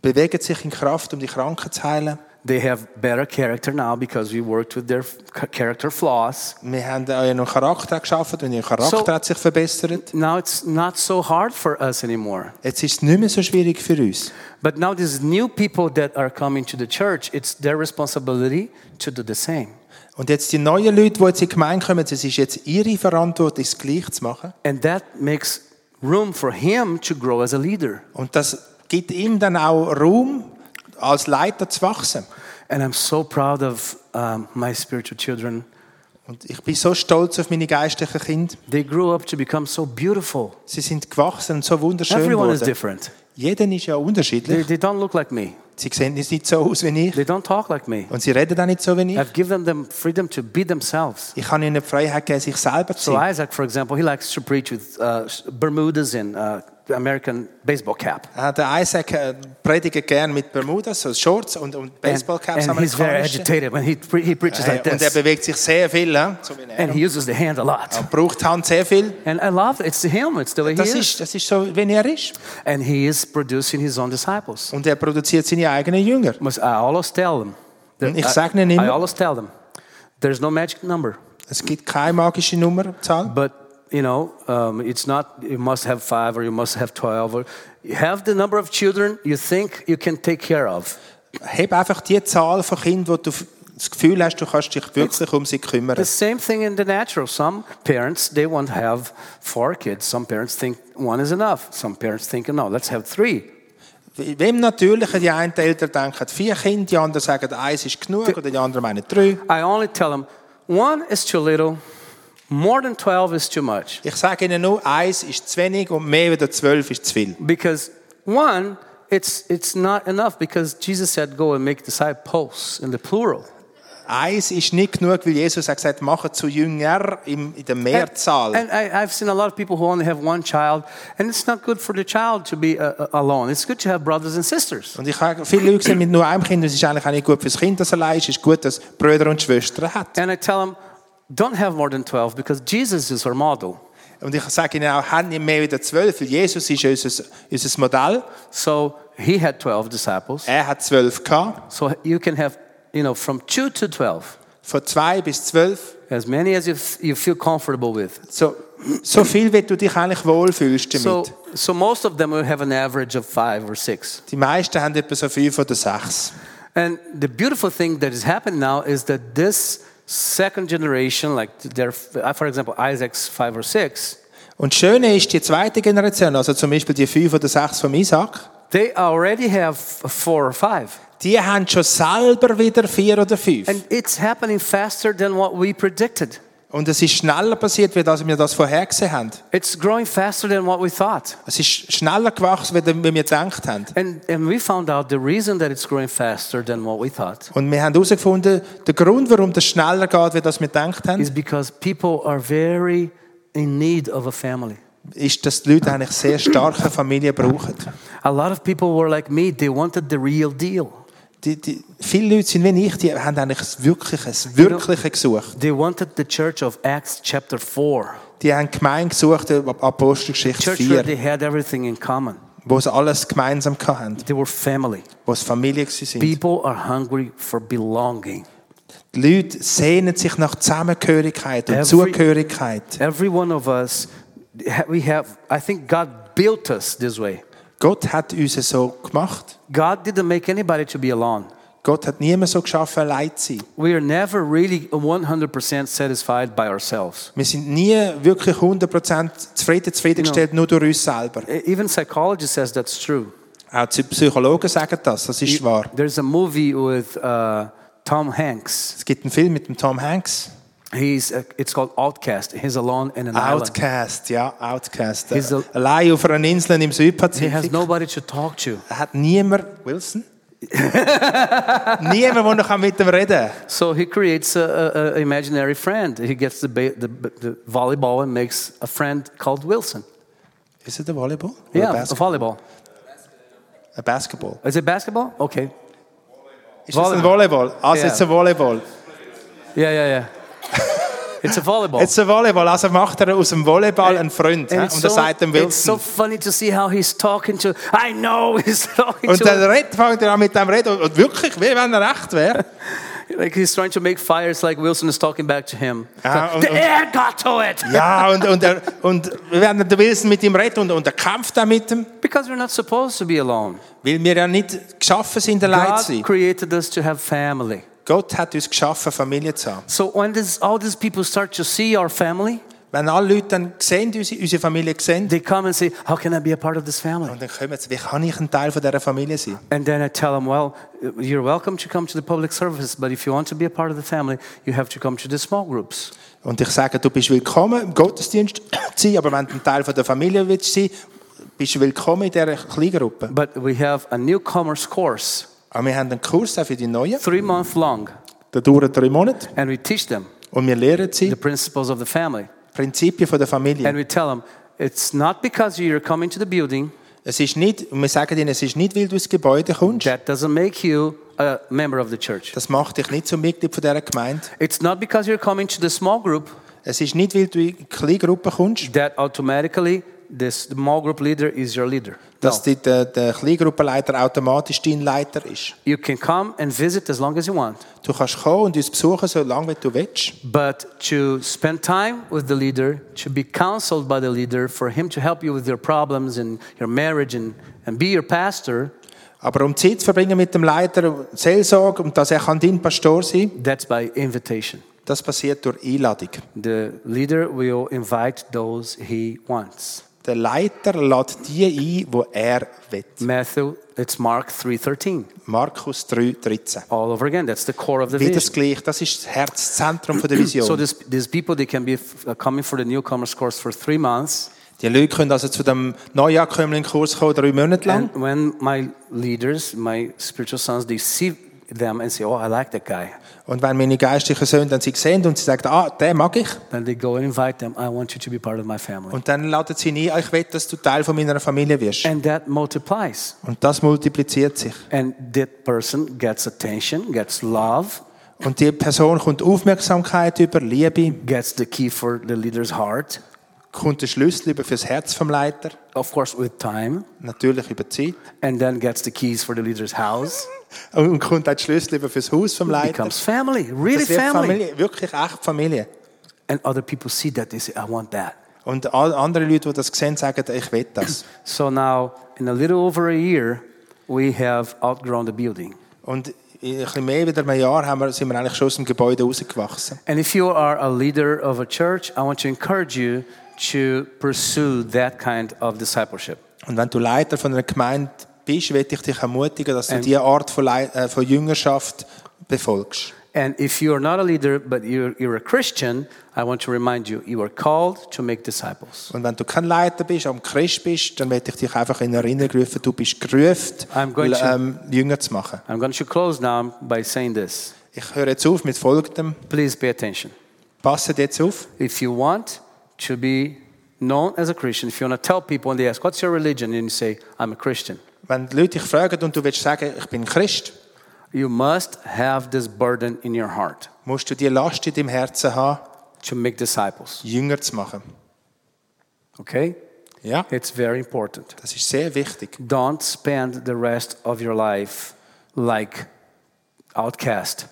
bewegen sich in Kraft, um die Kranken zu heilen. They have better character now because we worked with their f- character flaws. Wir haben euren Charakter geschaffen und ihr Charakter So- hat sich verbessert. Now it's not so hard for us anymore. Jetzt ist es nicht mehr so schwierig für uns. But now these new people that are coming to the church, it's their responsibility to do the same. Und jetzt die neuen Leute, die jetzt in die Gemeinde kommen, es ist jetzt ihre Verantwortung, das gleich zu machen. And that makes room for him to grow as a leader. Und das gibt ihm dann auch Raum, als Leiter zu wachsen. And I'm so proud of um, my spiritual children. Und ich bin so stolz auf meine geistlichen Kinder. They grew up to become so beautiful. Sie sind gewachsen und so wunderschön Everyone is geworden. different. Jeder ist ja They, unterschiedlich. they don't look like me. Sie sehen jetzt nicht so aus wie ich. They don't talk like me. Und sie reden auch nicht so wie ich. I've given them freedom to be themselves. Ich kann ihnen die Freiheit geben, sich selber zu So sein. Isaac, for example, he likes to preach with uh, Bermudas and uh, American baseball cap. Ah, Der Isaac äh, predigt gerne mit Bermudas, so Shorts und, und And, Baseballcaps. and he's very amerikanische. agitated when he, pre- he preaches Ja, like Äh, Und er this. bewegt sich sehr viel. hä? So wie And er. he uses the hand a lot. Er braucht die Hand sehr viel. And I love it. It's him. It's the way he Das is. ist, das ist so, wie er ist. And he is producing his own disciples. Und er produziert seine eigenen Jünger. Mas I always tell them. Und ich I- sage ihnen I immer, always tell them. There's no magic number. es gibt keine magische Nummerzahl. But, you know, um, it's not you must have five or you must have 12. Or, you have the number of children you think you can take care of. Heb einfach die Zahl von Kindern, wo du f- das Gefühl hast, du kannst dich wirklich um sie kümmern. The same thing in the natural. Some parents, they want to have four kids. Some parents think one is enough. Some parents think, no, let's have three. Wem Natürlichen, die einen Eltern denken vier Kinder, die anderen sagen, eins ist genug oder die anderen meinen drei. I only tell them one is too little, more than 12 is too much. Ich sage ihnen nur, eins ist zu wenig und mehr oder zwölf ist zu viel. Because one, it's, it's not enough because Jesus said, go and make disciples in the plural. Eins ist nicht genug, weil Jesus hat gesagt, machen zu Jünger im- in der Mehrzahl. And I, I've seen a lot of people who only have one child, and it's not good for the child to be uh, uh, alone. It's good to have brothers and sisters. und ich habe viele Leute gesehen mit nur einem Kind, und es ist eigentlich auch nicht gut fürs Kind, dass es allein ist. Es ist gut, dass es Brüder und Schwestern hat. And I tell them, don't have more than 12 because Jesus is our model. Und ich sage ihnen auch, haben nicht mehr wieder zwölf, weil Jesus ist unser, unser Modell. So he had 12 disciples. Er hat zwölf gehabt, So you can have, you know, from 2 to 12, von zwei bis zwölf. as many as you, f- you feel comfortable with. So, so viel, wie du dich eigentlich wohlfühlst damit. So, so most of them will have an average of five or six. Die meisten haben etwa so fünf oder sechs. And the beautiful thing that has happened now is that this second generation, like their, for example, Isaac's five or six, Und das Schöne ist, die zweite Generation, also zum Beispiel die fünf oder sechs von Isaac, they already have four or five. die haben schon selber wieder vier oder fünf. And it's happening faster than what we predicted. Und es ist schneller passiert, wie das wir das vorhergesehen haben. It's growing faster than what we thought. Es ist schneller gewachsen, wie wie wir gedacht haben. And, and we found out the reason that it's growing faster than what we thought Und wir haben herausgefunden, der Grund, warum das schneller geht, wie das wir gedacht haben, is because people are very in need of a family. ist, dass die Leute eigentlich sehr starke Familien brauchen. A lot of people were like me, they wanted the real deal. Die, die, viele Leute sind wie ich, die haben eigentlich das Wirkliche, das Wirkliche gesucht. They wanted the church of Acts chapter 4. Die haben gemein gesucht, in Apostelgeschichte church where 4, they had everything in common. wo sie alles gemeinsam hatten, They were family. wo sie Familie waren. People are hungry for belonging. Die Leute sehnen sich nach Zusammengehörigkeit und Every- Zugehörigkeit. Every one of us, we have, I think God built us this way. Gott hat uns so gemacht. God didn't make anybody to be alone. Gott hat niemand so geschaffen, allein zu sein. We are never really 100% satisfied by ourselves. Wir sind nie wirklich 100% zufrieden, zufriedengestellt, nur durch uns selber. E- Even psychology says that's true. Auch die Psychologen sagen das, das ist wahr. There's a movie with uh, Tom Hanks. Es gibt einen Film mit dem Tom Hanks. He's, uh, it's called Outcast. He's alone in an island. Outcast, ja, Outcast. He's a- Allein auf einer Insel im He has Südpazifik. nobody to talk to. Er hat niemand. Wilson? Niemand, der noch mit ihm reden kann. So he creates a, a, a imaginary friend. He gets the, ba- the, the volleyball and makes a friend called Wilson. Ist es ein Volleyball? Oder Yeah, ein, a Basket volleyball. ein Basketball. Is it basketball? Okay. Ist das ein Volleyball? Also, Ja. es ist ein Volleyball. Yeah, yeah, yeah. It's a volleyball. Jetzt ein Volleyball. Also macht er aus dem Volleyball einen Freund. hä? it's Und er so- sagt dem It's so Wilson. funny to see how he's talking to. I know he's talking Und to. dann redet, fängt er an mit dem reden. Und wirklich, wie wenn er recht wäre. Like he's trying to make fires, like Wilson is talking back to him. Ah, It's und- like, the und- air got to it. Ja, und, und, er, und wenn der Wilson mit ihm redet und, und er kämpft dann mit ihm, Because we're not supposed to be alone. weil wir ja nicht geschaffen sind, allein zu God sein. created us to have family. Gott hat uns geschaffen, Familie zu haben. So when this, all these people start to see our family, Wenn alle Leute dann sehen, unsere, unsere Familie sehen, they come and say, How can I be a part of this family? und dann kommen sie, wie kann ich ein Teil von dieser Familie sein? And then I tell them, Well, you're welcome to come to the public service, but if you want to be a part of the family, you have to come to the small groups. Und ich sage, du bist willkommen im Gottesdienst zu sein, aber wenn du ein Teil von der Familie willst sein, bist du willkommen in dieser Kleingruppe. But we have a newcomers course, Aber wir haben einen Kurs auch für die Neuen, three month long, der dauert drei Monate and we teach them und wir lehren sie the principles of the family. Prinzipien von der And Familie. we tell them, It's not because you're coming to the building Es ist nicht, und wir sagen ihnen, es ist nicht, weil du ins Gebäude kommst, that doesn't make you a member of the church. das macht dich nicht zum Mitglied von dieser Gemeinde. It's not because you're coming to the small group Es ist nicht, weil du in die Kleingruppe kommst, that automatically this small group leader is your leader. No. dass die, der, der Kleingruppenleiter automatisch dein Leiter ist. You can come and visit as long as you want, Du kannst kommen und uns besuchen, solange wie du willst. but to spend time with the leader, to be counseled by the leader, for him to help you with your problems and your marriage and, and be your pastor, Aber um Zeit zu verbringen mit dem Leiter, Seelsorge und dass er kann dein Pastor sein kann, that's by invitation. das passiert durch Einladung. The leader will invite those he wants. Der Leiter lädt die ein, wo er will. Matthew, it's Mark 3:13. Markus 3, 13. All over again. That's the core of the Wieder vision. das Gleiche, das ist das Herzzentrum von der So Vision. this, these people, they can be f- uh, coming for the newcomers course for three months. Die Leute können also zu dem Neuankömmlingskurs kommen, drei Monate lang. And when my leaders, my spiritual sons, they see them and say, "Oh, I like that guy," Und wenn meine geistlichen Söhne dann sie sehen und sie sagen, ah, den mag ich, then they go and invite them. I want you to be part of my family, und dann laden sie ihn ein, ich will, dass du Teil von meiner Familie wirst. and that multiplies. Und das multipliziert sich. And that person gets attention, gets love, Und die Person kommt Aufmerksamkeit über, Liebe, gets the key for the leader's heart. kommt der Schlüssel über fürs Herz vom Leiter, Of course, with time, natürlich über die Zeit, and then gets the keys for the leader's house. und kommt auch der Schlüssel über fürs Haus vom Leiter. Becomes family, really Das wird family. Familie, wirklich echt Familie. And other people see that they say, "I want that." Und all andere Leute, die das sehen, sagen, ich will das. So now, in a little over a year, we have outgrown the building. Und in ein bisschen mehr, wieder einem Jahr, haben wir, sind wir eigentlich schon aus dem Gebäude rausgewachsen. And if you are a leader of a church, I want to encourage you to pursue that kind of discipleship. Und wenn du Leiter von einer Gemeinde bist, möchte ich dich ermutigen, dass du Ähm. diese Art von, Lei- äh, von Jüngerschaft befolgst. And if you are not a leader, but you're, you're a Christian, I want to remind you, you are called to make disciples. Und wenn du kein Leiter bist, am Christ bist, dann möchte ich dich einfach in Erinnerung rufen, du bist gerufen, I'm going to- ähm, Jünger zu machen. I'm going to close now by saying this. Ich höre jetzt auf mit folgendem. Please pay attention. Passet jetzt auf. If you want to be known as a Christian, if you want to tell people when they ask, What's your religion? and you say, I'm a Christian, Wenn die Leute dich fragen und du willst sagen, ich bin Christ, you must have this burden in your heart musst du die Last in deinem Herzen haben, to make disciples. Jünger zu machen. Okay? Ja, It's very important. das ist sehr wichtig. Don't spend the rest of your life like outcast.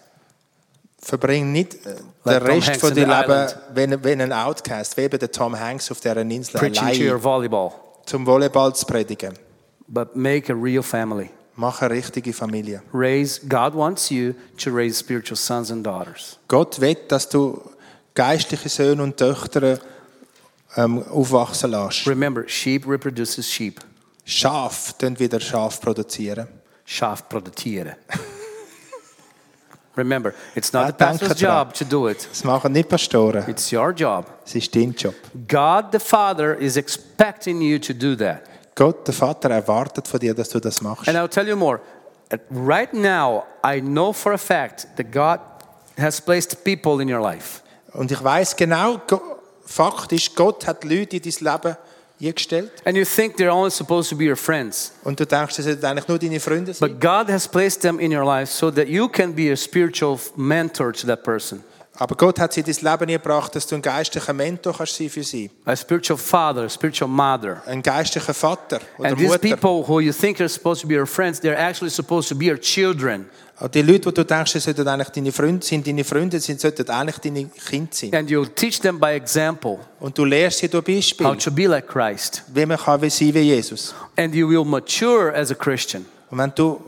Verbring nicht äh, Like den Tom Rest Hanks von in the deinem Leben Island. wenn, wenn ein Outcast, wie eben der Tom Hanks auf dieser Insel Preaching to your allein, volleyball, zum Volleyball zu predigen. but make a real family. Mach eine richtige Familie. Raise God wants you to raise spiritual sons and daughters. Gott will, dass du geistliche Söhne und Töchter ähm, aufwachsen lässt. Remember, sheep reproduces sheep. Schaf dann wieder Schaf produzieren. Schaf produzieren. Remember, it's not Ja, the pastor's danke dran. job to do it. Das machen nicht Pastoren. It's your job. Es ist dein Job. God the Father is expecting you to do that. Gott, der Vater, erwartet von dir, dass du das machst. Genau. And I'll tell you more. At- Right now, I know for a fact that God has placed people in your life. Und ich weiß genau, Go- Fakt ist, Gott hat Leute in dein Leben eingestellt. And you think they're only supposed to be your friends. Und du denkst, das sind eigentlich nur deine Freunde. Sein. But God has placed them in your life so that you can be a spiritual mentor to that person, Aber Gott hat sie in dein Leben gebracht, dass du ein geistlicher Mentor kannst sein für sie. a spiritual father, a spiritual mother. Ein geistlicher Vater oder And these Mutter. people who you think are supposed to be your friends, they're actually supposed to be your children. Und die Leute, die du denkst, sie sollten eigentlich deine Freunde sind, deine Freunde sind, sollten eigentlich deine Kinder sein. And you'll teach them by example Und du lehrst sie durch how Beispiel, to be like Christ. wie man kann wie sein wie Jesus. And you will mature as a Christian. Und wenn du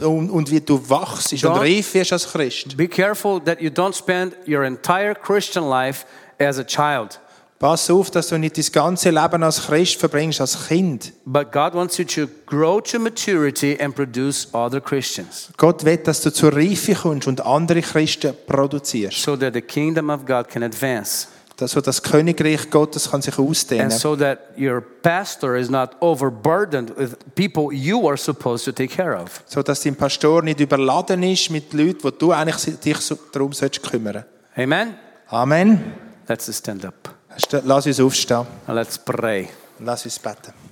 und, und wie du wachst und Dort- reif wirst als Christ. Be careful that you don't spend your entire Christian life as a child. Pass auf, dass du nicht das ganze Leben als Christ verbringst, als Kind. But God wants you to grow to maturity and produce other Christians Gott will, dass du zur Reife kommst und andere Christen produzierst. so that the kingdom of God can advance Dass so das Königreich Gottes kann sich ausdehnen and so that your pastor is not overburdened with people you are supposed to take care of. so dass dein Pastor nicht überladen ist mit Leuten, wo du eigentlich si- dich so- darum sollst kümmern. Amen? Amen. Let's stand up. St- Lass uns aufstehen Now Let's pray. und lass uns beten.